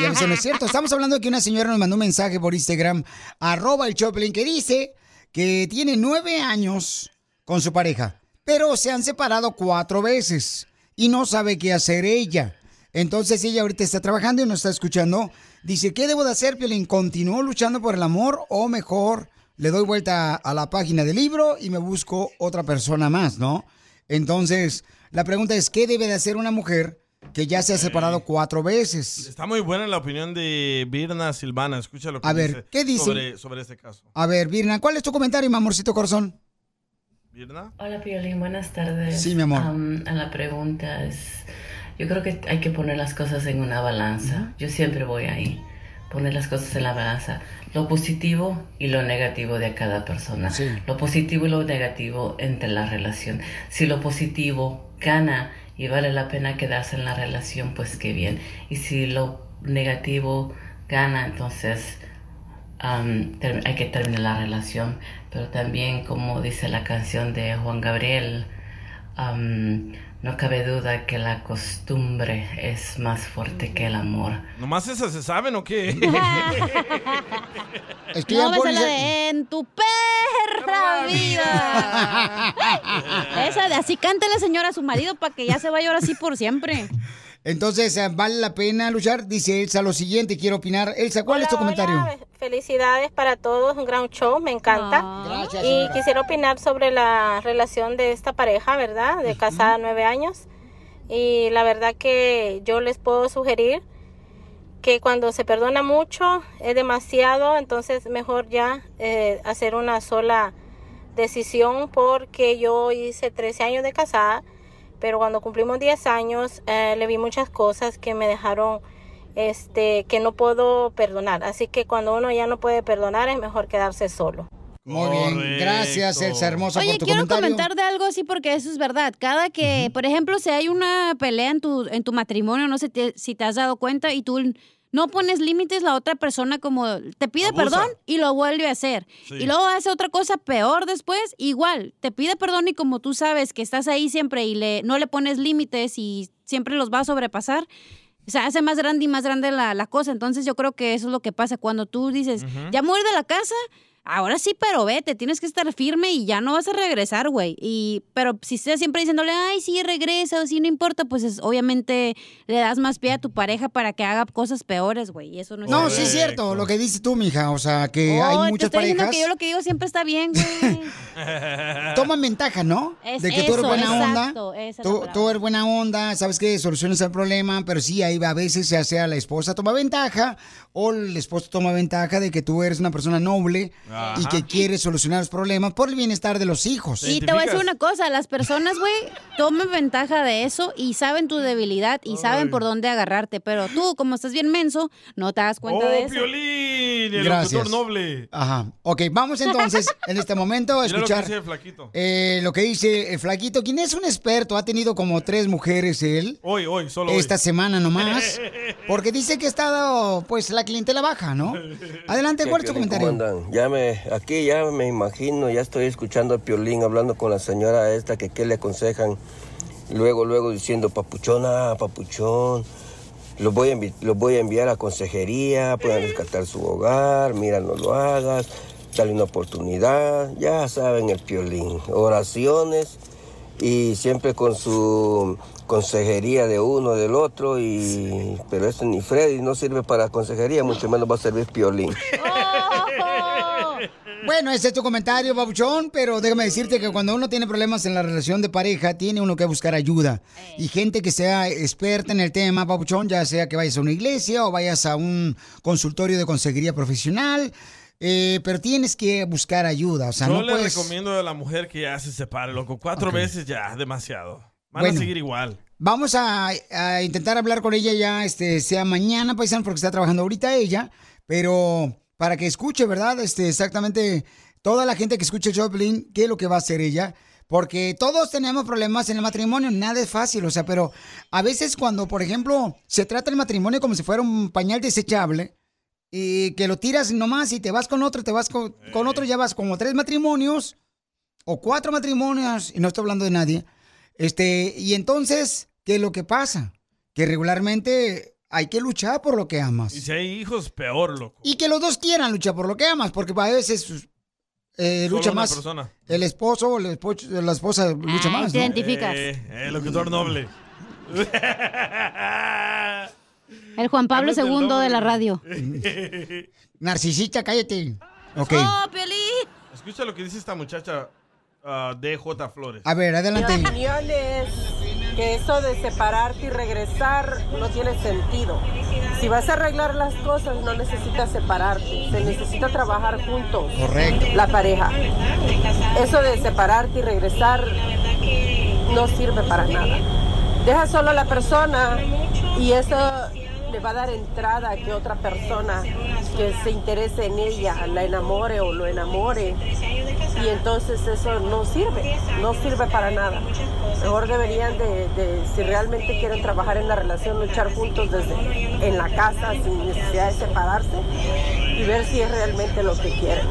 Speaker 2: Y a veces no es cierto. Estamos hablando de que una señora nos mandó un mensaje por Instagram, arroba el Choplin, que dice que tiene nueve años con su pareja, pero se han separado cuatro veces y no sabe qué hacer ella. Entonces ella ahorita está trabajando y nos está escuchando. Dice, ¿qué debo de hacer, Piolín? ¿Continúo luchando por el amor o mejor le doy vuelta a la página del libro y me busco otra persona más, ¿no? Entonces, la pregunta es, ¿qué debe de hacer una mujer que ya se ha separado cuatro veces?
Speaker 3: Está muy buena la opinión de Virna Silvana. Escucha lo que
Speaker 2: A ver, ¿qué dice?
Speaker 3: Sobre, sobre este caso.
Speaker 2: A ver, Virna, ¿cuál es tu comentario, mi amorcito corazón?
Speaker 18: Hola Piolín, buenas tardes.
Speaker 2: Sí, mi amor.
Speaker 18: Am, a la pregunta es, yo creo que hay que poner las cosas en una balanza. Yo siempre voy ahí, poner las cosas en la balanza. Lo positivo y lo negativo de cada persona. Lo positivo y lo negativo entre la relación. Si lo positivo gana y vale la pena quedarse en la relación, pues qué bien. Y si lo negativo gana, entonces um, ter- hay que terminar la relación, pero también como dice la canción de Juan Gabriel, um, no cabe duda que la costumbre es más fuerte que el amor.
Speaker 3: ¿Nomás esas se saben o qué?
Speaker 4: no me sale de en tu perra vida. Esa de así cántele señora a su marido para que ya se vaya ahora sí por siempre.
Speaker 2: Entonces, eh, ¿vale la pena luchar? Dice Elsa lo siguiente, quiero opinar. Elsa, ¿cuál es tu comentario?
Speaker 19: Felicidades para todos, un gran show, me encanta.
Speaker 2: Ah. Gracias,
Speaker 19: y
Speaker 2: señora.
Speaker 19: quisiera opinar sobre la relación de esta pareja, ¿verdad? De casada nueve años. Y la verdad que yo les puedo sugerir que cuando se perdona mucho, es demasiado, entonces mejor ya eh, hacer una sola decisión porque yo hice 13 años de casada, pero cuando cumplimos 10 años eh, le vi muchas cosas que me dejaron este que no puedo perdonar, así que cuando uno ya no puede perdonar es mejor quedarse solo.
Speaker 2: Muy bien, gracias Elsa Hermosa
Speaker 4: Oye,
Speaker 2: por tu
Speaker 4: quiero
Speaker 2: comentario.
Speaker 4: comentar de algo así porque eso es verdad. Cada que, por ejemplo, si hay una pelea en tu, en tu matrimonio, no sé te- si te has dado cuenta y tú no pones límites, la otra persona como te pide
Speaker 18: Abusa.
Speaker 4: perdón y lo vuelve a hacer.
Speaker 18: Sí.
Speaker 4: Y luego hace otra cosa peor después, igual, te pide perdón y como tú sabes que estás ahí siempre y le, no le pones límites y siempre los va a sobrepasar. O sea, hace más grande y más grande la, la cosa. Entonces yo creo que eso es lo que pasa. Cuando tú dices,
Speaker 18: Ujú.
Speaker 4: ya me voy de la casa, ahora sí, pero vete, tienes que estar firme y ya no vas a regresar, güey. Y, pero si estás siempre diciéndole, ay, sí, regresa o sí, no importa, pues es- obviamente le das más pie a tu pareja para que haga cosas peores, güey. Y eso no,
Speaker 2: No, sí es cierto lo que dices tú, mija. O sea, que
Speaker 4: Pues Oh,
Speaker 2: hay
Speaker 4: te
Speaker 2: muchas
Speaker 4: estoy diciendo
Speaker 2: parejas.
Speaker 4: que yo lo que digo siempre está bien, güey.
Speaker 2: Toman ventaja, ¿no?
Speaker 4: Es
Speaker 2: de que tú eres
Speaker 4: eso,
Speaker 2: buena
Speaker 4: exacto,
Speaker 2: onda.
Speaker 4: esa es la
Speaker 2: Tú,
Speaker 4: palabra.
Speaker 2: tú eres buena onda, sabes que soluciones el problema, pero sí, ahí va, a veces ya sea la esposa toma ventaja o el esposo toma ventaja de que tú eres una persona noble
Speaker 4: Ajá.
Speaker 2: y que quiere solucionar los problemas por el bienestar de los hijos.
Speaker 4: Y te voy a decir una cosa, las personas, güey, toman ventaja de eso y saben tu debilidad y saben por dónde agarrarte, pero tú, como estás bien menso, no te das cuenta
Speaker 3: ¡Oh,
Speaker 4: de eso.
Speaker 3: Piolín! El
Speaker 2: Gracias.
Speaker 3: locutor noble.
Speaker 2: Ajá. Ok, vamos entonces en este momento a
Speaker 3: Mira lo que
Speaker 2: escuchar
Speaker 3: dice el flaquito.
Speaker 2: eh, lo que dice el flaquito, quien es un experto, ha tenido como tres mujeres él.
Speaker 3: Hoy, hoy, solo hoy.
Speaker 2: esta semana nomás. Porque dice que está, pues, la clientela baja, ¿no? Adelante,
Speaker 25: ¿Qué,
Speaker 2: ¿cuál es tu
Speaker 25: Piolín,
Speaker 2: comentario?
Speaker 25: cómo andan? Ya me, aquí ya me imagino, ya estoy escuchando a Piolín hablando con la señora esta que qué le aconsejan. Luego, luego diciendo, papuchona, papuchón, los voy a, envi- los voy a enviar a consejería, pueden rescatar su hogar, mira, no lo hagas, dale una oportunidad. Ya saben el Piolín, oraciones y siempre con su consejería de uno, del otro, y pero eso ni Freddy no sirve para consejería, mucho menos va a servir Piolín.
Speaker 2: Bueno, ese es tu comentario, Babuchón, pero déjame decirte que cuando uno tiene problemas en la relación de pareja, tiene uno que buscar ayuda. Y gente que sea experta en el tema, Babuchón, ya sea que vayas a una iglesia o vayas a un consultorio de consejería profesional, eh, pero tienes que buscar ayuda. O sea,
Speaker 3: Yo
Speaker 2: no
Speaker 3: le
Speaker 2: puedes...
Speaker 3: recomiendo a la mujer que ya se separe, loco. Cuatro veces ya, demasiado. Van
Speaker 2: Bueno.
Speaker 3: a seguir igual.
Speaker 2: Vamos a, a intentar hablar con ella ya, este, sea mañana, paisano, porque está trabajando ahorita ella, pero para que escuche, ¿verdad? Este, exactamente toda la gente que escuche el show de Piolín, qué es lo que va a hacer ella, porque todos tenemos problemas en el matrimonio, nada es fácil, o sea, pero a veces cuando, por ejemplo, se trata el matrimonio como si fuera un pañal desechable, y que lo tiras nomás y te vas con otro, te vas con, con otro, ya vas como tres matrimonios o cuatro matrimonios, y no estoy hablando de nadie. Este, y entonces, ¿qué es lo que pasa? Que regularmente hay que luchar por lo que amas.
Speaker 3: Y si hay hijos, peor, loco.
Speaker 2: Y que los dos quieran luchar por lo que amas, porque a veces eh,
Speaker 3: Solo
Speaker 2: lucha
Speaker 3: una
Speaker 2: más
Speaker 3: persona.
Speaker 2: el esposo o la espo- la esposa lucha
Speaker 3: Ay,
Speaker 4: Ah,
Speaker 2: más.
Speaker 3: te
Speaker 2: ¿no?
Speaker 3: Eh, identificas. Eh, eh, locutor noble.
Speaker 4: El Juan Pablo II de la radio.
Speaker 2: Narcisista, cállate. Ok.
Speaker 4: ¡Oh, Piolín!
Speaker 3: Escucha lo que dice esta muchacha ah, DJ Flores.
Speaker 2: A ver, adelante.
Speaker 21: Mi opinión es que eso de separarte y regresar no tiene sentido. Si vas a arreglar las cosas, no necesitas separarte. Se necesita trabajar juntos.
Speaker 2: Correcto.
Speaker 21: La pareja. Eso de separarte y regresar no sirve para nada. Deja solo a la persona y eso le va a dar entrada a que otra persona que se interese en ella la enamore o lo enamore. Y entonces eso no sirve, no sirve para nada. Mejor deberían de, de- si realmente quieren trabajar en la relación, luchar juntos desde en la casa sin necesidad de separarse y ver si es realmente lo que quieren.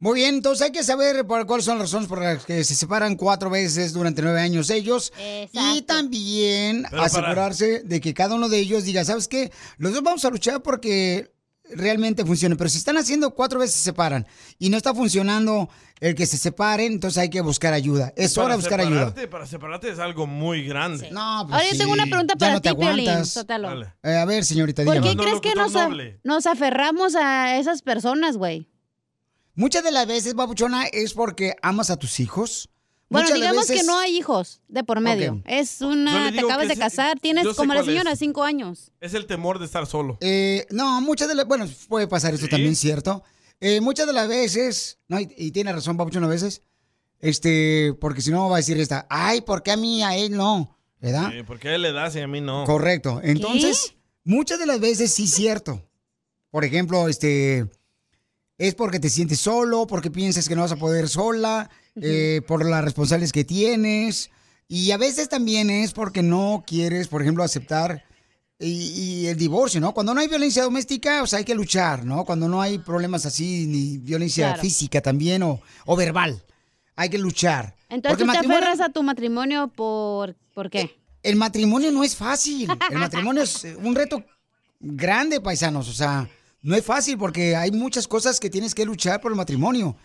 Speaker 2: Muy bien, entonces hay que saber por cuáles son las razones por las que se separan cuatro veces durante nueve años ellos. Y también
Speaker 13: Pero para-
Speaker 2: asegurarse de que cada uno de ellos diga, ¿sabes qué? Los dos vamos a luchar porque realmente funcione. Pero si están haciendo cuatro veces se separan y no está funcionando el que se separen, entonces hay que buscar ayuda. Es hora de buscar ayuda.
Speaker 3: separarte- Para separarte es algo muy grande.
Speaker 2: No, pues
Speaker 4: Ahora yo tengo una pregunta para ti, Piolín. Sótalo.
Speaker 2: Eh, a ver, señorita,
Speaker 4: ¿Por
Speaker 2: dígame.
Speaker 4: qué crees que nos, a- nos aferramos a esas personas, güey?
Speaker 2: Muchas de las veces, babuchona, es porque amas a tus hijos.
Speaker 4: Bueno,
Speaker 2: Muchas de
Speaker 4: digamos
Speaker 2: veces-
Speaker 4: que no hay hijos de por medio.
Speaker 2: Ok.
Speaker 4: Es
Speaker 3: Yo
Speaker 4: una,
Speaker 3: le
Speaker 4: te
Speaker 3: digo
Speaker 4: acabas
Speaker 3: que
Speaker 4: de
Speaker 3: ese-
Speaker 4: casar, tienes
Speaker 3: yo sé
Speaker 4: como la
Speaker 3: cuál es.
Speaker 4: señora, cinco años.
Speaker 3: Es el temor de estar solo.
Speaker 2: Eh, no, muchas de las... Bueno, puede pasar esto también, ¿cierto? Eh, muchas de las veces... No, y, y tiene razón, Papuchón, a veces. Este, porque si no va a decir esta... Ay, ¿por qué a mí, a él no? ¿Verdad?
Speaker 3: Sí, porque a él le das y a mí no.
Speaker 2: Correcto. Entonces, muchas de las veces sí es cierto. Por ejemplo, este... Es porque te sientes solo, porque piensas que no vas a poder sola, eh, por las responsabilidades que tienes. Y a veces también es porque no quieres, por ejemplo, aceptar y, y el divorcio, ¿no? Cuando no hay violencia doméstica, o sea, hay que luchar, ¿no? Cuando no hay problemas así, ni violencia
Speaker 4: Claro.
Speaker 2: física también o, o verbal, hay que luchar.
Speaker 4: Entonces tú
Speaker 2: Porque
Speaker 4: te
Speaker 2: matrimonio-
Speaker 4: aferras a tu matrimonio por, ¿por qué?
Speaker 2: El matrimonio no es fácil. El matrimonio es eh, un reto grande, paisanos. O sea, no es fácil porque hay muchas cosas que tienes que luchar por el matrimonio.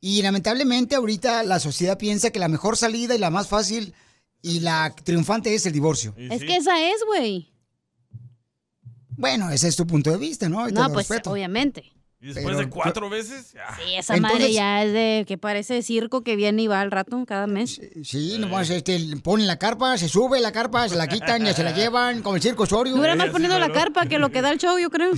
Speaker 2: Y lamentablemente ahorita la sociedad piensa que la mejor salida y la más fácil y la triunfante es el divorcio.
Speaker 4: Es que esa es, güey.
Speaker 2: Bueno, ese es tu punto de vista, ¿no? Y te
Speaker 4: No,
Speaker 2: lo
Speaker 4: pues
Speaker 2: respeto.
Speaker 4: obviamente.
Speaker 3: Y después
Speaker 2: Pero
Speaker 3: de
Speaker 2: yo-
Speaker 3: cuatro veces, ya.
Speaker 4: Sí, esa madre
Speaker 2: Entonces-
Speaker 4: ya es de que parece circo que viene y va al rato cada mes.
Speaker 2: Sí, nomás este, ponen la carpa, se sube la carpa, se la quitan, ya se la llevan, como el circo Osorio.
Speaker 4: Dura más poniendo la carpa que lo que da el show, yo creo.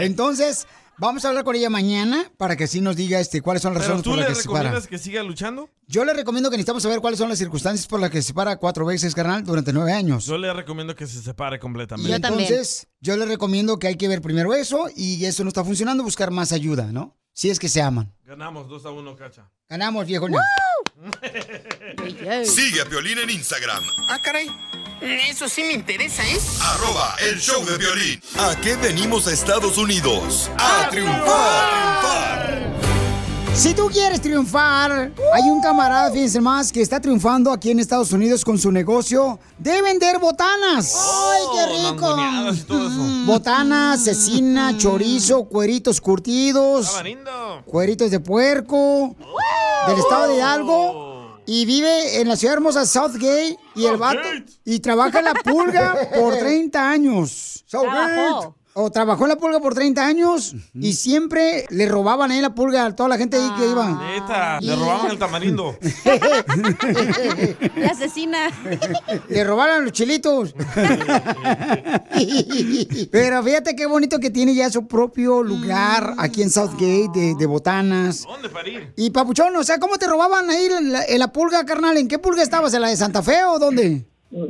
Speaker 2: Entonces, vamos a hablar con ella mañana para que sí nos diga este, cuáles son las
Speaker 3: Pero
Speaker 2: razones
Speaker 3: tú
Speaker 2: por
Speaker 3: le
Speaker 2: las que se separa.
Speaker 3: recomiendas que siga luchando.
Speaker 2: Yo le recomiendo que necesitamos saber cuáles son las circunstancias por las que se separa cuatro veces, carnal, durante nueve años.
Speaker 3: Yo le recomiendo que se separe completamente.
Speaker 2: y entonces, yo le recomiendo que hay que ver primero eso y eso no está funcionando, buscar más ayuda, ¿no? Si es que se aman.
Speaker 3: Ganamos 2 a 1, cacha.
Speaker 2: Ganamos, viejo.
Speaker 17: Sigue a Piolín en Instagram,
Speaker 7: Ah, caray. Eso sí me interesa, ¿eh?
Speaker 17: arroba el show de Piolín. ¿A qué venimos a Estados Unidos? A triunfar.
Speaker 2: Si tú quieres triunfar, hay un camarada, fíjense más, que está triunfando aquí en Estados Unidos con su negocio de vender botanas.
Speaker 3: Oh,
Speaker 2: ¡Ay, qué rico! Mm, Botanas, cecina, chorizo, cueritos curtidos. Cueritos de puerco. Del estado de Hidalgo. Y vive en la ciudad hermosa Southgate. Y el vato. Y trabaja en la pulga por 30 años.
Speaker 13: Trabajó.
Speaker 2: O trabajó en la pulga por 30 años. Y siempre le robaban ahí la pulga a toda la gente ahí que iba.
Speaker 3: Neta, le robaban el tamarindo.
Speaker 4: La asesina.
Speaker 2: Le robaron los chilitos. Pero fíjate qué bonito que tiene ya su propio lugar aquí en Southgate de, de botanas.
Speaker 3: ¿Dónde parir?
Speaker 2: Y papuchón, o sea, ¿cómo te robaban ahí en la, en la pulga, carnal? ¿En qué pulga estabas? ¿En la de Santa Fe o dónde?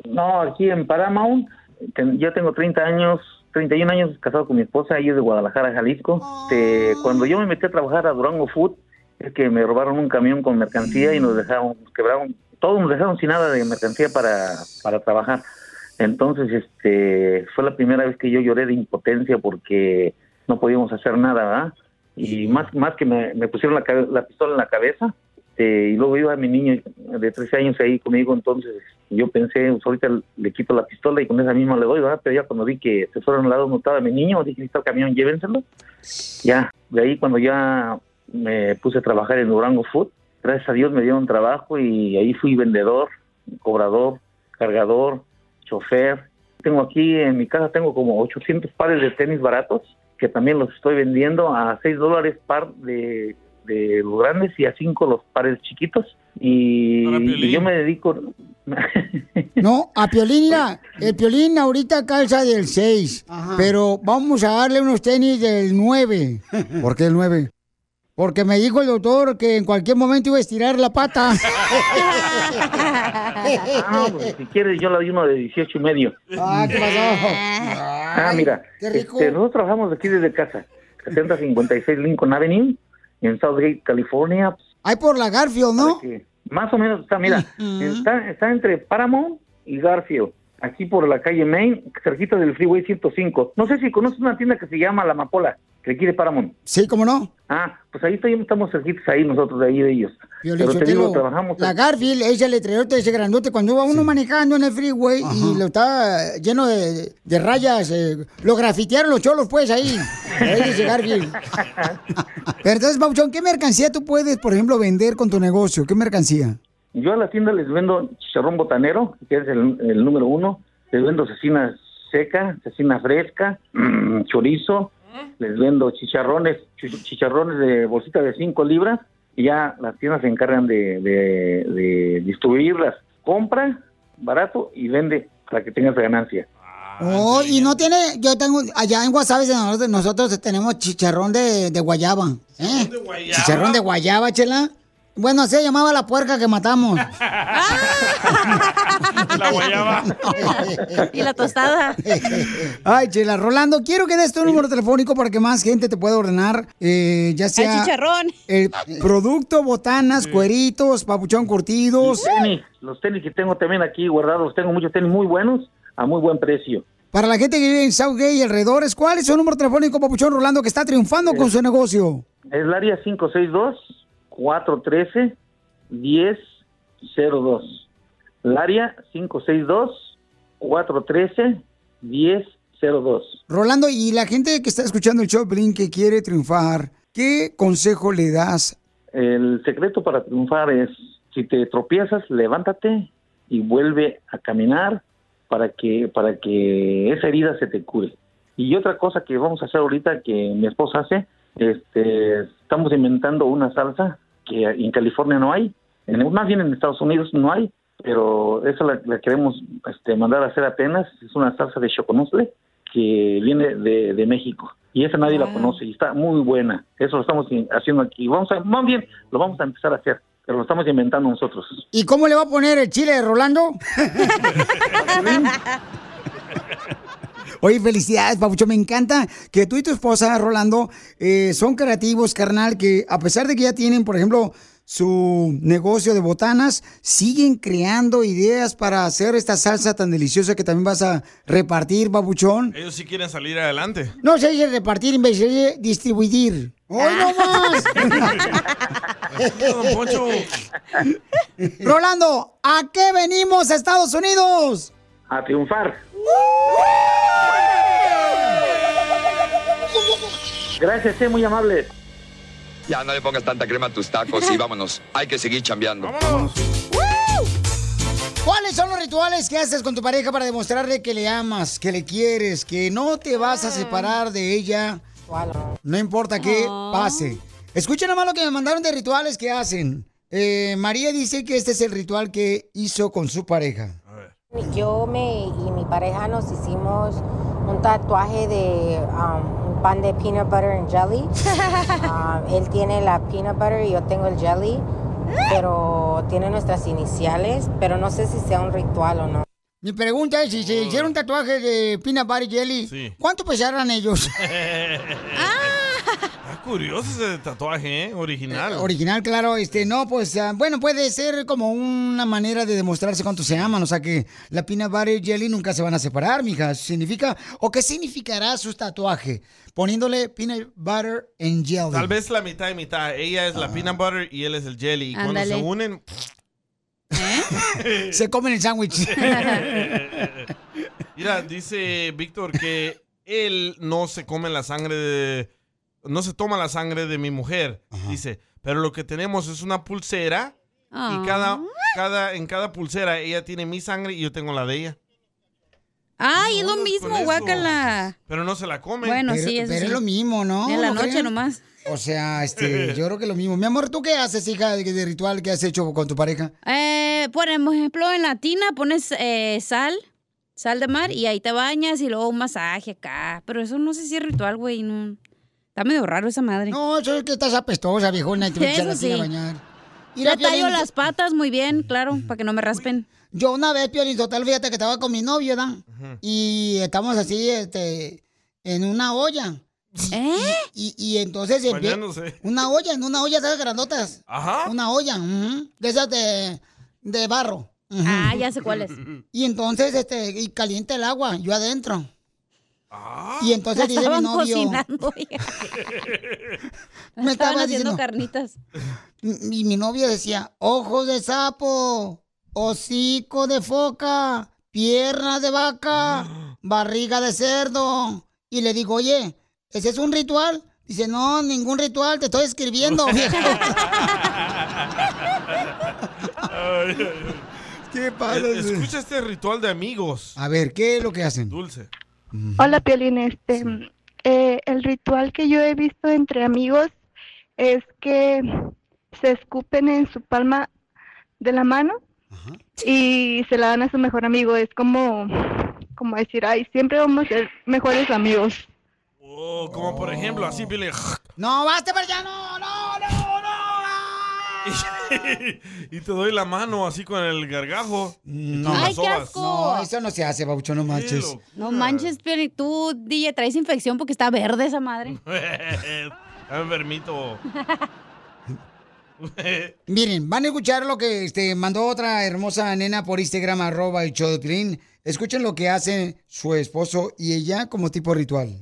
Speaker 22: No, aquí en Paramount, ten- yo tengo 30 años, 31 años casado con mi esposa, ella es de Guadalajara, Jalisco. Este, cuando yo me metí a trabajar a Durango Food, es que me robaron un camión con mercancía y nos dejaron, nos quebraron, todos nos dejaron sin nada de mercancía para, para trabajar. Entonces, este, fue la primera vez que yo lloré de impotencia porque no podíamos hacer nada, ¿verdad? Y más, más que me, me pusieron la, cabe- la pistola en la cabeza, este, y luego iba mi niño de 13 años ahí conmigo, entonces yo pensé, pues ahorita le quito la pistola y con esa misma le doy, ¿verdad? Pero ya cuando vi que se fueron al lado donde estaba mi niño, dije, "Ahí está el camión, llévenselo. Ya, de ahí cuando ya me puse a trabajar en Durango Food, gracias a Dios me dieron trabajo y ahí fui vendedor, cobrador, cargador, chofer. Tengo aquí en mi casa, tengo como 800 pares de tenis baratos, que también los estoy vendiendo a 6 dólares par de, de los grandes y a 5 los pares chiquitos. Y, y yo me dedico...
Speaker 2: No, a Piolín, mira, el Piolín ahorita calza del 6, pero vamos a darle unos tenis del 9. ¿Por qué el 9? Porque me dijo el doctor que en cualquier momento iba a estirar la pata.
Speaker 22: Ah, pues, si quieres, yo le doy uno de 18 y medio.
Speaker 2: Ah, ¿qué pasó?
Speaker 22: Ah, mira,
Speaker 2: qué rico.
Speaker 22: este, nosotros trabajamos aquí desde casa, 6056 Lincoln Avenue, en Southgate, California.
Speaker 2: Ahí por la Garfield, ¿no?
Speaker 22: Más o menos está, mira, está, está entre Paramount y Garfield, aquí por la calle Main, cerquita del Freeway 105. No sé si conoces una tienda que se llama La Amapola, que aquí de Paramount.
Speaker 2: Sí, ¿cómo no?
Speaker 22: Ah, pues ahí estoy- estamos cerquitos ahí nosotros, de ahí de ellos.
Speaker 2: Piolín
Speaker 22: Pero te
Speaker 2: Sotelo,
Speaker 22: digo, trabajamos...
Speaker 2: La Garfield, ella le trajo ese grandote cuando iba uno manejando en el freeway y lo estaba lleno de, de rayas. eh, lo grafitearon los cholos, pues, ahí. Ahí dice Garfield. Pero entonces, Pauchón, ¿qué mercancía tú puedes, por ejemplo, vender con tu negocio? ¿Qué mercancía?
Speaker 22: Yo a la tienda les vendo chicharrón botanero, que es el, el número uno. Les vendo cecina seca, cecina fresca, mm, chorizo. Les vendo chicharrones, chi- chicharrones de bolsita de 5 libras. Y ya las tiendas se encargan de, de- de distribuirlas. Compra barato y vende para que tengas ganancia.
Speaker 2: Oh, y no tiene, yo tengo, allá en Guasave nosotros, nosotros tenemos chicharrón de, de guayaba. ¿eh? Chicharrón de guayaba, chela. Bueno, se llamaba la puerca que matamos.
Speaker 14: La guayaba.
Speaker 2: y la tostada. Ay, chela, Rolando, quiero que des tu número telefónico para que más gente te pueda ordenar, eh, ya sea...
Speaker 4: chicharrón.
Speaker 2: El producto, botanas, cueritos, papuchón curtidos.
Speaker 22: Tenis, los tenis que tengo también aquí guardados, tengo muchos tenis muy buenos a muy buen precio.
Speaker 2: Para la gente que vive en Southgate y alrededores, ¿cuál es su número telefónico, papuchón Rolando, que está triunfando con su negocio?
Speaker 22: Es el área 562-413-1002. El área 562-413-1002.
Speaker 2: Rolando, y la gente que está escuchando el show de Piolín que quiere triunfar, ¿qué consejo le das?
Speaker 22: El secreto para triunfar es, si te tropiezas, levántate y vuelve a caminar para que, para que esa herida se te cure. Y otra cosa que vamos a hacer ahorita que mi esposa hace, este, estamos inventando una salsa que en California no hay, en, más bien en Estados Unidos no hay, pero esa la, la queremos este, mandar a hacer apenas, es una salsa de choconosle que viene de, de México. Y esa nadie la conoce y está muy buena. Eso lo estamos in- haciendo aquí. Vamos a, más bien, lo vamos a empezar a hacer, pero lo estamos inventando nosotros.
Speaker 2: ¿Y cómo le va a poner el chile de Rolando? Oye, felicidades, Papucho. Me encanta que tú y tu esposa, Rolando, eh, son creativos, carnal, que a pesar de que ya tienen, por ejemplo, su negocio de botanas, siguen creando ideas para hacer esta salsa tan deliciosa que también vas a repartir, Papuchón.
Speaker 3: Ellos sí quieren salir adelante.
Speaker 2: No se dice repartir, imbécil, se dice distribuir. ¡Hoy no más! Rolando, ¿a qué venimos a Estados Unidos?
Speaker 22: A triunfar. Gracias, sé muy amables.
Speaker 17: Ya no le pongas tanta crema a tus tacos y vámonos. Hay que seguir chambeando.
Speaker 2: ¿Cuáles son los rituales que haces con tu pareja para demostrarle que le amas, que le quieres, que no te vas a separar de ella? No importa qué pase. Escuchen nomás lo que me mandaron de rituales que hacen. Eh, María dice que este es el ritual que hizo con su pareja.
Speaker 9: Yo me, y mi pareja nos hicimos un tatuaje de um, un pan de peanut butter and jelly. Um, él tiene la peanut butter y yo tengo el jelly, pero tiene nuestras iniciales, pero no sé si sea un ritual o no.
Speaker 2: Mi pregunta es si se hicieron un tatuaje de peanut butter y jelly, ¿cuánto pesarán ellos?
Speaker 4: Ah.
Speaker 3: Está curioso ese tatuaje, ¿eh? Original.
Speaker 2: Original, claro, este, no, pues, ah, bueno, puede ser como una manera de demostrarse cuánto se aman, o sea que la peanut butter y jelly nunca se van a separar, mija, Eso significa, o qué significará su tatuaje, poniéndole peanut butter and jelly.
Speaker 3: Tal vez la mitad y mitad. Ella es la
Speaker 2: Ah.
Speaker 3: peanut butter y él es el jelly. Y cuando
Speaker 2: Ándale.
Speaker 3: se unen,
Speaker 2: Se comen el sándwich.
Speaker 3: Mira, dice Víctor que él no se come la sangre de... No se toma la sangre de mi mujer. Dice, pero lo que tenemos es una pulsera
Speaker 4: Ah.
Speaker 3: y cada, cada, en cada pulsera ella tiene mi sangre y yo tengo la de ella.
Speaker 4: Ay, es lo mismo,
Speaker 3: eso.
Speaker 4: guácala.
Speaker 3: Pero no se la come.
Speaker 4: Bueno,
Speaker 2: pero,
Speaker 4: sí, eso
Speaker 2: pero
Speaker 4: sí.
Speaker 2: es lo mismo, ¿no?
Speaker 4: En la
Speaker 2: ¿No
Speaker 4: noche
Speaker 2: creen?
Speaker 4: nomás.
Speaker 2: O sea, este, yo creo que es lo mismo. Mi amor, ¿tú qué haces, hija, de, de ritual que has hecho con tu pareja?
Speaker 4: Eh, por ejemplo, en la tina pones eh, sal, sal de mar, y ahí te bañas y luego un masaje acá. Pero eso no sé si es ritual, güey. No. Está medio raro esa madre.
Speaker 2: No, eso es que estás apestosa, viejona, y te metes a la
Speaker 4: Eso sí.
Speaker 2: tina a bañar.
Speaker 4: Le
Speaker 2: Mira,
Speaker 4: tallo
Speaker 2: Piolín,
Speaker 4: las patas muy bien, claro, para que no me raspen.
Speaker 2: Yo una vez, Piolín, total, fíjate que estaba con mi novio, ¿verdad? Y estamos así, este, en una olla. Y-
Speaker 4: ¿Eh?
Speaker 2: Y, y entonces... empie-
Speaker 3: Bañándose.
Speaker 2: Una olla, en una olla de esas grandotas.
Speaker 3: Ajá.
Speaker 2: Una olla, ujú, de esas de, de barro. ujú.
Speaker 4: Ah, ya sé cuál es.
Speaker 2: Y entonces, este, y caliente el agua, yo adentro.
Speaker 3: Ah.
Speaker 2: Y entonces
Speaker 4: La
Speaker 2: dice mi
Speaker 4: estaban
Speaker 2: novio...
Speaker 4: cocinando, ya.
Speaker 2: Me
Speaker 4: Estaban
Speaker 2: estaba
Speaker 4: haciendo
Speaker 2: diciendo-
Speaker 4: carnitas.
Speaker 2: Y y mi novio decía, ojos de sapo, hocico de foca, pierna de vaca, barriga de cerdo. Y le digo, oye, ¿ese es un ritual? Dice, no, ningún ritual, te estoy escribiendo, viejo. ¿Qué
Speaker 3: Eh, Escucha este ritual de amigos.
Speaker 2: A ver, ¿qué es lo que hacen?
Speaker 3: Dulce.
Speaker 26: Hola, Piolín. Este, eh, el ritual que yo he visto entre amigos es que se escupen en su palma de la mano y se la dan a su mejor amigo. Es como, como decir, ay, siempre vamos a ser mejores amigos.
Speaker 3: Oh, como por ejemplo, así pile.
Speaker 2: No, basta para allá, no, no, no.
Speaker 3: y te doy la mano así con el gargajo. y tú
Speaker 2: No.
Speaker 3: las
Speaker 4: Mm. Ay, qué
Speaker 3: sobas.
Speaker 4: asco.
Speaker 2: No, eso no se hace, babucho, no manches.
Speaker 4: No manches, Piolín, tú, DJ, traes infección porque está verde esa madre.
Speaker 3: Dame permito.
Speaker 2: Miren, van a escuchar lo que este, mandó otra hermosa nena por Instagram, arroba el show de Piolín. Escuchen lo que hace su esposo y ella como tipo ritual.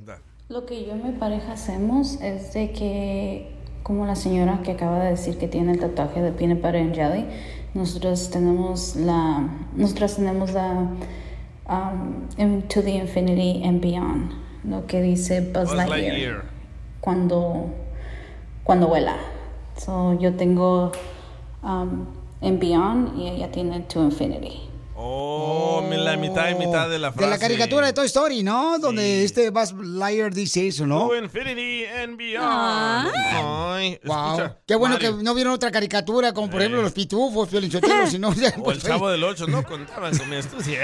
Speaker 27: Lo que yo y mi pareja hacemos es de que, como la señora que acaba de decir que tiene el tatuaje de peanut butter and jelly, nosotros tenemos la, nosotros tenemos la um, into the infinity and beyond, lo que dice Buzz,
Speaker 14: Buzz
Speaker 27: Lightyear,
Speaker 14: Lightyear.
Speaker 27: cuando cuando vuela. So, yo tengo um, and beyond y ella tiene to infinity.
Speaker 3: Oh, mi- la mitad y mitad de la
Speaker 2: De
Speaker 3: frase.
Speaker 2: la caricatura de Toy Story, ¿no? Donde este Buzz Lightyear dice eso, ¿no?
Speaker 3: To infinity and beyond.
Speaker 4: Ah.
Speaker 3: Ay,
Speaker 2: Wow.
Speaker 3: escucha,
Speaker 2: Ah, Qué bueno
Speaker 3: Mario.
Speaker 2: que no vieron otra caricatura, como por ejemplo los pitufos, Piolichotero, si no, ya,
Speaker 3: O el
Speaker 2: pues,
Speaker 3: chavo del 8 no contaban con mi astucia.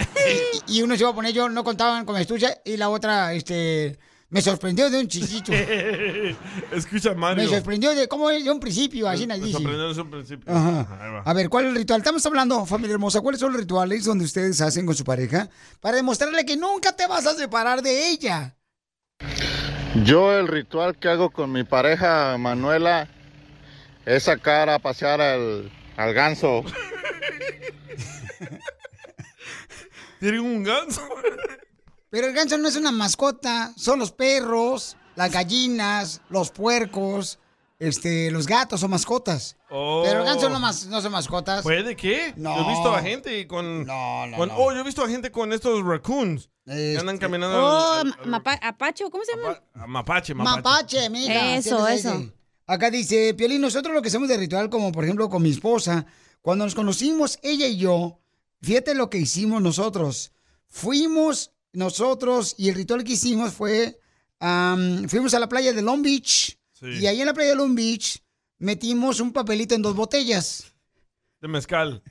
Speaker 2: y uno se iba a poner yo, no contaban con la astucia, y la otra, este, me sorprendió de un chiquito.
Speaker 3: Escucha, Mario.
Speaker 2: Me sorprendió de cómo es de un principio, así
Speaker 3: Me
Speaker 2: nadie.
Speaker 3: sorprendió desde un principio. Ahí va.
Speaker 2: Ajá. A ver, ¿cuál es el ritual? Estamos hablando, familia hermosa, ¿cuáles son los rituales donde ustedes hacen con su pareja para demostrarle que nunca te vas a separar de ella?
Speaker 28: Yo el ritual que hago con mi pareja Manuela es sacar a pasear al, al ganso.
Speaker 3: Tiene un ganso.
Speaker 2: Pero el ganso no es una mascota, son los perros, las gallinas, los puercos, este, los gatos son mascotas.
Speaker 3: Oh.
Speaker 2: Pero el ganso no, mas- no son mascotas.
Speaker 3: ¿Puede qué?
Speaker 2: No.
Speaker 3: Yo he visto a gente con.
Speaker 2: No, Este,
Speaker 4: no,
Speaker 3: con-
Speaker 4: no.
Speaker 3: Oh, yo he visto a gente con estos raccoons. Que andan caminando.
Speaker 4: Oh,
Speaker 3: al-
Speaker 4: ma- mapa- apacho, ¿cómo se llama?
Speaker 3: al- a mapache, mapache.
Speaker 2: Mapache, mira.
Speaker 4: Eso,
Speaker 2: sí, sí,
Speaker 4: eso.
Speaker 2: sí. Acá dice, Piolín, nosotros lo que hacemos de ritual, como por ejemplo con mi esposa, cuando nos conocimos, ella y yo, fíjate lo que hicimos nosotros. Fuimos nosotros y el ritual que hicimos fue, am, fuimos a la playa de Long Beach y ahí en la playa de Long Beach metimos un papelito en dos botellas.
Speaker 3: De mezcal.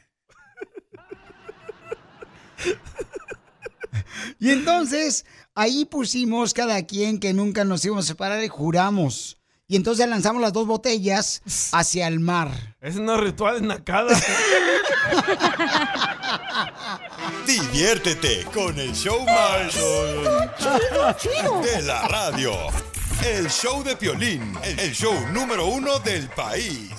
Speaker 2: Y entonces ahí pusimos cada quien que nunca nos íbamos a separar y juramos. Y entonces lanzamos las dos botellas hacia el mar.
Speaker 3: Es un ritual en nacada.
Speaker 17: Diviértete con el show más
Speaker 29: chido.
Speaker 17: de la radio. El show de Piolín, el show número uno del país.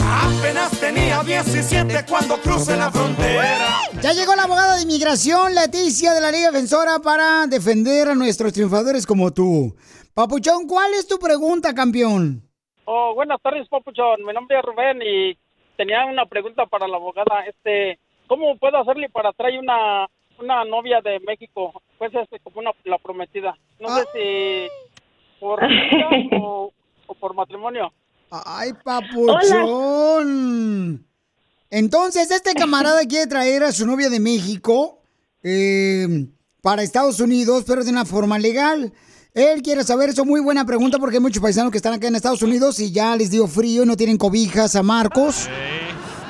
Speaker 29: Apenas tenía 17 cuando crucé la frontera.
Speaker 2: Ya llegó la abogada de inmigración, Leticia de la Liga Defensora, para defender a nuestros triunfadores como tú. Papuchón, ¿cuál es tu pregunta, campeón?
Speaker 15: Oh, buenas tardes, Papuchón. Mi nombre es Rubén y tenía una pregunta para la abogada. Este, ¿cómo puedo hacerle para traer una una novia de México? Pues este, como una la prometida. No sé si por vida o, o por matrimonio.
Speaker 2: Ay, papuchón. Entonces, este camarada quiere traer a su novia de México, eh, para Estados Unidos, pero de una forma legal. Él quiere saber eso, muy buena pregunta, porque hay muchos paisanos que están acá en Estados Unidos y ya les dio frío, no tienen cobijas a Marcos.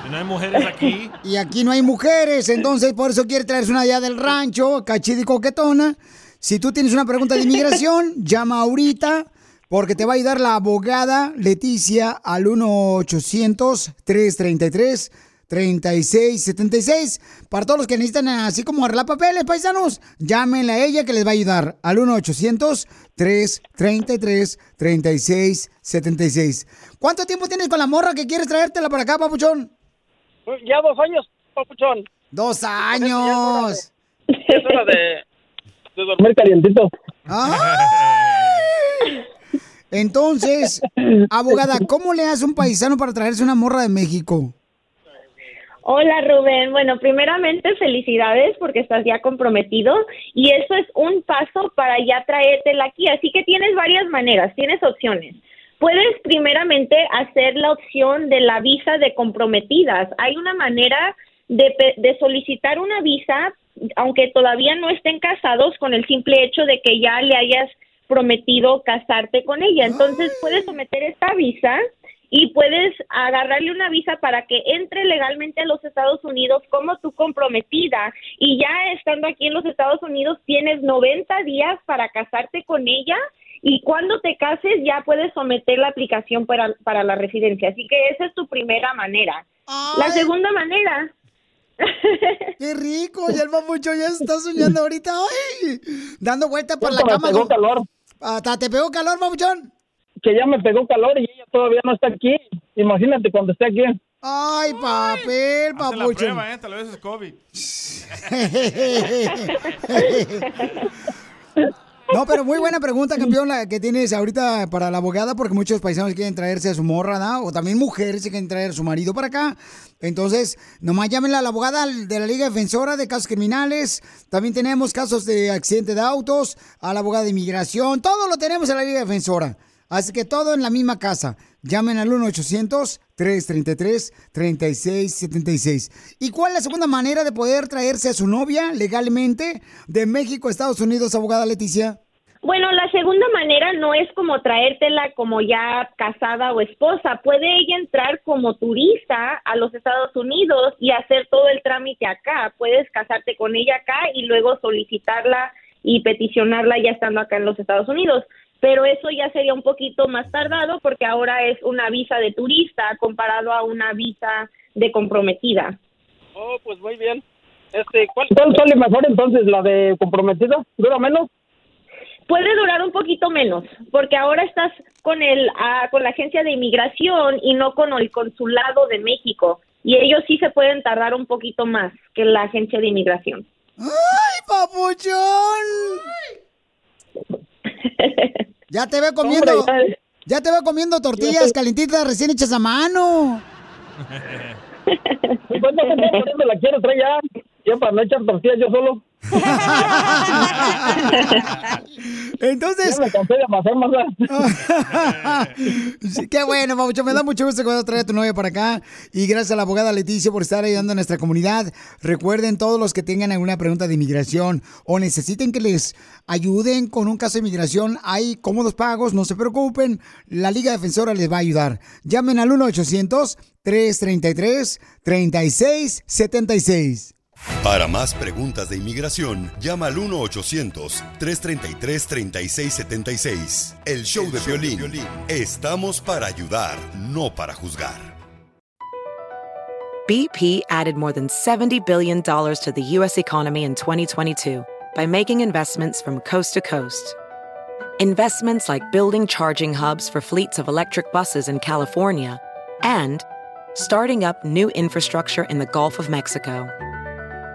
Speaker 3: Y no hay mujeres aquí.
Speaker 2: Y aquí no hay mujeres, entonces por eso quiere traerse una allá del rancho, cachida y coquetona. Si tú tienes una pregunta de inmigración, llama ahorita, porque te va a ayudar la abogada Leticia al 1-800-333-3676. Para todos los que necesitan así como arreglar papeles, paisanos, llámenle a ella que les va a ayudar al 1-800-333-3676. ¿Cuánto tiempo tienes con la morra que quieres traértela para acá, papuchón?
Speaker 15: Pues Ya dos años, papuchón.
Speaker 2: Dos años.
Speaker 15: Es hora de, de dormir calientito.
Speaker 2: ¡Ay! Entonces, abogada, ¿cómo le hace un paisano para traerse una morra de México?
Speaker 10: Hola Rubén, bueno, primeramente felicidades porque estás ya comprometido y eso es un paso para ya traértela aquí, así que tienes varias maneras, tienes opciones. Puedes primeramente hacer la opción de la visa de comprometidas. Hay una manera de, pe- de solicitar una visa, aunque todavía no estén casados, con el simple hecho de que ya le hayas prometido casarte con ella. Entonces puedes someter esta visa y puedes agarrarle una visa para que entre legalmente a los Estados Unidos como tu comprometida y ya estando aquí en los Estados Unidos tienes 90 días para casarte con ella y cuando te cases ya puedes someter la aplicación para, para la residencia. Así que esa es tu primera manera. La segunda manera
Speaker 2: ¡Qué rico! Ya el papucho ya se está soñando ahorita. ¡Ay! Dando vueltas por la
Speaker 15: Hasta me
Speaker 2: cama.
Speaker 15: pegó calor.
Speaker 2: Hasta te pegó calor, papuchón.
Speaker 15: Que ya me pegó calor y ella todavía no está aquí. Imagínate cuando esté aquí.
Speaker 2: ¡Ay, papel,
Speaker 3: Hazte la
Speaker 2: papucho!
Speaker 3: prueba, ¿eh? Tal vez es COVID.
Speaker 2: No, pero muy buena pregunta, campeón, la que tienes ahorita para la abogada, porque muchos paisanos quieren traerse a su morra, ¿no? O también mujeres que quieren traer a su marido para acá. Entonces, nomás llámenla a la abogada de la Liga Defensora de Casos Criminales. También tenemos casos de accidente de autos, a la abogada de inmigración. Todo lo tenemos en la Liga Defensora. Así que todo en la misma casa. Llamen al 1-800-333-3676. ¿Y cuál es la segunda manera de poder traerse a su novia legalmente de México a Estados Unidos, abogada Leticia?
Speaker 10: Bueno, la segunda manera no es como traértela como ya casada o esposa. Puede ella entrar como turista a los Estados Unidos y hacer todo el trámite acá. Puedes casarte con ella acá y luego solicitarla y peticionarla ya estando acá en los Estados Unidos. Pero eso ya sería un poquito más tardado porque ahora es una visa de turista comparado a una visa de comprometida.
Speaker 15: Oh, pues muy bien. Este, ¿cuál, ¿Cuál sale mejor entonces? ¿La de comprometida? ¿Dura menos?
Speaker 10: Puede durar un poquito menos, porque ahora estás con el ah, con la agencia de inmigración y no con el consulado de México, y ellos sí se pueden tardar un poquito más que la agencia de inmigración.
Speaker 2: ¡Ay, papuchón! Ya te veo comiendo.
Speaker 10: Hombre,
Speaker 2: ya te veo comiendo tortillas calentitas recién hechas a mano.
Speaker 15: ¿Y cuánto tiempo por eso la quiero traer ya? Ya para no echar tortillas yo solo.
Speaker 2: Entonces.
Speaker 15: Ya me cansé de amasar más.
Speaker 2: Sí, Qué bueno, Papuchón. Me da mucho gusto cuando traer a tu novia para acá. Y gracias a la abogada Leticia por estar ayudando a nuestra comunidad. Recuerden, todos los que tengan alguna pregunta de inmigración o necesiten que les ayuden con un caso de inmigración, hay cómodos pagos, no se preocupen. La Liga Defensora les va a ayudar. Llamen al 1-800-333-3676.
Speaker 17: Para más preguntas de inmigración, llama al 1-800-333-3676. El show de violín. Estamos para ayudar, no para juzgar.
Speaker 1: BP added more than $70 billion to the U.S. economy in 2022 by making investments from coast to coast. Investments like building charging hubs for fleets of electric buses in California and starting up new infrastructure in the Gulf of Mexico.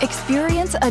Speaker 14: Experience a
Speaker 23: a